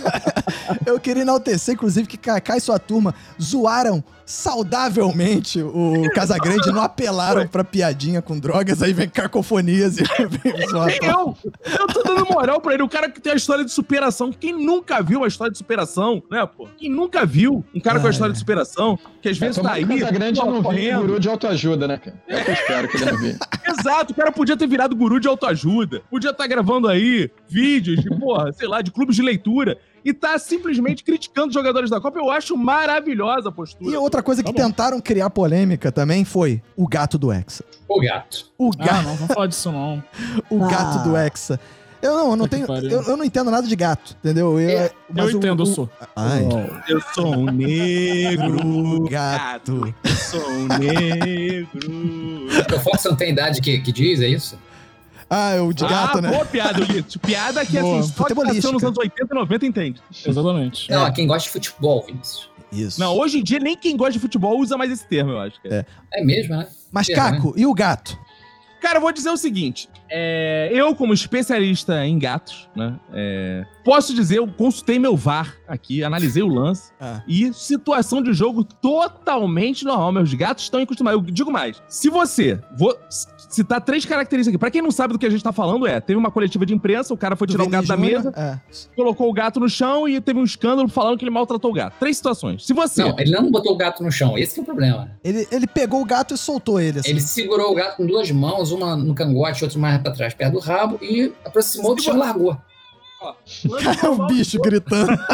S1: Eu queria enaltecer, inclusive, que Kaká e sua turma zoaram saudavelmente o Casagrande, não apelaram pra piadinha com drogas, aí vem cacofonias e vem zoar.
S2: Nem É eu! Eu tô dando moral pra ele. O cara que tem a história de superação. Quem nunca viu uma história de superação, né, pô? Quem nunca viu um cara com
S1: Ah, É,
S2: a história de superação, que
S5: É,
S2: às vezes tá aí.
S5: Casa Grande
S2: pô,
S5: não vira
S2: correndo.
S5: guru de autoajuda, né, cara? É o que eu espero que ele não vire.
S2: Exato, o cara podia ter virado guru de autoajuda. Podia estar gravando aí vídeos de, porra, sei lá, de clubes de leitura. E tá simplesmente criticando os jogadores da Copa. Eu acho maravilhosa a postura.
S1: E outra coisa que
S4: Tá bom.
S1: tentaram criar polêmica também foi o gato do Hexa.
S6: O gato.
S1: O,
S4: Ah,
S1: ga
S4: não, não fala disso não.
S1: o
S3: Ah.
S1: gato do Hexa. Eu não, eu não
S4: Puta
S1: tenho.
S4: que pariu.
S1: Eu, eu não entendo nada de gato, entendeu? Eu,
S6: É,
S1: mas
S4: eu
S1: o-
S4: entendo, eu
S1: o-
S4: sou.
S1: Ai,
S2: Eu sou um negro.
S1: gato.
S2: Eu sou um negro.
S6: O Fox não tem idade que, que diz, é isso?
S1: Ah, o de gato,
S2: ah,
S1: né?
S2: boa piada, Ulisses. Piada que,
S1: Boa.
S2: assim, só que
S1: Futebolística.
S2: nasceu nos anos 80 e 90 entende.
S4: Exatamente.
S6: Não, é quem gosta de futebol, Vinícius.
S1: Isso.
S2: Não, hoje em dia nem quem gosta de futebol usa mais esse termo, eu acho. Cara,
S6: É mesmo, né?
S1: Mas,
S6: É,
S1: Caco, e o gato?
S2: Cara, eu vou dizer o seguinte: é, eu, como especialista em gatos, né? é, posso dizer, eu consultei meu VAR aqui, analisei o lance.
S1: Ah,
S2: E situação de jogo totalmente normal. Meus gatos estão acostumados. Eu digo mais: se você. Vou citar três características aqui. Pra quem não sabe do que a gente tá falando, é: teve uma coletiva de imprensa, o cara foi
S1: do
S2: tirar o
S1: Vini
S2: gato da
S1: Júnior?
S2: mesa,
S1: É.
S2: colocou o gato no chão e teve um escândalo falando que ele maltratou o gato. Três situações. Se você.
S6: Não, ele não botou o gato no chão, esse que é o problema.
S1: Ele, ele pegou o gato e soltou ele, assim.
S6: Ele segurou o gato com duas mãos, uma no cangote, outra mais pra trás, perto do rabo, e aproximou do chão e largou.
S1: É um bicho gritando.
S4: A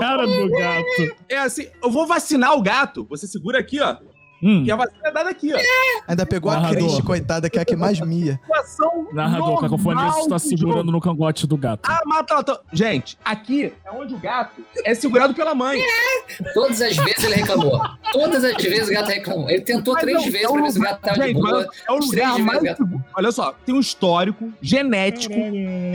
S4: cara do gato.
S2: É assim: eu vou vacinar o gato. Você segura aqui, ó.
S4: Hum,
S2: E a vacina é dada aqui, ó.
S1: Ainda pegou a
S4: Narrador.
S1: Cris, coitada, que é a que mais mia.
S2: Situação.
S4: narrador, cacofonia
S2: normal
S4: está
S2: de jogo.
S4: segurando no cangote do gato.
S2: Ah, maltratou. Gente, aqui é onde o gato é segurado pela mãe.
S6: Todas as vezes ele reclamou. Todas as vezes o gato reclamou. Ele tentou
S2: Mas
S6: três
S2: não,
S6: vezes
S2: é um
S6: pra ver se o
S2: lugar-
S6: gato tava de
S2: Gente,
S6: boa.
S2: É o
S6: Os três
S2: lugar
S6: de
S2: mais.
S6: gato.
S2: seguro. Olha só, tem um histórico genético.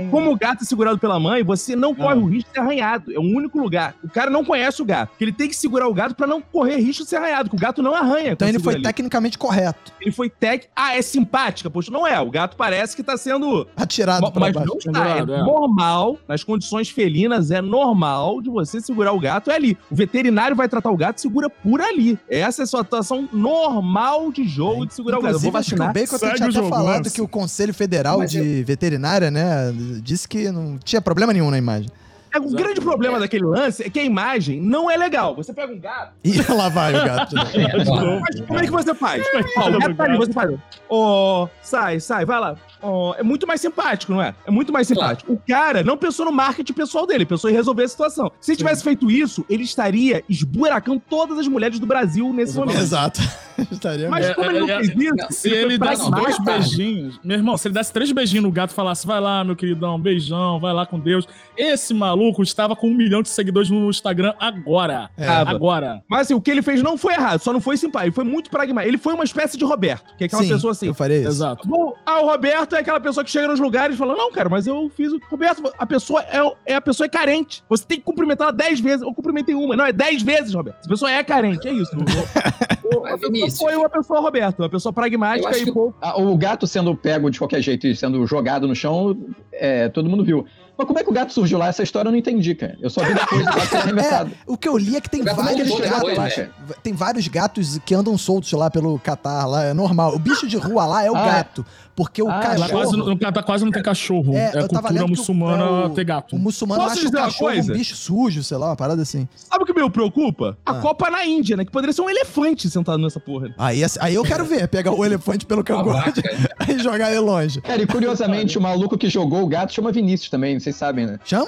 S2: Como o gato é segurado pela mãe, você não corre o risco de ser arranhado. É o único lugar. O cara não conhece o gato. Ele tem que segurar o gato pra não correr risco de ser arranhado, que o gato não arranha.
S1: Então
S2: quando
S1: ele
S2: Tá segura
S1: foi tecnicamente correto.
S2: Ele foi tec. Ah, é simpática. Poxa, não é. O gato parece que tá sendo.
S1: Atirado
S2: Mo-
S1: pra
S2: Mas
S1: baixo.
S2: não está. É
S4: Pendurado, é.
S2: normal, nas condições felinas, é normal de você segurar o gato é ali. O veterinário vai tratar o gato, segura por ali. Essa é a sua atuação normal de jogo de segurar o
S1: É,
S2: gato. Eu
S1: Inclusive,
S2: vou
S1: acho que o
S2: vacinar.
S1: Bacon
S4: Segue
S1: tinha
S4: o
S1: até
S4: jogo,
S1: falado
S4: Lance.
S1: que o Conselho Federal
S6: Mas
S1: de Veterinária, né, disse que não tinha problema nenhum na imagem.
S2: É, o grande problema daquele lance é que a imagem não é legal. Você pega um gato,
S1: E lá vai o gato. né?
S6: É, ó,
S2: mas como é que você faz? Ó,
S4: um
S2: o gato tá ali, você faz. Ó, sai, sai, vai lá. Ó, é muito mais simpático, não é? É muito mais simpático. O cara não pensou no marketing pessoal dele, pensou em resolver a situação. Se ele tivesse feito isso, ele estaria esburacando todas as mulheres do Brasil nesse momento.
S1: Exato. Estaria
S2: Mas
S4: É,
S2: como ele
S4: é,
S2: não
S4: é,
S2: fez isso,
S6: não.
S4: Se ele
S2: foi
S4: desse
S6: não,
S4: dois
S6: não,
S4: beijinhos, meu irmão, se ele desse três beijinhos no gato e falasse, vai lá, meu queridão, beijão, vai lá com Deus. Esse maluco estava com um milhão de seguidores no Instagram agora.
S1: É.
S4: Agora.
S2: Mas assim, o que ele fez não foi errado, só não foi simpático, ele foi muito pragmático. Ele foi uma espécie de Roberto, que é aquela
S1: Sim,
S2: pessoa assim.
S1: Eu faria isso.
S4: Exato.
S2: Bom, ah, o Roberto é aquela pessoa que chega nos lugares e fala: Não, cara, mas eu fiz o. Roberto, a pessoa é, é a pessoa é carente. Você tem que cumprimentá-la dez vezes. Eu cumprimentei uma. Não, é dez vezes, Roberto. Essa pessoa é carente, é isso.
S6: Mas,
S2: Não
S6: É Vinícius,
S2: foi uma pessoa, Roberto, uma pessoa
S6: eu
S2: pragmática
S6: acho
S2: e.
S6: que
S5: Ah, O gato sendo pego de qualquer jeito e sendo jogado no chão, é, todo mundo viu. Mas como é que o gato surgiu lá? Essa história eu não entendi, cara. Eu só vi depois do gato ser arremetado.
S1: O que eu li é que tem
S6: O gato
S1: vários
S6: voltou
S1: gatos.
S6: depois,
S5: lá,
S6: né?
S5: cara.
S1: Tem vários gatos que andam soltos lá pelo Catar, lá é normal. O bicho de rua lá é o
S5: Ah,
S1: gato, porque o
S5: Ah,
S4: Lá quase,
S1: cachorro,
S4: não- tá quase não tem cachorro.
S1: É,
S4: É,
S1: eu tava lendo que
S4: cultura
S1: o-
S4: muçulmana
S1: é o-
S4: ter gato.
S1: o muçulmano
S2: Posso
S1: acha o
S2: dizer uma
S1: cachorro um
S2: coisa?
S1: bicho sujo, sei lá, uma parada assim.
S2: Sabe o que me preocupa? A
S1: Ah.
S2: Copa na Índia, né? Que poderia ser um elefante sentado nessa porra.
S1: Aí, assim- aí eu quero ver, pegar o elefante pelo
S6: a
S1: cangote
S6: vaca.
S1: e jogar ele longe.
S5: Cara, e curiosamente, o maluco que jogou o gato chama Vinícius também, vocês sabem, né?
S1: Chama?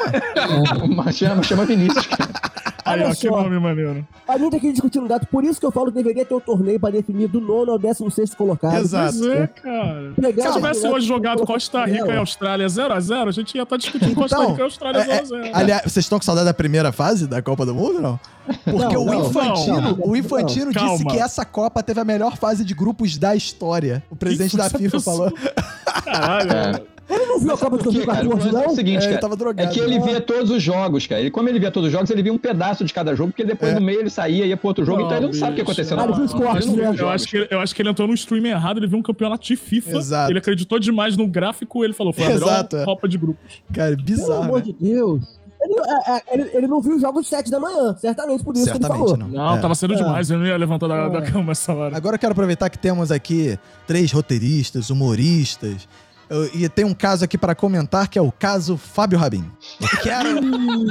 S5: Uma- chama, chama Vinícius, cara.
S4: Aí, ó,
S3: Olha
S4: que
S3: só.
S4: nome maneiro.
S3: A gente tá aqui discutindo gato, por isso que eu falo que deveria ter um torneio pra definir do nono ao décimo sexto colocado.
S1: Exato.
S4: Pois é, cara.
S3: Legal,
S4: Se tivesse
S3: né?
S4: hoje jogado Costa Rica e Austrália 0x0, a gente ia estar discutindo Costa
S1: Então,
S4: Rica e Austrália
S1: é- é-
S4: 0x0.
S1: Aliás, vocês estão com saudade da primeira fase da Copa do Mundo, não? Porque
S3: Não,
S1: o
S3: não,
S1: Infantino,
S3: não, não.
S1: o Infantino
S4: Não.
S1: disse
S4: Calma.
S1: que essa Copa teve a melhor fase de grupos da história. O presidente
S4: Isso,
S1: da
S4: essa
S1: FIFA
S4: pessoa-
S1: falou.
S4: Caralho.
S5: É.
S3: Ele não viu a Copa de
S5: Porque, cara, o
S3: 2014,
S5: lance é o
S3: não?
S5: seguinte,
S1: É, ele
S5: cara.
S1: tava
S5: É
S1: drogado.
S5: que ele via todos os jogos, cara. Ele, como ele via todos os jogos, ele via um pedaço de cada jogo, porque depois
S1: É.
S5: no meio ele saía, ia pro outro jogo,
S4: Não,
S5: então ele não sabe o que
S4: bicho.
S5: aconteceu.
S3: Ah, ele viu os cortes, né?
S5: Eu
S4: Eu acho, que, eu acho que ele entrou no stream errado, ele viu um campeonato de FIFA.
S1: Exato.
S4: Ele acreditou demais no gráfico ele falou: foi a melhor
S1: Exato, é.
S4: Copa de grupo.
S1: Cara,
S3: Pelo
S1: bizarro.
S3: amor
S1: né?
S3: de Deus. Ele, é, é, ele- ele não viu os jogos de 7 da manhã, certamente por isso que ele
S1: Certamente
S3: falou.
S1: não.
S4: Não,
S1: É.
S4: tava cedo
S3: É.
S4: demais, eu não ia levantar da,
S3: É.
S4: da cama essa hora.
S1: Agora eu quero aproveitar que temos aqui três roteiristas, humoristas. eu- E tem um caso aqui para comentar que é o caso Fábio Rabin. Eu Quero...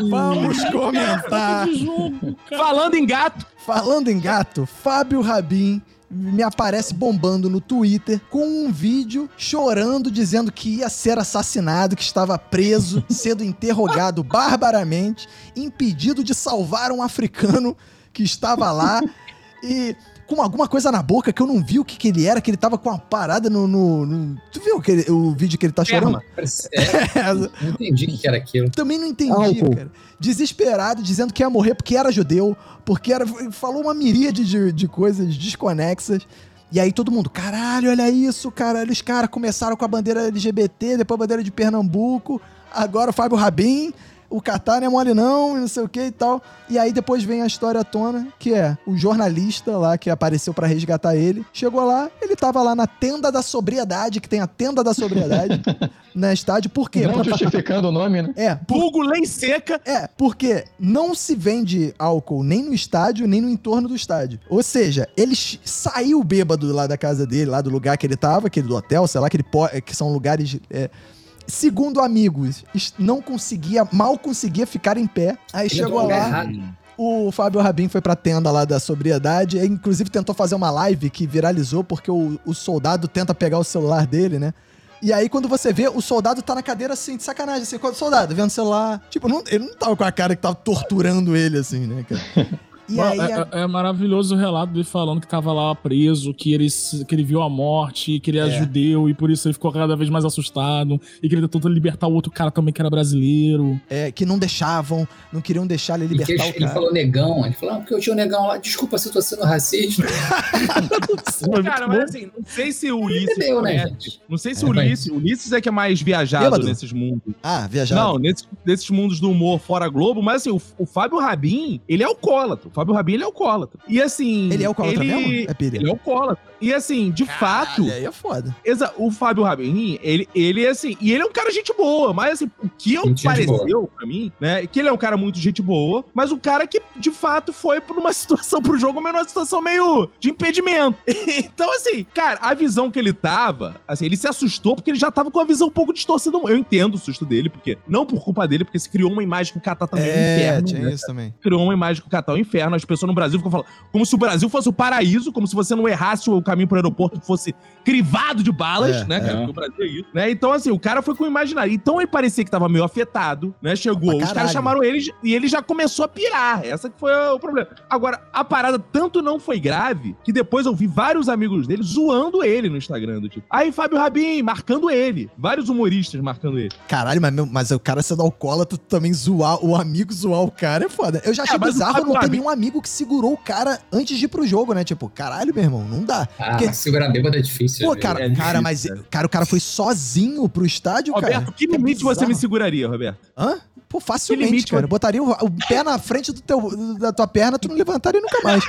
S1: Vamos comentar.
S4: Que jogo, cara.
S2: Falando em gato,
S1: Falando em gato, Fábio Rabin me aparece bombando no Twitter com um vídeo chorando dizendo que ia ser assassinado, que estava preso, sendo interrogado barbaramente, impedido de salvar um africano que estava lá e com alguma coisa na boca que eu não vi o que, que ele era, que ele tava com uma parada no... no- no- Tu viu que ele- o vídeo que ele tá chorando?
S6: É, não entendi o que era aquilo.
S1: Também não entendi,
S3: Álcool.
S1: cara. Desesperado, dizendo que ia morrer porque era judeu, porque era. Falou uma miríade de, de coisas desconexas. E aí todo mundo, caralho, olha isso, caralho. Os caras começaram com a bandeira LGBT, depois a bandeira de Pernambuco, agora o Fábio Rabin. o Catar não é mole não, e não sei o que e tal. E aí depois vem a história à tona, que é o jornalista lá que apareceu pra resgatar ele. Chegou lá, ele tava lá na tenda da sobriedade, que tem a tenda da sobriedade na estádio. Por quê?
S5: Não justificando o nome, né?
S1: É, por-
S2: Vulgo lei seca.
S1: é, porque não se vende álcool nem no estádio, nem no entorno do estádio. Ou seja, ele ch- saiu bêbado lá da casa dele, lá do lugar que ele tava, aquele do hotel, sei lá, que, ele po- que são lugares. é, segundo amigos, es- não conseguia, mal conseguia ficar em pé. Aí
S6: Ele
S1: chegou
S6: entrou no
S1: lá.
S6: lugar errado.
S1: O Fábio Rabin foi pra tenda lá da sobriedade. e, inclusive, tentou fazer uma live que viralizou porque o, o soldado tenta pegar o celular dele, né? E aí, quando você vê, o soldado tá na cadeira assim, de sacanagem, assim, quando o soldado vendo o celular. Tipo, não- ele não tava com a cara que tava torturando ele, assim, né, cara? E
S4: Mano,
S1: aí,
S4: é,
S1: a-
S4: é- é maravilhoso o relato dele falando que tava lá preso, que ele, se- que ele viu a morte, que ele é,
S1: É.
S4: judeu e por isso ele ficou cada vez mais assustado e que ele tentou libertar o outro cara também que era brasileiro.
S1: é, que não deixavam, não queriam deixar ele
S6: Porque
S1: libertar
S6: ele,
S1: o
S6: ele
S1: cara.
S6: falou negão, ele falou, ah, porque eu tinha um negão lá, desculpa se eu tô sendo racista.
S1: é
S2: Cara, mas assim, não sei se o Ulisses.
S6: Bebeu, né,
S2: conhece.
S6: gente?
S2: Não sei se
S6: É,
S2: o
S6: vai.
S2: Ulisses. Ulisses é que é mais viajado
S1: Bêbado.
S2: nesses mundos.
S1: Ah, viajar.
S2: Não, nesses, nesses mundos do humor fora Globo, mas assim, o, o Fábio Rabin, ele é alcoólatra. O Fábio Rabin, ele é alcoólatra. E assim.
S1: Ele é o colo
S2: ele...
S1: mesmo? É
S2: Ele é
S1: perigo.
S2: alcoólatra. E assim, de fato,
S1: aí é foda.
S2: exa- o Fábio Rabin, ele, ele é assim, e ele é um cara gente boa, mas assim, o que eu
S6: Muito gente
S2: pareceu pra mim, né, que ele é um cara muito gente boa, mas um cara que, de fato, foi pra uma situação, pro jogo, mas uma situação meio de impedimento. então, assim, cara, a visão que ele tava, assim, ele se assustou porque ele já tava com a visão um pouco distorcida. Eu entendo o susto dele, porque, não por culpa dele, porque se criou uma imagem que o Catar também é, um
S1: É,
S2: inferno, né?
S1: tinha isso também.
S2: criou uma imagem que o Catar é um inferno. As pessoas no Brasil ficam falando como se o Brasil fosse o paraíso, como se você não errasse o caminho pro aeroporto fosse crivado de balas,
S1: É,
S2: né, cara?
S5: é.
S2: Porque o Brasil é isso. Né? Então, assim, o cara foi com o imaginário. Então ele parecia que tava meio afetado, né? Chegou,
S1: Pra
S2: os
S1: caralho.
S2: caras chamaram ele e ele já começou a pirar. Essa que foi o problema. Agora, a parada tanto não foi grave que depois eu vi vários amigos dele zoando ele no Instagram. Do tipo, aí Fábio Rabin, marcando ele. Vários humoristas marcando ele.
S1: Caralho, mas, meu- mas o cara sendo alcoólatra tu também zoar, o amigo zoar o cara é foda. Eu já achei
S2: mas o
S1: bizarro
S2: Fábio
S1: não ter
S2: Rabin-
S1: nenhum amigo que segurou o cara antes de ir pro jogo, né? Tipo, caralho, meu irmão, não dá.
S6: Ah,
S1: Que-
S6: mas segurar bêbado é difícil.
S1: Pô,
S6: né?
S1: cara,
S2: é difícil,
S1: cara, mas cara, o cara foi sozinho pro estádio,
S2: Roberto,
S1: cara.
S2: que limite
S1: bizarro.
S2: você me seguraria, Roberto?
S1: Hã? Pô, facilmente,
S2: Que limite,
S1: cara.
S2: mano.
S1: Botaria o, o pé na frente do teu, da tua perna, tu não levantaria nunca mais.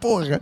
S1: Porra.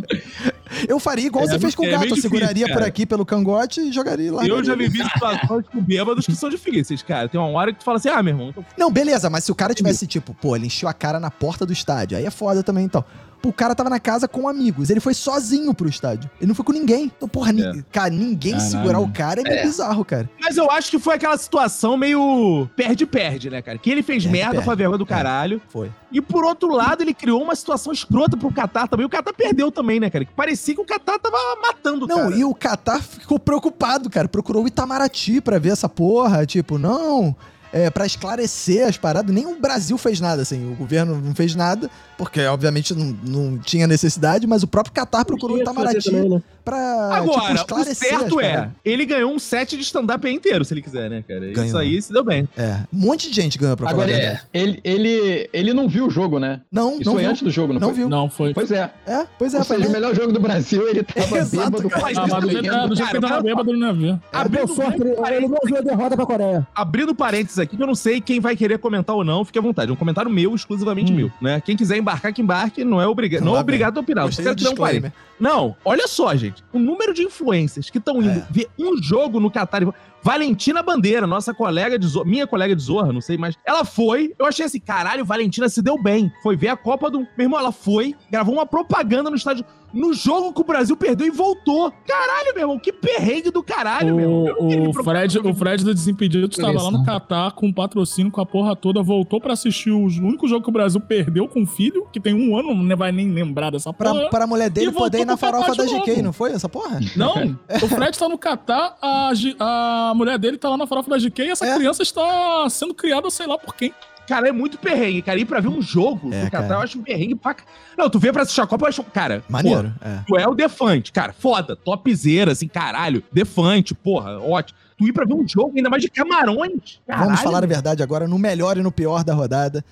S1: Eu faria igual
S2: É,
S1: você fez com o
S2: é
S1: gato.
S2: meio
S1: Eu seguraria
S2: difícil,
S1: por
S2: cara.
S1: aqui pelo cangote e jogaria lá.
S2: Eu já vivi situações com bêbados que são difíceis, cara. Tem uma hora que tu fala assim, ah, meu irmão, então
S1: Não, beleza, mas se o cara tivesse, tipo, pô, ele encheu a cara na porta do estádio, aí é foda também, então. Pô, o cara tava na casa com amigos, ele foi sozinho pro estádio. Ele não foi com ninguém. Então, porra, ni- cara, ninguém
S5: Caralho.
S1: segurar o cara é meio
S6: É.
S1: bizarro, cara.
S2: Mas eu acho que foi aquela situação meio perde-perde, né, cara? Que ele fez
S1: Perde,
S2: merda,
S1: perde.
S2: foi a vergonha do
S1: É.
S2: caralho.
S1: Foi.
S2: E por outro lado, ele criou uma situação escrota pro Catar também. O Catar perdeu também, né, cara? Que parecia que o Catar tava matando o
S1: Não,
S2: cara.
S1: e o Catar ficou preocupado, cara. Procurou o Itamaraty pra ver essa porra. Tipo, não. É, pra esclarecer as paradas, nem o Brasil fez nada, assim. O governo não fez nada, porque obviamente não, não tinha necessidade, mas o próprio Catar procurou o Itamaraty
S3: né?
S1: pra
S2: Agora,
S1: tipo,
S2: o
S1: esclarecer. as
S2: certo
S1: paradas.
S2: é, ele ganhou um set de stand-up aí inteiro, se ele quiser, né, cara?
S1: Ganhou.
S2: Isso aí se deu bem.
S1: É, um monte de gente ganha pra falar a
S5: Agora,
S6: é.
S1: verdade.
S5: Ele, ele, ele não viu o jogo, né?
S1: Não,
S5: Isso
S1: não
S5: foi
S1: viu.
S5: antes do jogo, não,
S1: Não
S5: foi?
S1: viu.
S4: Não, foi.
S5: Pois é.
S1: É, pois é,
S5: Ou
S1: foi
S5: seja, o melhor jogo do Brasil, ele tava
S1: Exato,
S5: bêbado.
S1: cara.
S5: quase
S4: Ah, mas do jeito
S5: morrendo.
S4: do jeito que ele tava
S2: Cara,
S4: bêbado, ele não ia
S3: É,
S4: ver.
S3: deu
S2: Abrindo,
S3: sorte,
S2: grande
S3: ele, ele
S2: parênteses,
S3: não viu a derrota pra Coreia.
S2: abrindo parênteses aqui, que eu não sei quem vai querer comentar ou não, fique à vontade. É um comentário meu, exclusivamente
S4: Hum.
S2: meu, né? Quem quiser embarcar, que embarque, não é, obriga não
S1: Lá
S2: é
S1: vem.
S2: obrigado a opinar. Se
S1: Gostei
S2: quiser
S1: do
S2: dar um parênteses.
S1: disclaimer.
S2: Não, olha só, gente. O número de influencers que estão indo
S1: É.
S2: ver um jogo no Catar. e- Valentina Bandeira, nossa colega de Zorra, minha colega de Zorra, não sei mais. Ela foi, eu achei assim, caralho, Valentina se deu bem. Foi ver a Copa do. Meu irmão, ela foi, gravou uma propaganda no estádio. No jogo que o Brasil perdeu e voltou. Caralho, meu irmão, que perrengue do caralho, meu irmão. Eu não queria
S4: O, o,
S2: pro-
S4: Fred, o Fred do Desimpedido
S6: Beleza,
S4: estava lá no
S6: né?
S4: Catar com patrocínio, com a porra toda, voltou pra assistir o único jogo que o Brasil perdeu com o filho, que tem um ano, não vai nem lembrar dessa porra.
S1: Pra, pra mulher dele
S4: E voltou
S1: poder ir na
S4: pro Catar
S1: farofa da
S4: de novo.
S1: GK, não foi essa porra?
S4: Não, o Fred tá no Catar, a, G- a mulher dele tá lá na farofa da GK e essa
S1: É.
S4: criança está sendo criada sei lá por quem.
S2: Cara, é muito perrengue, cara. Ir pra ver um jogo
S1: É,
S2: no Catar,
S1: cara.
S2: eu acho um perrengue pra. ca- Não, tu vê pra assistir a Copa, eu acho. Cara, pô,
S1: Maneiro, é.
S2: Tu é o Defante, cara, foda, topzera, assim, caralho, Defante, porra, ótimo. Tu ir pra ver um jogo ainda mais de camarões, caralho.
S1: Vamos falar a verdade agora no melhor e no pior da rodada.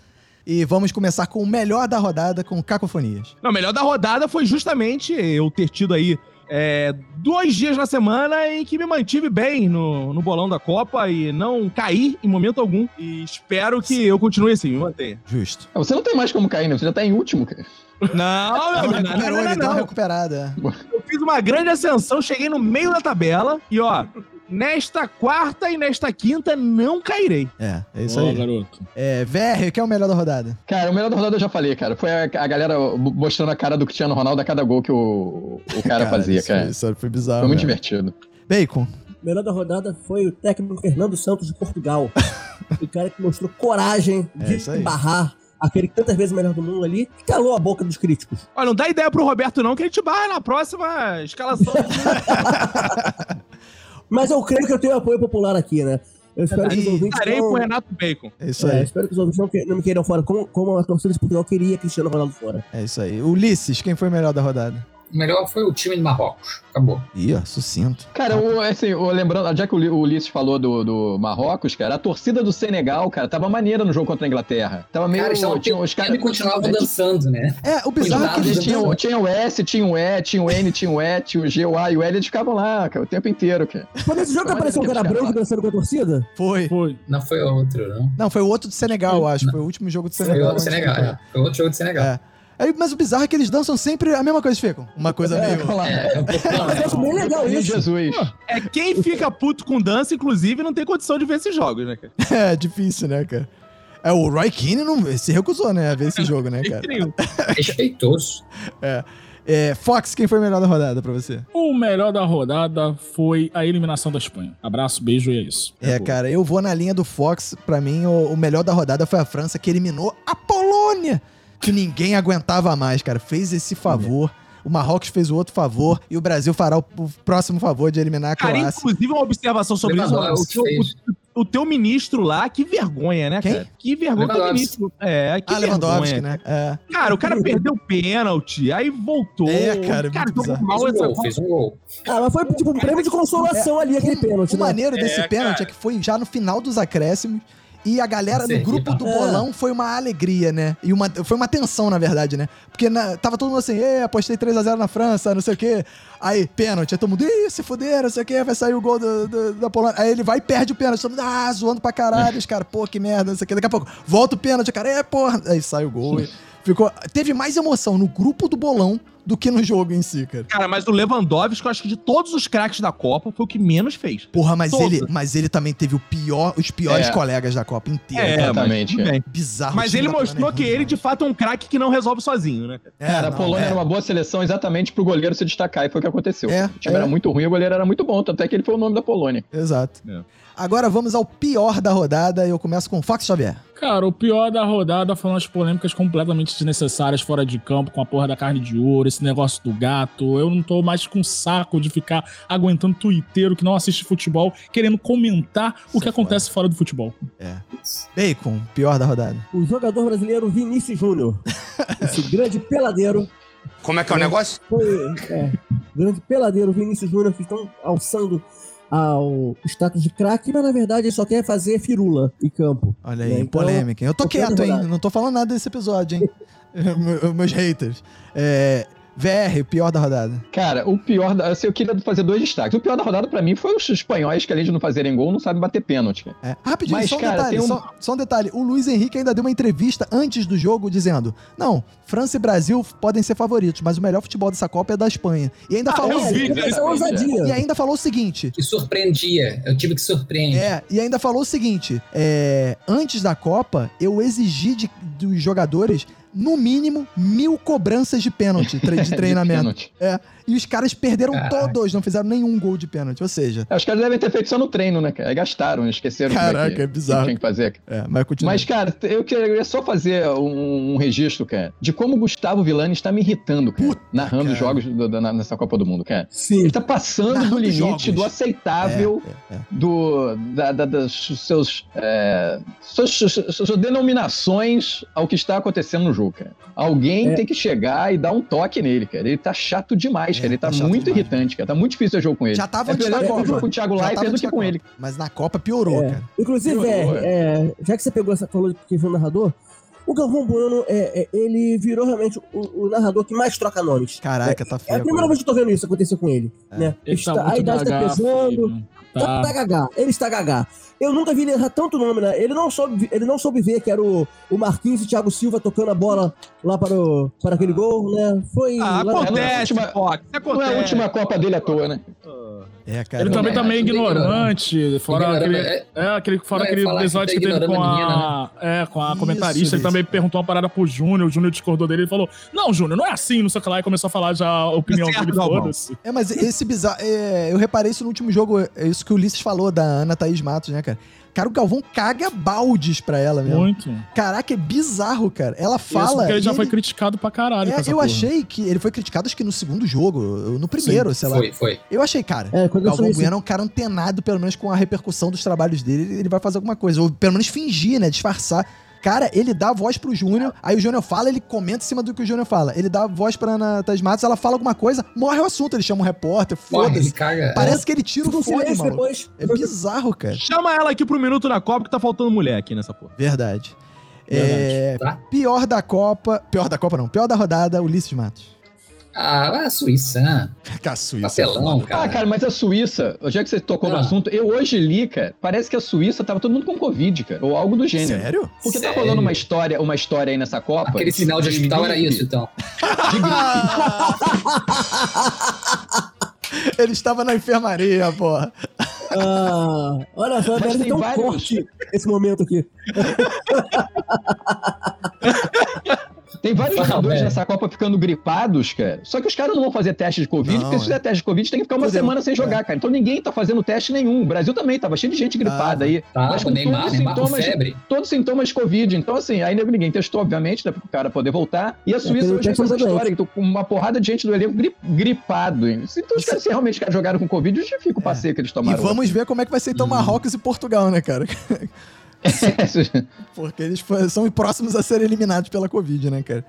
S1: E vamos começar com o melhor da rodada, com Cacofonias.
S2: Não, o melhor da rodada foi justamente eu ter tido aí É, dois dias na semana em que me mantive bem no, no bolão da Copa e não caí em momento algum. E espero que eu continue assim, me mantenha.
S1: Justo.
S5: Ah, Você não tem mais como cair, né? Você já tá em último, cara.
S2: Não, meu amigo, não,
S1: Recuperou,
S2: não,
S1: ele
S2: não,
S1: deu uma
S2: não.
S1: recuperada.
S2: Eu fiz uma grande ascensão, cheguei no meio da tabela e ó, nesta quarta e nesta quinta não cairei.
S1: É, é isso
S4: Ó,
S1: aí.
S4: garoto.
S1: É, VR, que é o melhor da rodada?
S5: Cara, o melhor da rodada eu já falei, cara. Foi a, a galera mostrando a cara do Cristiano Ronaldo a cada gol que o, o cara fazia,
S1: isso- né?
S5: cara.
S1: Isso foi bizarro.
S5: Foi muito
S1: mesmo.
S5: divertido.
S1: Bacon.
S3: O melhor da rodada foi o técnico Fernando Santos de Portugal. o cara que mostrou coragem
S1: É
S3: de
S1: isso aí.
S3: barrar aquele que tantas vezes o melhor do mundo ali, que calou a boca dos críticos.
S2: Olha, não dá ideia pro Roberto não, que ele te barra na próxima escalação.
S3: Mas eu creio que eu tenho apoio popular aqui, né? Eu espero que os
S1: E
S3: ouvintes
S2: Estarei
S3: não...
S2: pro Renato Bacon.
S1: É isso
S3: É, eu
S1: aí.
S3: espero que os ouvintes não, que- não me queiram fora, como, como a torcida de Portugal queria Cristiano Ronaldo fora.
S1: É isso aí. Ulisses, quem foi o melhor da rodada?
S6: O é, melhor foi o time de Marrocos. Acabou.
S1: Ih, ó, sucinto.
S5: Cara, o, assim, o- lembrando, já que o Li- o Ulisses falou do, do Marrocos, cara, a torcida do Senegal, cara, tava maneira no jogo contra a Inglaterra. Tava meio.
S6: Cara, eles estavam
S5: tinha, os
S6: Ele
S5: caras.
S6: continuava dançando, né?
S1: É, o bizarro é que eles
S6: Cuidado,
S5: Eles
S6: gente,
S1: tinham.
S5: tinham, tinha o S, tinha o E, tinha o N, tinha o E, tinha o G, o A e o L, eles ficavam lá, cara, o tempo inteiro, cara.
S3: Foi nesse jogo que apareceu um cara branco dançando com a torcida?
S1: Foi.
S4: Foi.
S6: Não foi outro, não.
S1: Não, foi o outro do Senegal, eu acho. Foi o último jogo do
S6: Foi
S1: Senegal.
S6: outro Senegal. é. Foi outro jogo de Senegal.
S1: É. Aí, mas o bizarro é que eles dançam sempre a mesma coisa, ficam. Uma coisa meio.
S5: Olha lá.
S6: É, é um pouco-
S3: Eu acho bem legal
S5: Meu
S3: isso.
S5: Jesus.
S2: É quem fica puto com dança, inclusive, não tem condição de ver esses jogos, né, cara?
S1: É, difícil, né, cara? É, o Roy Keane não, se recusou, né, a ver esse jogo, né, cara?
S2: Nenhum.
S6: respeitoso.
S1: É, Fox, quem foi o melhor da rodada pra você?
S4: O melhor da rodada foi a eliminação da Espanha. Abraço, beijo e é isso.
S1: É, cara, eu vou na linha do Fox. Pra mim, o, o melhor da rodada foi a França, que eliminou a Polônia, que ninguém aguentava mais, cara. Fez esse favor. O Marrocos fez o outro favor e o Brasil fará o o próximo favor de eliminar a
S2: Cara,
S1: Croácia.
S2: inclusive uma observação sobre isso. ó, O
S6: Lewandowski
S2: teu,
S6: fez.
S2: o- o teu ministro lá, que vergonha, né,
S1: Quem?
S2: cara? Que vergonha do
S6: Lewandowski.
S2: ministro. É, que
S1: Ah,
S2: vergonha.
S1: Lewandowski, né? É.
S2: Cara, o cara perdeu o pênalti, aí voltou.
S1: É, cara, é muito
S2: jogou
S1: bizarro.
S2: mal
S6: Fez um
S2: essa
S6: gol, fez um gol.
S3: Ah, mas foi
S2: É,
S3: tipo um prêmio de consolação ali, aquele pênalti,
S1: O
S3: né?
S1: maneiro desse pênalti é que foi já no final dos acréscimos. E a galera do
S6: Sim.
S1: grupo do
S3: É.
S1: bolão foi uma alegria, né? E uma, foi uma tensão, na verdade, né? Porque na- tava todo mundo assim, "Ê, apostei 3x0 na França, não sei o quê. Aí, pênalti. Aí todo mundo, ih, se fuderam, não sei o quê, vai sair o gol do- do- da Polônia. Aí ele vai e perde o pênalti. Todo mundo, ah, zoando pra caralho. Os caras, pô, que merda, não sei o quê. Daqui a pouco, volta o pênalti, cara, é, porra. Aí sai o gol. e ficou... Teve mais emoção no grupo do bolão do que no jogo em si, cara.
S2: Cara, mas o Lewandowski, eu acho que de todos os craques da Copa, foi o que menos fez.
S1: Porra, mas
S2: Todos.
S1: ele, mas ele também teve o pior, os piores
S5: É.
S1: colegas da Copa inteira.
S2: É,
S1: cara.
S5: Exatamente,
S2: Mas, tudo
S5: é.
S2: bem.
S1: Bizarro.
S2: Mas
S1: o time
S2: ele
S1: da Polônia
S2: mostrou
S1: é
S2: que
S1: ruim
S2: ele, de
S1: demais.
S2: fato, é um craque que não resolve sozinho, né? cara?
S1: É,
S5: Cara,
S1: não,
S5: a Polônia
S1: é.
S5: era uma boa seleção exatamente pro goleiro se destacar e foi o que aconteceu.
S1: É,
S5: o time
S1: é.
S5: era muito ruim, o goleiro era muito bom, tanto é que ele foi o nome da Polônia.
S1: Exato.
S2: É.
S1: Agora vamos ao pior da rodada e eu começo com Fox Xavier.
S4: Cara, o pior da rodada foram as polêmicas completamente desnecessárias fora de campo, com a porra da carne de ouro, esse negócio do gato. Eu não tô mais com saco de ficar aguentando tuiteiro que não assiste futebol, querendo comentar
S1: Isso
S4: o
S1: é
S4: que acontece fora do futebol.
S1: Bacon, pior da rodada.
S3: O jogador brasileiro Vinícius Júnior, esse grande peladeiro,
S7: Como é que é o negócio?
S3: foi é, grande peladeiro Vinícius Júnior que estão alçando ao status de craque, mas na verdade ele só quer fazer firula em campo.
S1: Olha
S3: E
S1: aí,
S3: aí, então,
S1: polêmica. hein? Eu tô
S3: o pior da
S1: quieto, hein?
S3: rodada.
S1: Não tô falando nada desse episódio, hein? Me- Meus haters. É, VR, o pior da rodada.
S5: Cara, o pior da. Assim, eu queria fazer dois destaques. O pior da rodada pra mim foi os espanhóis que, além de não fazerem gol, não sabem bater pênalti. cara.
S1: É, Rapidinho,
S5: Mas,
S1: só um
S5: cara,
S1: detalhe.
S5: tem um-
S1: Só, só um detalhe. O Luiz Henrique ainda deu uma entrevista antes do jogo dizendo: Não, França e Brasil podem ser favoritos, mas o melhor futebol dessa Copa é da Espanha. E ainda falou.
S3: É,
S1: "É
S2: eu vi,
S3: essa né? ousadia.
S1: E
S2: é.
S1: ainda falou o seguinte:
S6: Que surpreendia. É o time que surpreende.
S1: É, e ainda falou o seguinte: é, antes da Copa, eu exigi de- dos jogadores, no mínimo, mil cobranças de pênalti tre- de
S5: É, De
S1: treinamento.
S5: pênalti.
S1: e os caras perderam
S6: Caraca.
S1: todos, não fizeram nenhum gol de pênalti. Ou seja,
S5: É, os caras devem ter feito só no treino, né, cara? Aí gastaram, esqueceram como
S1: Caraca,
S5: que,
S1: é bizarro.
S5: que tinha que fazer. cara.
S1: é, mas continua.
S5: Mas, cara, eu queria só fazer um, um registro, cara, de como o Gustavo Villani está me irritando, cara, narrando os
S1: cara.
S5: jogos do- da- na- nessa Copa do Mundo, cara.
S3: Sim.
S5: Ele tá passando
S1: Narrando
S5: do limite
S1: jogos.
S5: do
S1: É,
S5: aceitável
S1: é, é.
S5: do, da, da- das seus, é, suas, suas- suas- suas denominações ao que está acontecendo no jogo, cara. Alguém
S3: É.
S5: tem que chegar e dar um toque nele, cara. Ele tá chato demais,
S1: É,
S5: cara. Ele tá,
S1: tá chato
S5: muito
S1: demais,
S5: irritante, cara. Tá muito difícil o jogo com ele.
S1: Já tava
S5: é
S1: antes da
S5: melhor ter um
S1: Copa.
S5: jogo com o Thiago
S1: Já tava
S5: Leifert do
S1: antes
S5: que
S1: da
S5: com
S1: Copa.
S5: ele.
S1: Inclusive, Mas na Copa piorou,
S3: É.
S1: cara.
S3: Inclusive,
S5: Piorou,
S3: é, é, já que você pegou essa falou de questão do narrador, O Galvão Bueno, é, é, ele virou realmente o, o narrador que mais troca nomes.
S1: Caraca, tá
S3: É a
S1: feio.
S3: primeira
S1: agora.
S3: vez que eu tô vendo isso acontecer com ele. Né?
S4: Ele
S3: Está-
S4: tá muito
S3: a idade tá
S4: gaga,
S3: pesando.
S4: filho.
S3: Tá.
S4: Tá.
S3: tá gagá, ele está gagá. Eu nunca vi ele errar tanto nome, né? Ele não soube, ele não soube ver que era o, o Marquinhos e o Thiago Silva tocando a bola lá para, o- para aquele gol, né? Foi.
S2: Ah,
S3: lá-
S2: acontece,
S5: última-
S2: Fox.
S5: Não é
S2: Acontece.
S5: a última Copa dele à toa, né?
S1: É, cara.
S4: Ele também
S1: é-
S4: tá meio
S6: Tudo
S4: ignorante, fora
S6: Ignorando-
S4: aquele,
S6: é,
S4: é, aquele, fora
S6: Não, eu ia
S4: aquele
S6: falar que
S4: episódio
S6: tá
S4: que, teve com
S6: ignorando
S4: a,
S6: a menina,
S4: é, com a
S1: Isso,
S4: comentarista, ele
S1: Vitor.
S4: também perguntou uma parada pro Júnior, o Júnior discordou dele, ele falou, não, Júnior, não é assim, não sei o que lá, e começou a falar já a opinião
S2: Tá certo,
S4: dele,
S2: Galvão.
S4: foda-se.
S1: É, mas esse bizarro. é, eu reparei isso no último jogo. É isso que o Ulisses falou da Ana Thaís Matos, né, cara? Cara, o Galvão caga baldes pra ela mesmo.
S4: Muito.
S1: Caraca, é bizarro, cara. Ela
S4: Isso,
S1: fala.
S4: porque ele já
S1: e
S4: foi
S1: ele-
S4: criticado pra caralho
S1: É,
S4: com essa
S1: eu
S4: porra.
S1: achei que ele foi criticado, acho que no segundo jogo, ou no primeiro, sei lá.
S6: foi, foi.
S1: Eu achei, cara.
S3: É, quando eu
S1: Galvão
S3: soube isso,
S1: Bueno é um cara antenado, pelo menos com a repercussão dos trabalhos dele, ele vai fazer alguma coisa. Ou pelo menos fingir, né? Disfarçar. Cara, ele dá a voz pro Júnior, aí o Júnior fala, ele comenta em cima do que o Júnior fala. Ele dá a voz pra Ana Thaís Matos, ela fala alguma coisa, morre o assunto, ele chama um repórter,
S6: Morre, É. ele
S1: foda-se.
S6: caga.
S1: Parece que ele tira
S3: ficou
S1: o
S3: um
S1: fone,
S3: silêncio
S1: mano.
S3: depois.
S1: É bizarro, cara.
S2: Chama ela aqui pro Minuto da Copa que tá faltando mulher aqui nessa porra.
S1: Verdade. É,
S6: Verdade, tá?
S1: Pior da Copa. Pior da Copa não, pior da rodada, Ulisses Matos.
S6: Ah, vai a Suíça. né?
S1: Caçuíça.
S6: Papelão,
S5: Ah,
S6: cara.
S5: cara, mas a Suíça, já que você tocou no
S6: Ah.
S5: assunto, eu hoje li, cara, parece que a Suíça tava todo mundo com Covid, cara, ou algo do gênero.
S1: Sério?
S5: Porque tá
S6: Sério?
S5: rolando uma história, uma história aí nessa Copa.
S6: Aquele sinal de hospital era
S5: gripe,
S6: isso, então.
S5: De gripe.
S1: Ah! ele estava na enfermaria, porra.
S3: Ah, olha só,
S5: Mas
S3: merece
S5: tem
S3: tão
S5: vários.
S3: forte esse momento aqui.
S5: Tem vários
S6: Fala,
S5: jogadores
S6: velho.
S5: nessa Copa ficando gripados, cara. Só que os caras não vão fazer teste de Covid,
S1: Não,
S5: porque
S6: é.
S5: se fizer teste de Covid tem que ficar uma
S6: um
S1: Fudeu.
S5: semana sem jogar, cara. Então ninguém tá fazendo teste nenhum. O Brasil também tava cheio de gente gripada aí.
S6: Tá,
S5: Mas
S6: o
S5: com
S6: Neymar,
S5: todos os
S6: Neymar com
S5: sintomas-
S6: febre.
S5: Todos sintomas de Covid. Então, assim, ainda ninguém testou, obviamente, né, pro cara poder voltar.
S1: É,
S5: E a Suíça
S3: tem
S5: hoje
S3: que
S5: fez essa
S3: fazer
S5: história, que tô com uma porrada de gente do elenco gri- gripado. hein. Se então, os caras se realmente cara, jogaram com Covid, justifica o
S1: É.
S5: passeio que eles
S1: E
S5: tomaram.
S1: vamos ver como é que vai ser então Marrocos e Portugal, né, cara? Porque eles fo- são próximos a serem eliminados pela Covid, né, cara?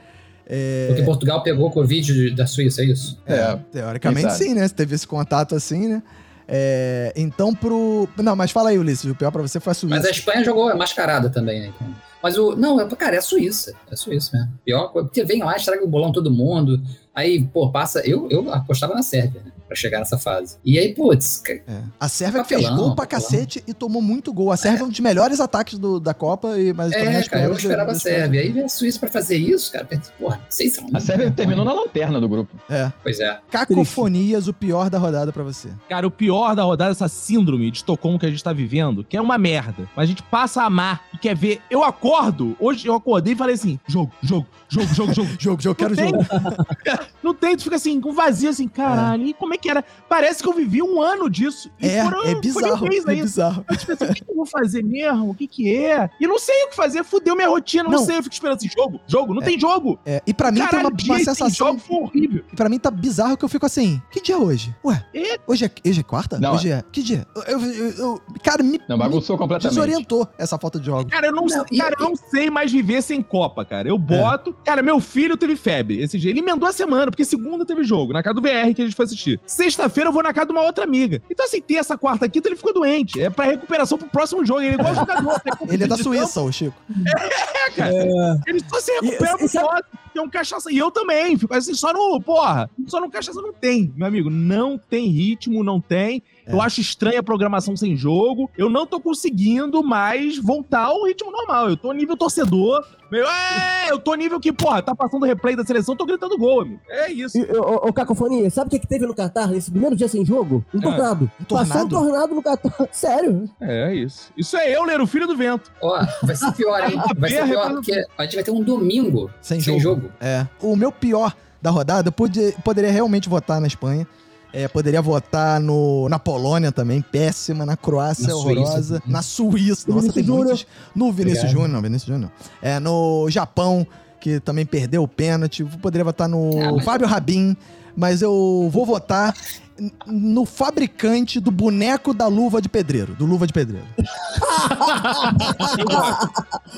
S1: É,
S6: Porque Portugal pegou Covid da Suíça, é isso?
S5: É.
S1: teoricamente
S5: Quem sabe?
S1: sim, né? Se teve esse contato assim, né? É, então pro... Não, mas fala aí, Ulisses. O pior pra você foi a Suíça.
S6: Mas a Espanha jogou mascarada também, né? Então. Mas o. Não, é, cara, é a Suíça. É a Suíça mesmo. Pior coisa. Porque vem lá, estraga o bolão todo mundo. Aí, pô, passa. Eu, eu apostava na Sérvia, né? Pra chegar nessa fase. E aí, putz, ca-
S1: É. A Sérvia que fez
S6: Papelão,
S1: gol pra
S6: papelão.
S1: cacete e tomou muito gol. A Sérvia é um dos melhores ataques do- da Copa, e, mas também
S6: é,
S1: as
S6: cara, eu
S1: piores da-
S6: esperava a
S1: das-
S6: Sérvia. Aí vem a Suíça pra fazer isso, cara. pensa, Porra, vocês são.
S5: A Sérvia terminou na lanterna do grupo.
S1: É.
S6: Pois é.
S1: Cacofonias, o pior da rodada pra você.
S2: Cara, o pior da rodada é essa síndrome de Estocolmo que a gente tá vivendo, que é uma merda. Mas a gente passa a amar e quer ver. Eu acordo, hoje eu acordei e falei assim: jogo, jogo, jogo, jogo, jogo.
S1: Jogo, jogo, quero
S2: tem.
S1: jogo.
S2: Não tem, tu fica assim, com vazio assim, caralho. E como é que era? Parece que eu vivi um ano disso. E
S1: É,
S2: foram-
S1: é
S2: foi
S1: bizarro,
S2: dez
S1: é
S2: ainda.
S1: bizarro.
S2: Assim, o que que eu vou fazer mesmo? O que que é? E não sei o que fazer, fudeu minha rotina, não,
S1: Não.
S2: sei. Eu fico esperando assim, jogo, jogo, não tem jogo.
S1: É, e pra mim tem
S2: Caralho,
S1: uma,
S2: dia
S1: uma
S2: tem
S1: sensação.
S2: jogo foi horrível.
S1: E pra mim tá bizarro que eu fico assim, que dia é hoje? Ué,
S2: É.
S1: hoje é, hoje é quarta?
S5: Não,
S1: hoje é. Que dia? Eu, eu- eu- cara, me,
S5: Não, bagunçou
S1: me
S5: completamente.
S1: desorientou essa falta de jogo.
S2: Cara, eu não,
S6: Não, e-
S2: cara,
S1: é-
S2: eu não sei mais viver sem Copa, cara. Eu boto. Cara, meu filho teve febre esse dia. Ele emendou a semana, porque segunda teve jogo, na casa do VR que a gente foi assistir. Sexta-feira eu vou na casa de uma outra amiga. Então, assim, terça, quarta, quinta, ele ficou doente. É pra recuperação pro próximo jogo. Ele é igual jogador. tá com
S1: Ele é da
S2: de
S1: Suíça, É. o Chico.
S2: tanto, cara.
S3: É,
S2: Ele só se recupera
S3: E-
S2: pro
S3: e sabe-
S2: próximo. Tem um cachaça. E eu também. Fico assim, só no. Porra, só no cachaça não tem, meu amigo. Não tem ritmo, não tem.
S1: É.
S2: Eu acho estranha a programação sem jogo. Eu não tô conseguindo mais voltar ao ritmo normal. Eu tô nível torcedor. Meu, é, eu tô nível que, porra, tá passando replay da seleção, tô gritando gol, amigo. É isso.
S3: E, ô, ô, ô, Cacofonia, sabe o que, que teve no Catar nesse primeiro dia sem jogo? Um
S2: Ah,
S3: tornado.
S1: um
S3: Passou
S1: tornado?
S3: um tornado no Catar. Sério?
S2: É isso. Isso é eu, ler o filho do vento.
S6: Ó, vai ser pior, hein? Vai ser pior, porque a gente vai ter um domingo
S1: Sem
S6: sem,
S1: jogo.
S6: jogo.
S1: É. O meu pior da rodada, eu pude- poderia realmente votar na Espanha. É, poderia votar no, na Polônia também, péssima, na Croácia,
S6: Na Suíça.
S1: horrorosa, na Suíça,
S3: No
S1: nossa, tem
S3: Vinícius Júnior.
S1: muitos. No Vinícius
S6: Obrigado.
S1: Júnior, não, Vinícius Júnior não. É, no Japão, que também perdeu o pênalti. Eu Poderia votar no
S6: Ah, mas-
S1: Fábio Rabin, mas eu vou votar n- no fabricante do boneco da luva de pedreiro, do luva de pedreiro.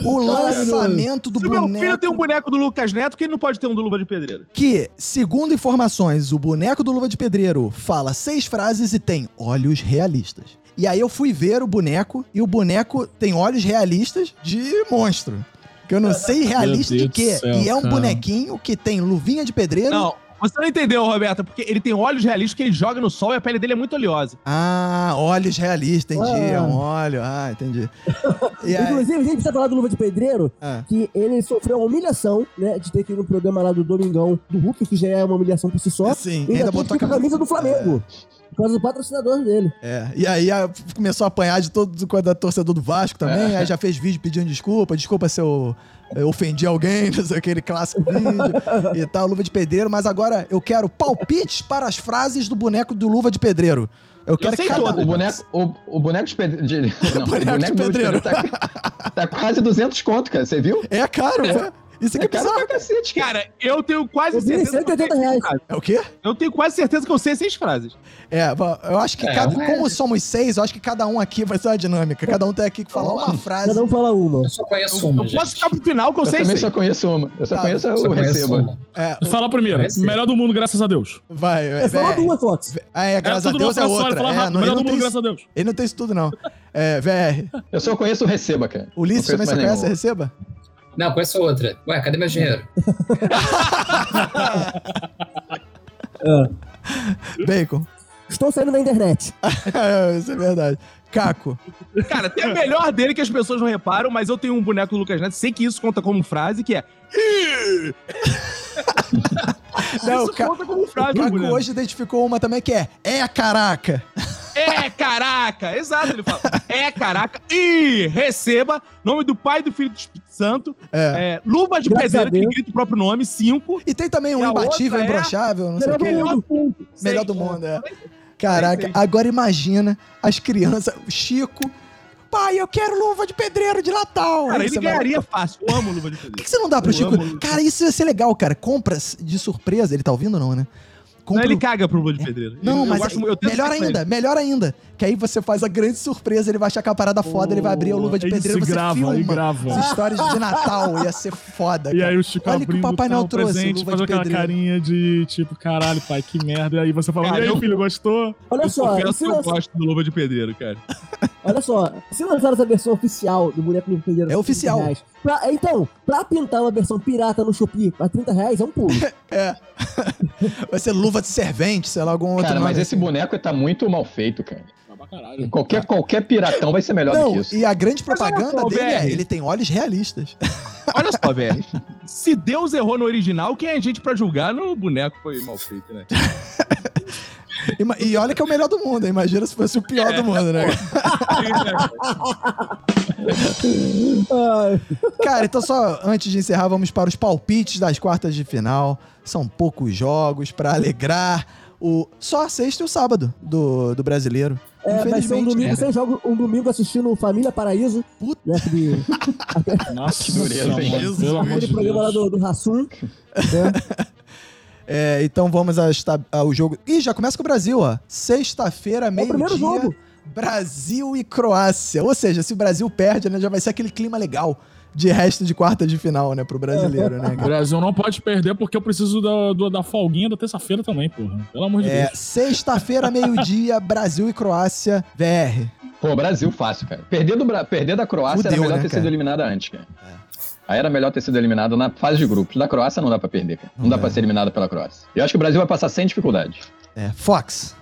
S1: o lançamento do
S2: Se meu filho
S1: boneco
S2: tem um boneco do Lucas Neto, que ele não pode ter um do Luva de Pedreiro.
S1: que, segundo informações, o boneco do Luva de Pedreiro fala seis frases e tem olhos realistas. E aí eu fui ver o boneco e o boneco tem olhos realistas de monstro. que eu não sei realista de
S4: Meu Deus
S1: quê.
S4: do céu,
S1: e é um
S4: cara.
S1: bonequinho que tem luvinha de pedreiro.
S2: Não, você não entendeu, Roberta, porque ele tem olhos realistas que ele joga no sol e a pele dele é muito oleosa.
S1: Ah, olhos realistas, entendi.
S3: Ah.
S1: É um óleo. Ah, entendi. E aí,
S3: Inclusive, a gente precisa falar do Luva de Pedreiro,
S1: ah,
S3: que ele sofreu a humilhação, né, de ter que ir no programa lá do Domingão do Hulk, que já é uma humilhação por si só.
S1: sim,
S3: E
S1: ainda
S3: ainda
S1: botou a
S3: teve que ir com a
S1: camisa.
S3: camisa do Flamengo. Por causa do patrocinador dele.
S1: É, e aí a- começou a apanhar de todo quando é torcedor do Vasco também, aí já fez vídeo pedindo desculpa, desculpa se eu, eu ofendi alguém, não sei, aquele clássico vídeo e tal, luva de pedreiro, mas agora eu quero palpites para as frases do boneco do luva de pedreiro. Eu quero
S2: sei
S1: cada...
S2: todas.
S5: O boneco, o, o boneco de pedreiro. Não, o
S1: Boneco de
S5: boneco de
S1: pedreiro.
S5: pedreiro tá, tá quase 200 conto, cara. Você viu?
S1: É caro, é. Isso aqui é
S5: É caro
S1: bizarro.
S5: pra cacete, cara.
S2: Cara, eu tenho quase
S3: Eu vi
S2: certeza. que eu
S3: 180
S2: sei
S3: reais.
S2: seis frases.
S1: É o quê?
S2: Eu tenho quase certeza que eu sei seis frases.
S1: É, bom, eu acho que
S5: É,
S1: cada,
S5: não é-
S1: como somos seis, eu acho que cada um aqui vai ser uma dinâmica. Cada um tem aqui que falar uma frase.
S3: Cada um fala uma.
S6: Eu só conheço
S2: Eu
S1: Hum,
S6: uma, gente.
S2: posso ficar pro final que eu,
S5: Eu
S2: sei
S5: também
S2: seis.
S5: só conheço uma. Eu só
S1: Tá,
S5: conheço
S6: Eu só
S5: o
S6: conheço
S5: Receba.
S6: uma.
S1: É,
S4: Fala primeiro.
S6: Parece.
S4: Melhor do mundo, graças a Deus.
S1: vai.
S3: É só uma
S1: véi.
S3: duas, Fox.
S1: Ah, é, graças a
S4: tudo
S1: Deus é
S4: uma frase só,
S1: outra.
S4: fala
S1: É,
S4: rápido.
S1: não, ele,
S4: melhor
S1: não
S4: do mundo,
S1: tem,
S4: graças a Deus.
S1: ele não tem isso tudo, não. É, VR.
S5: Eu só conheço o Receba, cara.
S1: Ulisses
S5: Não
S1: também você
S5: mais
S1: conhece,
S5: nenhum.
S1: receba?
S6: Não, conheço outra. Ué, cadê meu dinheiro?
S1: Bacon.
S3: Estou saindo da internet.
S1: É, isso é verdade. Caco.
S2: Cara, tem a melhor dele que as pessoas não reparam, mas eu tenho um boneco do Lucas Neto, sei que isso conta como frase, que é.
S1: Não,
S2: isso
S1: o Ca-
S2: conta como frase, do
S1: Caco
S2: boneco.
S1: hoje identificou uma também que é É caraca.
S2: É, caraca! Exato, ele fala. É, caraca. E receba, nome do Pai, do Filho e do Espírito Santo.
S1: É.
S2: É, Luba de
S3: Graças
S2: Peseiro,
S3: a
S2: que
S3: Deus.
S2: grita o próprio nome, cinco.
S1: E tem também um
S2: E a
S1: imbatível,
S2: outra é
S1: imbrochável, não sei o
S3: Melhor
S1: que.
S3: do mundo.
S1: Melhor
S2: Sei.
S1: do mundo, é.
S2: Sei,
S1: Caraca,
S2: sei.
S1: agora imagina as crianças, o Chico. Pai, eu quero luva de pedreiro de Natal.
S2: Cara,
S1: Aí
S2: ele
S1: você vai-
S2: ganharia fácil. Eu amo Luba de
S1: Por que,
S2: Peseiro.
S1: que você não dá pro
S2: Eu
S1: Chico?
S2: amo.
S1: Cara, isso ia ser legal, cara. Compras de surpresa. Ele tá ouvindo ou não, né?
S2: Não,
S1: Compra
S2: ele caga pro Luba de Pedreiro.
S1: Não,
S2: eu,
S1: mas é
S2: eu gosto, eu tento
S1: melhor
S2: fazer
S1: ainda, melhor ainda. Que aí você faz a grande surpresa, ele vai achar que é uma parada foda, ele vai abrir a luva de
S4: Ele
S1: pedreiro e
S4: se
S1: você
S4: grava,
S1: filma.
S4: ele grava.
S1: As histórias de Natal ia ser foda,
S4: E
S1: cara.
S4: aí o Chico
S1: Olha que o
S4: abrindo
S1: Papai Noel
S4: tá, um
S1: trouxe,
S4: presente,
S1: luva
S4: faz
S1: de
S4: aquela
S1: pedreiro.
S4: carinha de tipo, caralho, pai, que merda. E aí você fala,
S2: Cara,
S4: e aí,
S2: eu-
S4: filho, gostou?
S3: Olha
S2: Eu
S3: só,
S2: confesso
S3: se
S2: que eu
S3: lança-
S2: gosto do Luba de Pedreiro, cara.
S3: olha só, se lançar essa versão oficial do Boneco Luva de Pedreiro.
S1: É
S3: a
S1: oficial.
S3: 30 reais, pra- então, pra pintar uma versão pirata no Shopee a 30 reais é um pulo.
S1: Vai ser luva de servente, sei lá, algum outro
S5: Cara,
S1: nome.
S5: mas esse boneco tá muito mal feito, cara.
S4: Tá Caralho.
S5: Qualquer, qualquer piratão vai ser é melhor do que
S1: Tá. Não,
S5: isso.
S1: e a grande
S2: Mas olha
S1: propaganda
S2: só,
S1: dele é,
S2: BR.
S1: ele tem olhos realistas.
S2: Olha só, velho. Se Deus errou no original, quem é a gente pra julgar no boneco foi mal feito, né?
S1: Ima- E, olha que é o melhor do mundo, hein? imagina se fosse o pior do mundo, né?
S3: Ah,
S1: Cara, então só antes de encerrar, vamos para os palpites das quartas de final. São poucos jogos pra alegrar o só a sexta e o sábado do, do brasileiro.
S3: é, vai ser um domingo,
S1: né?
S3: você joga um domingo assistindo Família Paraíso,
S1: Puta.
S3: né, aquele,
S4: Nossa, que
S5: dureza, hein?
S1: Jesus.
S4: Pelo amor
S3: aquele
S4: de
S3: programa lá
S4: Deus.
S3: do, do Hassum.
S1: É, então vamos às tab- ao jogo. Ih, já começa com o Brasil, ó. Sexta-feira,
S3: É o primeiro
S1: meio-dia,
S3: jogo.
S1: Brasil e Croácia. Ou seja, se o Brasil perde, né, já vai ser aquele clima legal de resto de quarta de final, né, pro brasileiro, né,
S4: O
S1: cara?
S4: Brasil não pode perder porque eu preciso da, do- da folguinha da terça-feira também, porra. Pelo amor de
S1: É,
S4: Deus.
S1: sexta-feira, meio-dia, Brasil e Croácia, VR.
S5: Pô, Brasil fácil, cara. Perder, do, Bra- perder da Croácia
S1: Fudeu,
S5: era melhor
S1: né,
S5: ter
S1: cara? É.
S5: sido eliminada antes, cara. Aí era melhor ter sido eliminada na fase de grupos. Da Croácia não dá pra perder, cara. Não,
S1: Não
S5: dá
S1: dá.
S5: pra ser eliminada pela Croácia. Eu acho que o Brasil vai passar sem dificuldade.
S1: É, Fox.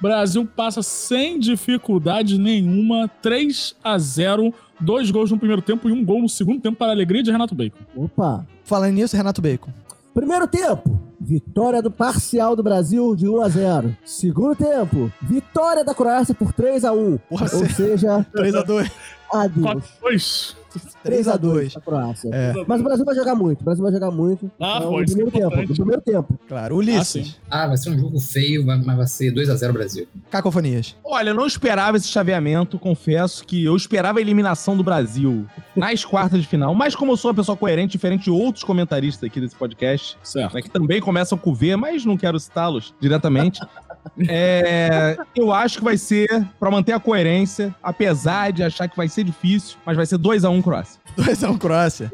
S4: Brasil passa sem dificuldade nenhuma, 3 a 0 dois gols no primeiro tempo e um gol no segundo tempo para a alegria de Renato Bacon.
S3: Opa.
S1: Falando nisso, Renato Bacon.
S3: Primeiro tempo, vitória do parcial do Brasil de 1 a 0. Segundo tempo, vitória da Croácia por 3 a 1.
S1: Porra,
S3: Ou
S1: você-
S3: seja,
S1: 3x2.
S4: um.
S3: adeus.
S4: 4 2
S1: 3x2.
S3: da Croácia.
S1: É.
S3: Mas o Brasil vai jogar muito, o Brasil vai jogar muito.
S4: Ah,
S3: Então,
S4: foi,
S3: no
S4: isso que é
S3: primeiro tempo,
S4: importante.
S3: no primeiro tempo.
S1: Claro,
S4: Ah,
S1: Ulisses.
S4: sim.
S6: Ah, vai ser um jogo feio, mas mas vai ser 2x0 Brasil.
S1: Cacofonias.
S2: Olha, eu não esperava esse chaveamento, confesso que eu esperava a eliminação do Brasil nas quartas de final, mas como eu sou uma pessoa coerente, diferente de outros comentaristas aqui desse podcast,
S4: Certo.
S2: né, que também começam com V, mas não quero citá-los diretamente, é, eu acho que vai ser, pra manter a coerência, apesar de achar que vai ser difícil, mas vai ser 2x1 Croácia.
S1: 2x1 Croácia.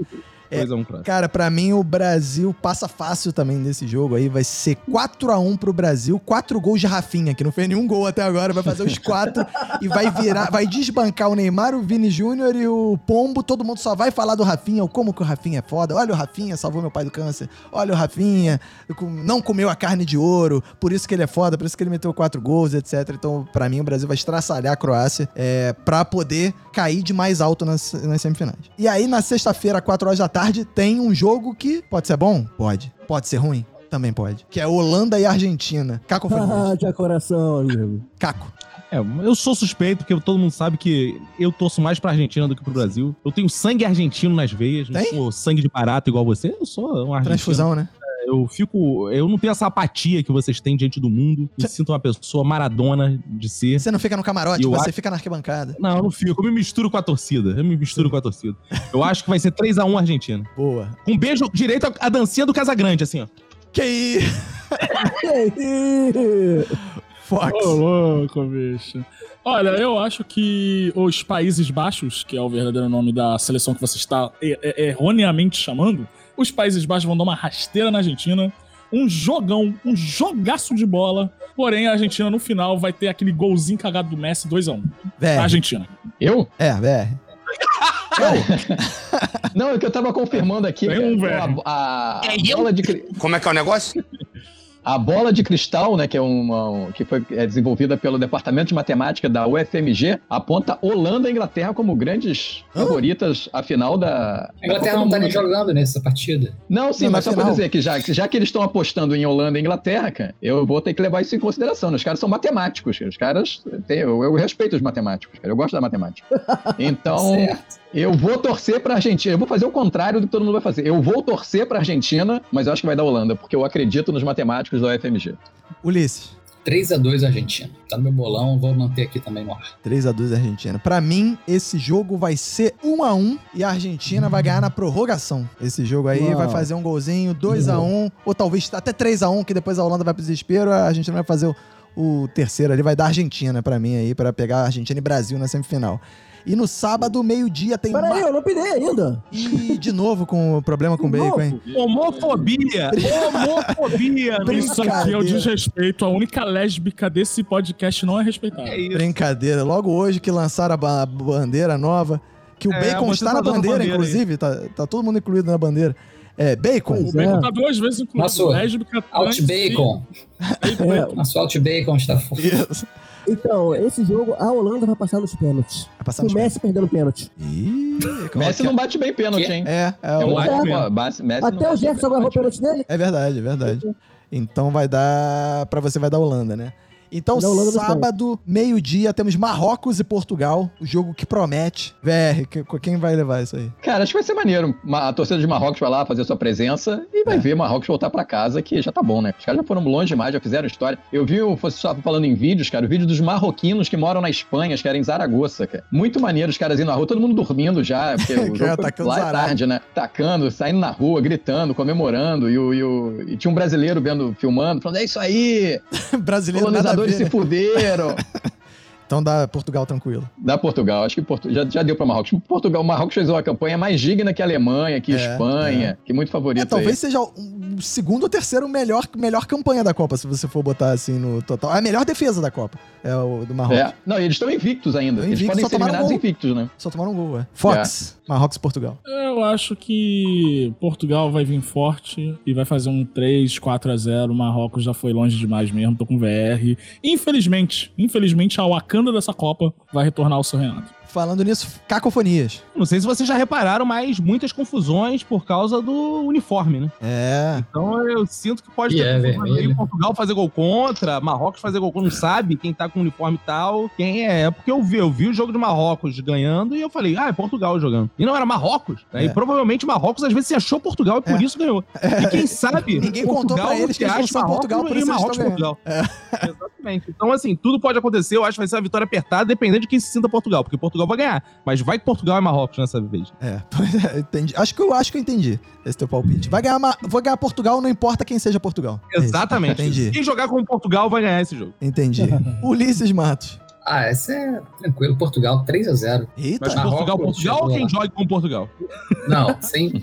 S2: 3x1 pra.
S1: Cara, pra mim o Brasil passa fácil também nesse jogo aí. Vai ser 4x1 pro Brasil, 4 gols de Rafinha, que não fez nenhum gol até agora, vai fazer os 4 e vai virar, vai desbancar o Neymar, o Vini Júnior e o Pombo. Todo mundo só vai falar do Rafinha, o como que o Rafinha é foda. Olha o Rafinha, salvou meu pai do câncer. Olha o Rafinha, com- não comeu a carne de ouro, por isso que ele é foda, por isso que ele meteu 4 gols, etc. Então, pra mim, o Brasil vai estraçalhar a Croácia é, pra poder cair de mais alto nas, nas semifinais. E aí, na sexta-feira, 4 horas da tarde, tem um jogo que pode ser bom? Pode. Pode ser ruim? Também pode. Que é Holanda e Argentina. Cacofonia.
S3: Ah, tinha coração, amigo.
S1: Caco.
S2: É, eu sou suspeito, porque todo mundo sabe que eu torço mais pra Argentina do que pro Brasil. Eu tenho sangue argentino nas veias, não
S1: Tem?
S2: sou sangue de barato igual você. Eu sou um argentino.
S1: Transfusão, né?
S2: Eu fico. Eu não tenho essa apatia que vocês têm diante do mundo. Me sinto uma pessoa maradona de ser.
S1: Você não fica no camarote,
S2: Eu
S1: você fica na arquibancada.
S2: Não, eu não fico. Eu me misturo com a torcida. Eu me misturo com a torcida. Eu acho que vai ser 3x1 Argentina.
S1: Boa.
S2: Com beijo direito à à dancinha do Casagrande, assim, ó.
S1: Que aí, Fox.
S4: Ô, louco, bicho. Olha, eu acho que os Países Baixos, que é o verdadeiro nome da seleção que você está e- e- erroneamente chamando, os Países Baixos vão dar uma rasteira na Argentina. Um jogão, um jogaço de bola. Porém, a Argentina no final vai ter aquele golzinho cagado do Messi 2x1. A
S1: VR.
S4: Argentina.
S5: Eu?
S1: É, VR.
S5: Não, é que eu tava confirmando aqui.
S4: Tem um,
S5: cara.
S4: velho.
S5: A, a bola de, cri-
S7: Como é que é o negócio?
S5: A bola de cristal, né, que é uma um- que foi é desenvolvida pelo Departamento de Matemática da UFMG, aponta Holanda e Inglaterra como grandes favoritas à final da
S6: A Inglaterra não tá nem jogando nessa partida.
S5: Não, sim,
S1: Não,
S5: mas
S1: na
S5: só pra
S1: final.
S5: dizer que já, já que eles estão apostando em Holanda e Inglaterra, cara, eu vou ter que levar isso em consideração. né? Os caras são matemáticos, cara. os caras têm- eu, eu respeito os matemáticos, cara. Eu gosto da matemática. Então,
S6: Certo.
S5: eu vou torcer pra Argentina. Eu vou fazer o contrário do que todo mundo vai fazer. Eu vou torcer pra Argentina, mas eu acho que vai dar Holanda, porque eu acredito nos matemáticos da UFMG.
S1: Ulisses.
S6: 3x2 Argentina. Tá no meu bolão, vou manter aqui também no ar.
S1: 3x2 Argentina. Pra mim, esse jogo vai ser 1x1 e a Argentina vai ganhar na prorrogação. Esse jogo aí
S3: Uau.
S1: vai fazer um golzinho, 2x1, ou talvez até 3x1, que depois a Holanda vai pro desespero, a Argentina vai fazer o, o terceiro ali, vai dar Argentina pra mim aí, pra pegar Argentina e Brasil na semifinal. E no sábado, meio-dia, tem uma...
S3: Peraí, eu não pirei ainda.
S1: E de novo com o problema com o
S3: De
S1: bacon,
S3: novo?
S1: hein?
S2: Homofobia! Homofobia! né? meu
S1: Brincadeira.
S4: Isso aqui é o desrespeito. A única lésbica desse podcast não é respeitada.
S2: É isso.
S1: Brincadeira. Logo hoje que lançaram a ba- bandeira nova, que o
S2: É,
S1: bacon
S2: você
S1: está
S2: tá
S1: na
S2: dando
S1: bandeira,
S2: bandeira aí.
S1: inclusive, tá, tá todo mundo incluído na bandeira. É, bacon.
S4: O
S3: Pois
S4: bacon
S3: é.
S4: tá duas vezes incluído.
S6: Nosso
S4: lésbica,
S6: Out
S4: trans,
S6: Bacon.
S4: e preto.
S6: Nosso Out Bacon está fora.
S1: Isso.
S3: É, Então, esse jogo, a Holanda vai passar nos pênaltis.
S1: Vai passar
S3: Com
S1: nos
S3: o Messi perdendo pênalti.
S1: Ih, como é
S5: Messi
S1: que é?
S5: não bate bem pênalti,
S6: Quê?
S5: hein?
S1: É, é,
S5: Eu
S1: o-
S5: acho
S3: acho
S5: que
S2: mesmo.
S5: Messi não
S3: Até o
S5: bate
S3: Jefferson
S5: bem,
S3: agarrou o
S5: bate bem.
S3: pênalti dele.
S1: é verdade, é verdade. Então vai dar. Pra você vai dar Holanda, né? Então,
S3: Dá Holanda no
S1: sábado, meio-dia, temos Marrocos e Portugal. O jogo que promete. VR, que- quem vai levar isso aí?
S5: Cara, acho que vai ser maneiro. Ma- A torcida de Marrocos vai lá fazer sua presença e vai ver Marrocos voltar pra casa, que já tá bom, né? Os caras já foram longe demais, já fizeram história. Eu vi, o Fosse só falando em vídeos, cara, o vídeo dos marroquinos que moram na Espanha, os caras em Zaragoza, cara. Muito maneiro, os caras indo na rua, todo mundo dormindo já, porque o
S1: Cara,
S5: jogo foi
S1: tacando
S5: lá é
S1: zaralho.
S5: tarde, né? Tacando, saindo na rua, gritando, comemorando, e, o- e o- e tinha um brasileiro vendo, filmando, falando, é isso aí,
S1: Brasileiro nada a ver,
S5: colonizadores se
S1: né?
S5: fuderam.
S1: Então dá Portugal tranquilo.
S5: Da Portugal, acho que Portu- já, já deu para Marrocos. Portugal, Marrocos fez uma campanha mais digna que a Alemanha, que
S1: É,
S5: Espanha, que muito favorito.
S1: É, talvez seja o o segundo ou terceiro melhor, melhor campanha da Copa, se você for botar assim no total. A melhor defesa da Copa é o do
S5: aí.
S1: Marrocos.
S5: É. Não, e eles estão invictos ainda.
S1: Invictos,
S5: eles podem
S1: só
S5: ser
S1: tomaram
S5: eliminados
S1: gol.
S5: invictos, né?
S1: Só tomaram um gol, é. Fox, Marrocos e Portugal.
S4: Eu acho que Portugal vai vir forte e vai fazer um 3, 4 a 0. O Marrocos já foi longe demais mesmo, tô com VR. Infelizmente, infelizmente a Wakanda dessa Copa vai retornar ao seu reinado.
S1: Falando nisso, cacofonias.
S2: Não sei se vocês já repararam, mas muitas confusões por causa do uniforme, né?
S1: É.
S2: Então eu sinto que pode
S6: E é
S2: confusão aí,
S6: vermelho.
S2: Portugal fazer gol contra, Marrocos fazer gol contra, não sabe quem tá com uniforme e tal, quem é. É Porque eu vi, eu vi o jogo de Marrocos ganhando e eu falei, ah, é Portugal jogando. E não era Marrocos. né?
S1: É.
S2: E provavelmente Marrocos às vezes se achou Portugal e por
S1: É.
S2: isso ganhou. E quem sabe.
S1: Ninguém contou pra eles que
S2: se
S1: eles não
S2: acha
S1: são Portugal, por
S2: e
S1: isso eles É.
S2: Marrocos
S1: estão
S2: Portugal. Exatamente. Então, assim, tudo pode acontecer. Eu acho que vai ser uma vitória apertada, dependendo de quem se sinta Portugal, porque Portugal vai ganhar. Mas vai que Portugal é Marrocos nessa vez.
S1: É, pois é, entendi. Acho que eu acho que eu entendi esse teu palpite. Vai ganhar, Ma- vou ganhar Portugal, não importa quem seja Portugal. É isso.
S2: Exatamente.
S1: Entendi.
S2: Quem jogar como Portugal vai ganhar esse jogo.
S1: Entendi. Ulisses Matos.
S6: Ah, essa é tranquilo. Portugal, 3x0.
S1: Eita,
S2: Mas
S6: Marrocos
S2: Portugal, Portugal ou
S6: chegou
S2: quem
S6: lá.
S2: joga com Portugal?
S6: Não, sem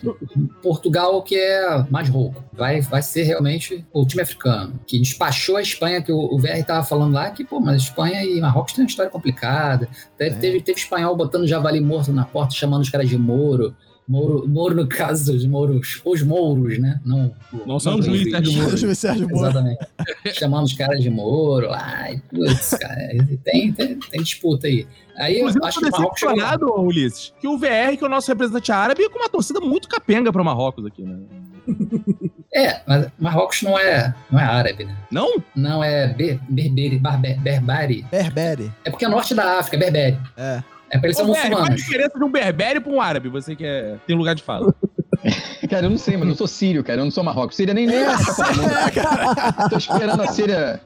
S6: Portugal que é mais rouco. Vai, vai ser realmente o time africano, que despachou a Espanha, que o, o VR tava falando lá, que, pô, mas Espanha e Marrocos tem uma história complicada. Teve,
S1: É.
S6: teve, teve espanhol botando javali morto na porta, chamando os caras de Moro. Moro, Moro no caso, os mouros, os mouros, né? Não,
S2: Não são os juízes, né, de Moro.
S1: Juiz Sérgio Moro.
S6: Exatamente. Chamando os caras de Moro. Ai, putz, cara. Tem, tem, tem disputa aí. Aí eu
S2: Inclusive, eu
S6: acho
S2: tô
S6: que o Marrocos chegou lá.
S2: decepcionado, Ulisses, que o VR, que é o nosso representante árabe, é com uma torcida muito capenga pra Marrocos aqui, né?
S6: É, mas Marrocos não é, não é árabe, né?
S2: Não?
S6: Não, é ber, berbere, barbe, berbere.
S1: Berbere.
S6: É porque é norte da África, é berbere.
S1: É.
S6: É pra eles
S2: Ô,
S6: são
S2: VR, qual a
S6: muçulmanos.
S2: diferença de um berbere pra um árabe? Você que é- tem lugar de fala.
S5: Cara, eu não sei, mas eu sou sírio, cara. Eu não sou Marrocos. Síria nem nem é essa Copa do Mundo. Tô esperando a Síria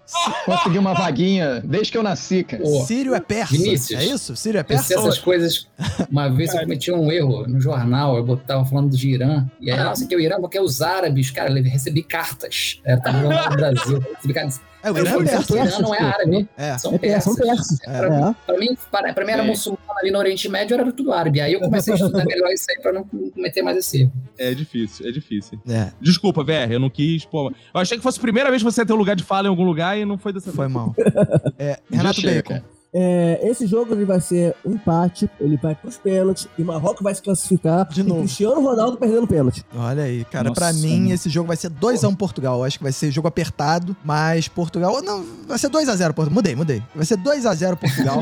S5: conseguir uma vaguinha desde que eu nasci, cara.
S6: Pô,
S1: Sírio é persa.
S6: Vinícius.
S1: É isso? Sírio é persa?
S6: Pensei essas coisas. Uma vez eu cometi um erro no jornal, eu botava falando de Irã. E
S2: Ah.
S6: aí, nossa, que é o Irã, porque é os árabes, cara, eu recebi cartas. É, tava lá no Brasil. Recebi cartas.
S1: É, o
S6: Eu
S1: Irã é
S6: fui dizer
S1: persa.
S6: que o Irã não é árabe,
S1: É.
S6: são
S3: É persa, são persas.
S6: persas.
S1: É.
S3: É.
S6: Pra mim, para, pra mim era
S5: É.
S6: muçulmano ali no Oriente Médio, era tudo árabe. Aí eu comecei a estudar melhor isso aí pra não cometer mais esse erro.
S2: É difícil, é difícil.
S1: É,
S2: Desculpa, VR, eu não quis, pô. Eu achei que fosse a primeira vez que você ia ter um lugar de fala em algum lugar e não foi dessa
S1: foi
S2: vez.
S1: mal. É,
S5: Já
S1: Renato
S5: chega,
S1: Bacon.
S5: cara.
S3: É, esse jogo ele vai ser um empate, ele vai pros pênaltis, e Marrocos vai se classificar.
S1: De novo.
S3: E Cristiano Ronaldo perdendo pênalti.
S1: Olha aí, cara,
S4: Nossa,
S1: pra mim
S4: mano.
S1: esse jogo vai ser 2x1 Portugal. Eu acho que vai ser jogo apertado, mas Portugal. Não, vai ser 2x0 Portugal. Mudei, mudei. Vai ser 2x0 Portugal.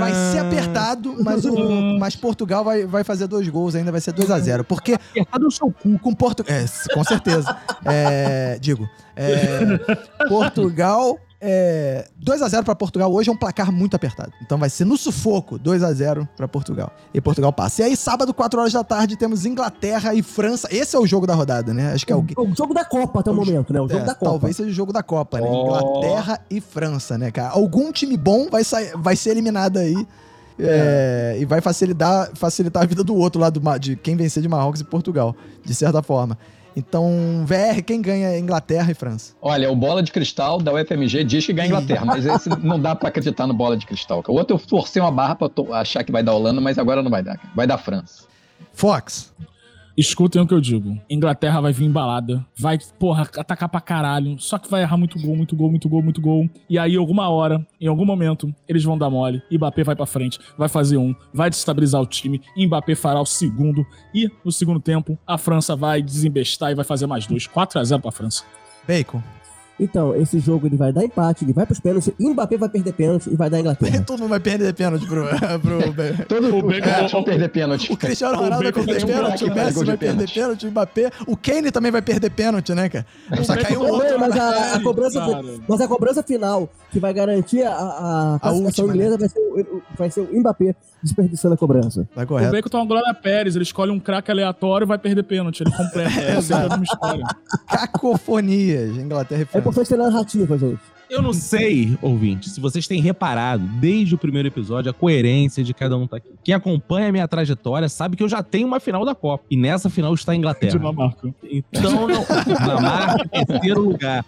S1: Vai ser apertado, mas, o, mas Portugal vai, vai fazer dois gols ainda, vai ser 2x0. Porque
S2: Apertado o seu cu.
S1: com Portugal. É, com certeza. É, digo. é, Portugal. É, 2x0 pra Portugal hoje é um placar muito apertado. Então vai ser no sufoco 2x0 pra Portugal. E Portugal passa. E aí, sábado, 4 horas da tarde, temos Inglaterra e França. Esse é o jogo da rodada, né? Acho que é o,
S3: O jogo da Copa até o
S1: O
S3: momento, né? O jogo
S1: é,
S3: da Copa.
S1: Talvez seja o jogo da Copa, né?
S2: Ó.
S1: Inglaterra e França, né, cara? Algum time bom vai, sair, vai ser eliminado aí. é, e vai facilitar, facilitar a vida do outro lá do, Ma- de quem vencer de Marrocos e Portugal, de certa forma. Então, VR, quem ganha é Inglaterra e França.
S5: Olha, o Bola de Cristal da UFMG diz que ganha a Inglaterra, mas esse não dá pra acreditar no Bola de Cristal. cara. O outro eu forcei uma barra pra to- achar que vai dar Holanda, mas agora não vai dar. cara. Vai dar França.
S1: Fox.
S4: Escutem o que eu digo. Inglaterra vai vir embalada. Vai, porra, atacar pra caralho. Só que vai errar muito gol, muito gol, muito gol, muito gol. E aí, alguma hora, em algum momento, eles vão dar mole. E Mbappé vai pra frente, vai fazer um, vai destabilizar o time. E Mbappé fará o segundo. E no segundo tempo, a França vai desembestar e vai fazer mais dois. 4 a 0 pra França.
S1: Bacon.
S3: Então, esse jogo ele vai dar empate, ele vai pros pênaltis, Mbappé vai perder pênalti e vai dar Inglaterra.
S1: Todo mundo vai perder pênalti pro. pro
S5: Todo
S4: O
S5: o
S4: Bacon-
S5: Bacon vão perder pênalti.
S1: o Cristiano Ronaldo vai
S4: Bacon
S1: perder
S5: tem um
S1: pênalti, o
S5: moleque que
S1: Messi
S5: pegou de
S1: vai perder
S5: pênalti.
S1: pênalti, o Mbappé. O Kane também vai perder pênalti, né, cara? Só
S4: Bacon
S1: caiu
S4: também,
S1: outro. né?
S3: mas, a, a
S4: Caralho,
S3: cobrança,
S4: cara.
S3: mas a cobrança final, que vai garantir a, a
S1: última,
S3: classificação
S1: né?
S3: inglesa, vai, ser, o- o- vai ser o Mbappé desperdiçando a cobrança.
S1: Vai
S4: O
S1: correto.
S4: Bacon tá uma Glória Pérez, ele escolhe um craque aleatório e vai perder pênalti. Ele completa. Essa é a mesma história.
S1: Cacofonias, Inglaterra e
S3: É
S1: França.
S3: importante ter narrativa, gente.
S2: Eu não sei, ouvinte, se vocês têm reparado desde o primeiro episódio a coerência de cada um tá aqui. Quem acompanha a minha trajetória sabe que eu já tenho uma final da Copa. E nessa final está a
S1: É.
S2: Inglaterra.
S4: Dinamarca.
S2: Então, não. Dinamarca, em terceiro lugar.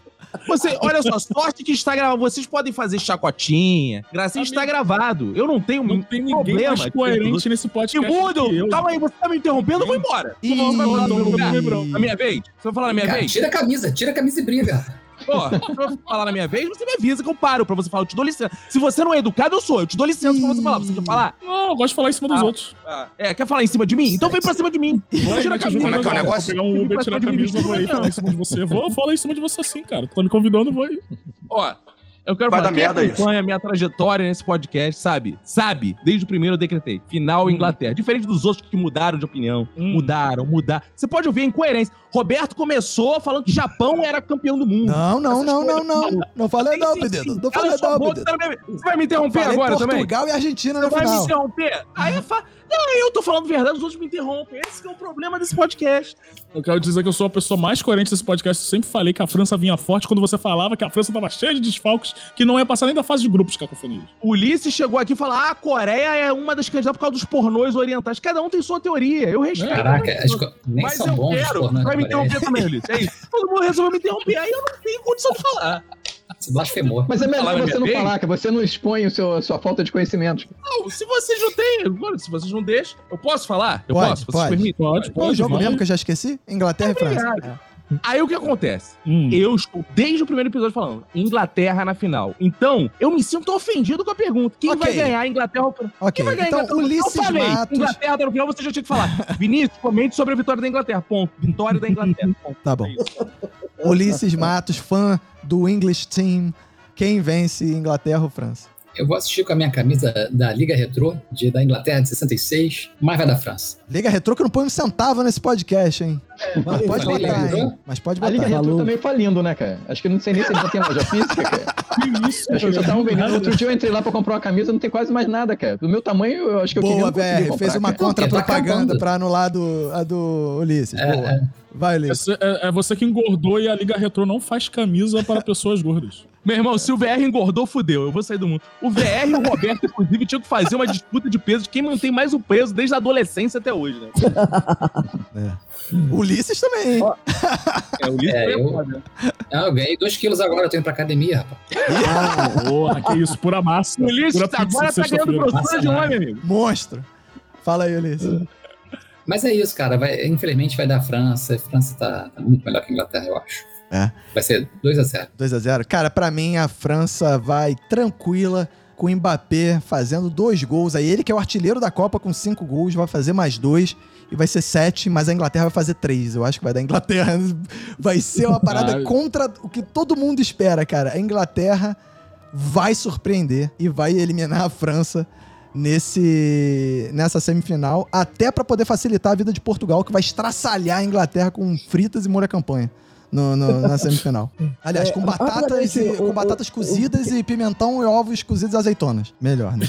S2: Você, olha só, sorte que está gravado. Vocês podem fazer chacotinha. Gracinha está gravado. Eu não tenho
S4: Não tem tipo, ninguém mais
S2: Problema,
S4: coerente nesse
S2: Que
S4: podcast.
S2: mudo!
S4: que eu.
S2: Calma aí, você tá me interrompendo, eu vou embora.
S1: Ih,
S2: Você vai falar do meu lugar?
S4: lembrou.
S2: Na minha vez? Você vai falar na minha
S6: Cara,
S2: vez?
S6: tira a camisa, tira a camisa e briga.
S2: Ó, se eu falar na minha vez, você me avisa que eu paro pra você falar. Eu te dou licença. Se você não é educado, eu sou. Eu te dou licença pra você falar. Você quer falar?
S4: Não, eu gosto de falar em cima dos
S2: Ah.
S4: outros.
S2: Ah, É, quer falar em cima de mim? Então vem pra cima de mim. Vou tirar a camisa.
S6: Como é que é o negócio?
S4: Vou pegar um Uber, tirar a camisa, vou aí falar em cima de você. Vou falar em cima de você sim, cara. Tá me convidando, vou aí.
S2: Ó, eu quero
S7: Vai
S2: falar
S7: dar
S2: quem
S7: merda isso.
S2: acompanha a minha trajetória nesse podcast, sabe? Sabe, desde o primeiro eu decretei.
S6: Hum.
S2: Final Inglaterra. Diferente dos outros que mudaram de opinião.
S4: Hum.
S2: Mudaram, mudaram. Você pode ouvir a incoerência. Roberto começou falando que Japão era campeão do mundo.
S1: Não, não, não, não, não. Não falei
S2: Tem
S1: não,
S2: sim,
S1: pedido.
S2: sim.
S1: Não
S2: Cala
S1: falei
S2: sua
S1: não,
S2: boca,
S1: pedido.
S2: você vai me- Você vai me interromper
S1: Falei
S2: agora também?
S1: Portugal e Argentina
S2: Você
S1: no
S2: vai me
S1: final.
S2: interromper? Aí eu falo, não, eu tô falando verdade, os outros me interrompem. Esse que é o problema desse podcast.
S4: Eu quero dizer que eu sou a pessoa mais coerente desse podcast. Eu sempre falei que a França vinha forte quando você falava que a França tava cheia de desfalques, que não ia passar nem da fase de grupos, cacofonias.
S2: O Ulisses chegou aqui e falou, ah, a Coreia é uma das candidatas por causa dos pornôs orientais. Cada um tem sua teoria, eu respeito.
S6: Caraca,
S2: cada um.
S6: as co- nem
S2: Mas
S6: são
S2: eu
S6: bons,
S2: quero,
S6: pô, né,
S2: vai me
S6: parece.
S2: interromper também, Ulisses. É isso. Todo mundo resolveu me interromper, aí eu não tenho condição de falar.
S6: Você blasfemou.
S5: Mas é melhor
S2: Falar
S5: você não
S2: bem?
S5: falar, que você não expõe o seu, a sua falta de conhecimento.
S2: Não, se vocês não têm, agora, se vocês não deixam, eu posso falar? Eu
S1: Pode,
S2: posso? Vocês
S1: pode.
S2: permitem?
S4: Pode,
S1: Qual é o
S4: pode,
S1: jogo
S4: vai.
S1: mesmo que eu já esqueci? Inglaterra e França.
S2: Aí o que acontece?
S4: Hum.
S2: Eu estou desde o primeiro episódio falando Inglaterra na final. Então, eu me sinto ofendido com a pergunta. Quem
S1: Ok.
S2: vai ganhar, Inglaterra ou França? Quem
S1: Ok,
S2: vai ganhar,
S1: então
S2: Inglaterra?
S1: Ulisses
S2: eu falei,
S1: Matos...
S2: Inglaterra tá no final, você já tinha que falar. Vinícius, comente sobre a vitória da Inglaterra. Ponto. Vitória da Inglaterra. Ponto.
S1: Tá bom. Ulisses Matos, fã do English Team. Quem vence Inglaterra ou França?
S6: Eu vou assistir com a minha camisa da Liga Retrô, de, da Inglaterra de 66, mas vai da França.
S1: Liga Retrô que eu não põe um centavo nesse podcast, hein?
S5: É,
S1: Mas
S3: Valeu,
S1: pode
S6: falei Liga
S1: botar,
S6: Retrô?
S1: hein? Mas pode
S5: A Liga
S1: botar.
S5: Retro
S3: Falou.
S5: também falindo, né, cara? Acho que eu não sei nem se ele já tem loja física, cara.
S4: Que isso,
S5: Acho que
S4: cara?
S5: já estavam vendendo. um Outro dia eu entrei lá pra comprar uma camisa, não tem quase mais nada, cara. Do meu tamanho, eu acho que eu queria um
S1: Boa,
S5: não consegui
S1: BR. Fez
S5: comprar, É,
S1: uma
S5: cara.
S1: contra-propaganda
S6: acabando.
S1: pra anular do, a do Ulisses. Boa. Vai, Ulisses.
S4: Você- é, é você que engordou e a Liga Retrô não faz camisa para pessoas gordas.
S2: Meu irmão, se o VR engordou, fudeu. Eu vou sair do mundo. O VR e o Roberto, inclusive, tinham que fazer uma disputa de peso de quem mantém mais o peso desde a adolescência até hoje, né?
S5: É.
S1: Ulisses também, hein?
S2: É, o Ulisses
S6: É,
S2: foi
S6: eu-
S2: foda.
S6: Ah, eu ganhei 2 quilos agora, eu tô indo pra academia, rapaz.
S4: Porra, Ah, que isso, pura massa.
S2: O Ulisses
S4: Pura pizza
S2: agora
S4: de
S2: tá ganhando
S4: sexta-feira. né?
S2: grossura de homem, amigo.
S1: Monstro. Fala aí, Ulisses.
S6: Mas é isso, cara. Vai- infelizmente vai dar França. A França tá, tá muito melhor que a Inglaterra, eu acho.
S1: É.
S6: Vai ser 2 a 0
S1: 2x0. Cara, pra mim a França vai tranquila com o Mbappé fazendo dois gols. Aí ele que é o artilheiro da Copa com cinco gols, vai fazer mais dois e vai ser sete, mas a Inglaterra vai fazer três. Eu acho que vai dar Inglaterra. Vai ser uma parada
S4: Ah.
S1: contra o que todo mundo espera, cara. A Inglaterra vai surpreender e vai eliminar a França nesse nessa semifinal, até pra poder facilitar a vida de Portugal, que vai estraçalhar a Inglaterra com fritas e molho à campanha no- no- na semifinal. Aliás,
S3: É,
S1: com batatas,
S3: rapidamente,
S1: e,
S3: o-
S1: com
S3: o-
S1: batatas
S3: o-
S1: cozidas e pimentão e ovos cozidos e azeitonas. Melhor, né?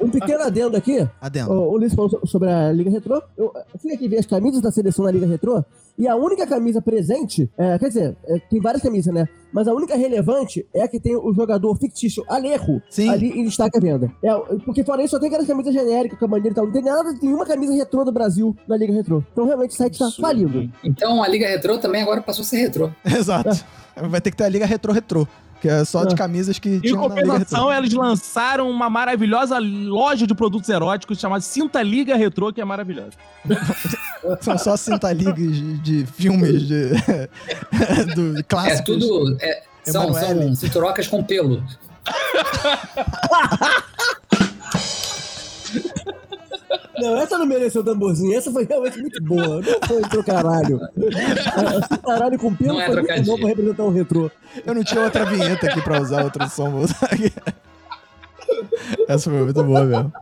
S3: Um pequeno adendo aqui.
S6: Tá
S1: Adendo.
S3: O Ulisses falou so- sobre a Liga Retrô. Eu fui aqui ver as camisas da seleção na Liga Retrô. E a única camisa presente, é, quer dizer, é, tem várias camisas, né? Mas a única relevante é a que tem o jogador fictício Alejo
S1: Sim.
S3: ali em destaque à venda. É, porque fora isso só tem aquelas camisas genéricas, com a bandeira e tal. Não tem nada, nenhuma camisa retrô do Brasil na Liga Retrô. Então realmente o site tá
S4: Absurdo,
S3: falindo.
S4: hein?
S6: Então a Liga Retrô também agora passou a ser retrô.
S3: Oh.
S1: Exato. Vai ter que ter a liga retrô-retrô, que é só de
S3: É.
S1: camisas que
S2: Em
S1: tinham na liga retrô.
S2: compensação, é- eles lançaram uma maravilhosa loja de produtos eróticos chamada Cinta Liga Retrô, que é maravilhosa.
S1: São só cinta-ligas de, de filmes de, do,
S6: É
S1: clássicos.
S6: tudo. é- são,
S1: Ah, Emanuele.
S6: são cinturocas com pelo.
S3: Não, essa não mereceu o tamborzinho. Essa foi realmente muito boa. Não foi um trocaralho. caralho um com pelo
S6: Não é
S3: foi muito
S6: trocadilho.
S3: bom pra representar o retrô.
S1: Eu não tinha outra vinheta aqui pra usar, outro som. vou usar aqui. Essa foi muito boa mesmo.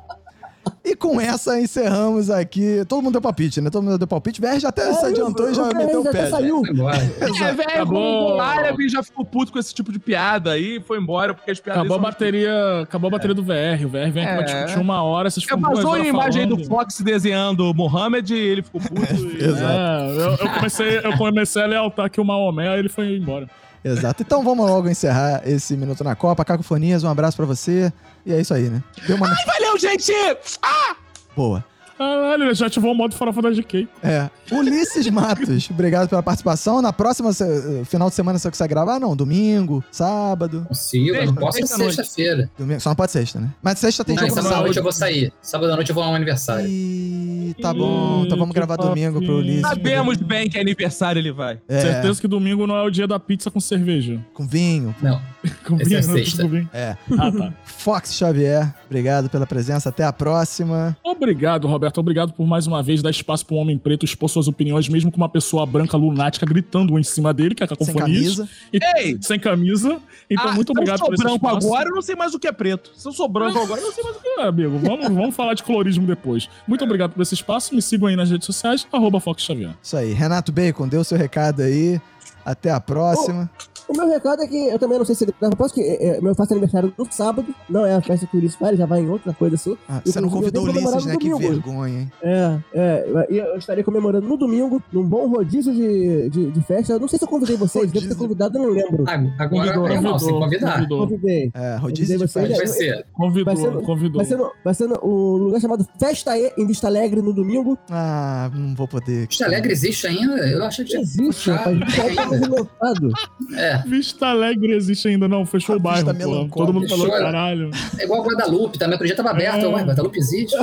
S1: E com essa encerramos aqui. Todo mundo deu palpite, né? Todo mundo deu palpite. VR já até se adiantou e já
S3: O
S1: meteu
S3: PR
S1: o
S3: até
S1: pé. né? já.
S3: saiu.
S6: Vai embora.
S2: É, velho,
S4: Acabou.
S2: como o árabe já ficou puto com esse tipo de piada aí, foi embora, porque as piadas...
S4: Acabou a
S2: são-
S4: bateria, acabou a bateria do VR. O VR vem aqui
S2: É.
S4: pra discutir uma hora, vocês
S2: É,
S4: ficam duas
S2: Vazou a
S4: horas
S2: imagem aí do
S4: tá falando.
S2: Fox desenhando Mohamed, ele ficou puto. e-
S1: Exato.
S4: É, eu, eu comecei, eu comecei a lealtar aqui o Maomé, aí ele foi embora.
S1: Exato. Então vamos logo encerrar esse Minuto na Copa. Cacofonias, um abraço pra você. E é isso aí, né? Deu uma
S2: Valeu, gente!
S1: boa.
S4: Caralho, Ah, ele já ativou o modo farofa da GK.
S1: É. Ulisses Matos, obrigado pela participação. Na próxima se- final de semana você consegue gravar? Não, domingo, sábado.
S6: Possível, eu não posso é
S2: Sexta noite.
S6: sexta-feira.
S1: Domingo. Só não pode sexta, né? Mas sexta tem
S6: Não,
S1: jogo
S6: sábado à
S1: sábado.
S6: noite eu vou sair. Sábado à noite eu vou a um aniversário.
S1: Ih, tá bom. Então vamos
S4: Que
S1: gravar domingo pro Ulisses.
S2: Sabemos bem que aniversário ele vai.
S1: É,
S4: Certeza que domingo não é o dia da pizza com cerveja.
S1: com vinho.
S6: Não,
S4: Com
S6: Essa é
S4: vinho,
S6: sexta.
S4: com vinho.
S1: É.
S4: Ah, tá.
S1: Fox Xavier, obrigado pela presença. Até a próxima.
S4: Obrigado, Roberto. Obrigado por mais uma vez dar espaço para um homem preto expor suas opiniões, mesmo com uma pessoa branca lunática gritando em cima dele, que é a
S1: Sem
S4: cacofonia.
S1: camisa.
S4: E-
S2: Ei!
S4: sem camisa. Então,
S2: Ah,
S4: muito obrigado
S2: Se eu
S4: por
S2: sou
S4: esse
S2: branco
S4: espaço.
S2: agora, eu não sei mais o que é preto. Se eu sou branco agora, eu não sei mais o que é
S4: Ah, amigo, vamos, vamos falar de colorismo depois. Muito obrigado por esse espaço. Me sigam aí nas redes sociais, arroba Fox Xavier.
S1: Isso aí. Renato Bacon, deu seu recado aí. Até a próxima.
S3: O meu recado é que eu também não sei se ele grava, posso que é, é, meu faço aniversário no sábado, não é a festa que o Ulisses faz, já vai em outra coisa assim.
S1: Ah, você não
S3: Inclusive,
S1: convidou o
S3: eu tenho
S1: Ulisses, né?
S3: comemorado
S1: Que
S3: domingo.
S1: vergonha, hein?
S3: É, é, e eu estarei comemorando no domingo, num bom rodízio de, de, de festa. Eu não sei se eu convidei vocês, devo ter
S1: Rodízio.
S3: convidado, eu não lembro.
S6: Ag- agora
S3: Convidou,
S6: é normal, sem convidar.
S4: convidou,
S3: Convidei.
S1: É, rodízio de
S3: Convidei vocês,
S1: festa.
S6: Vai
S3: Eu-
S6: ser.
S4: convidou,
S3: Vai ser no-
S4: convidou.
S3: Vai ser, no, vai ser no, um lugar chamado Festa E, em Vista Alegre, no domingo.
S1: Ah, não vou poder.
S6: Vista Alegre existe ainda? Eu achei que tinha
S3: Existe,
S6: puxado.
S3: rapaz. Tá
S6: ainda.
S3: movimentado.
S6: É.
S4: Vista Alegre existe ainda, não. Fechou
S1: A
S4: o bairro.
S1: vista
S4: pô.
S1: melancólica.
S4: Todo mundo falou,
S6: Fechou, né?
S4: caralho.
S6: É igual a Guadalupe, também. Outro dia tava aberto.
S4: É.
S6: Ué, Guadalupe existe.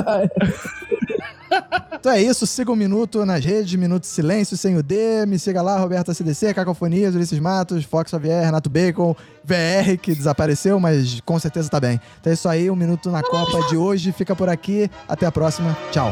S1: Então é isso, siga o Minuto nas redes, Minuto de Silêncio, sem o D, me siga lá, Roberta CDC, Cacofonias, Ulisses Matos, Fox Xavier, Renato Bacon, VR, que desapareceu, mas com certeza tá bem. Então é isso aí, o Minuto na Copa de hoje fica por aqui, até a próxima, tchau.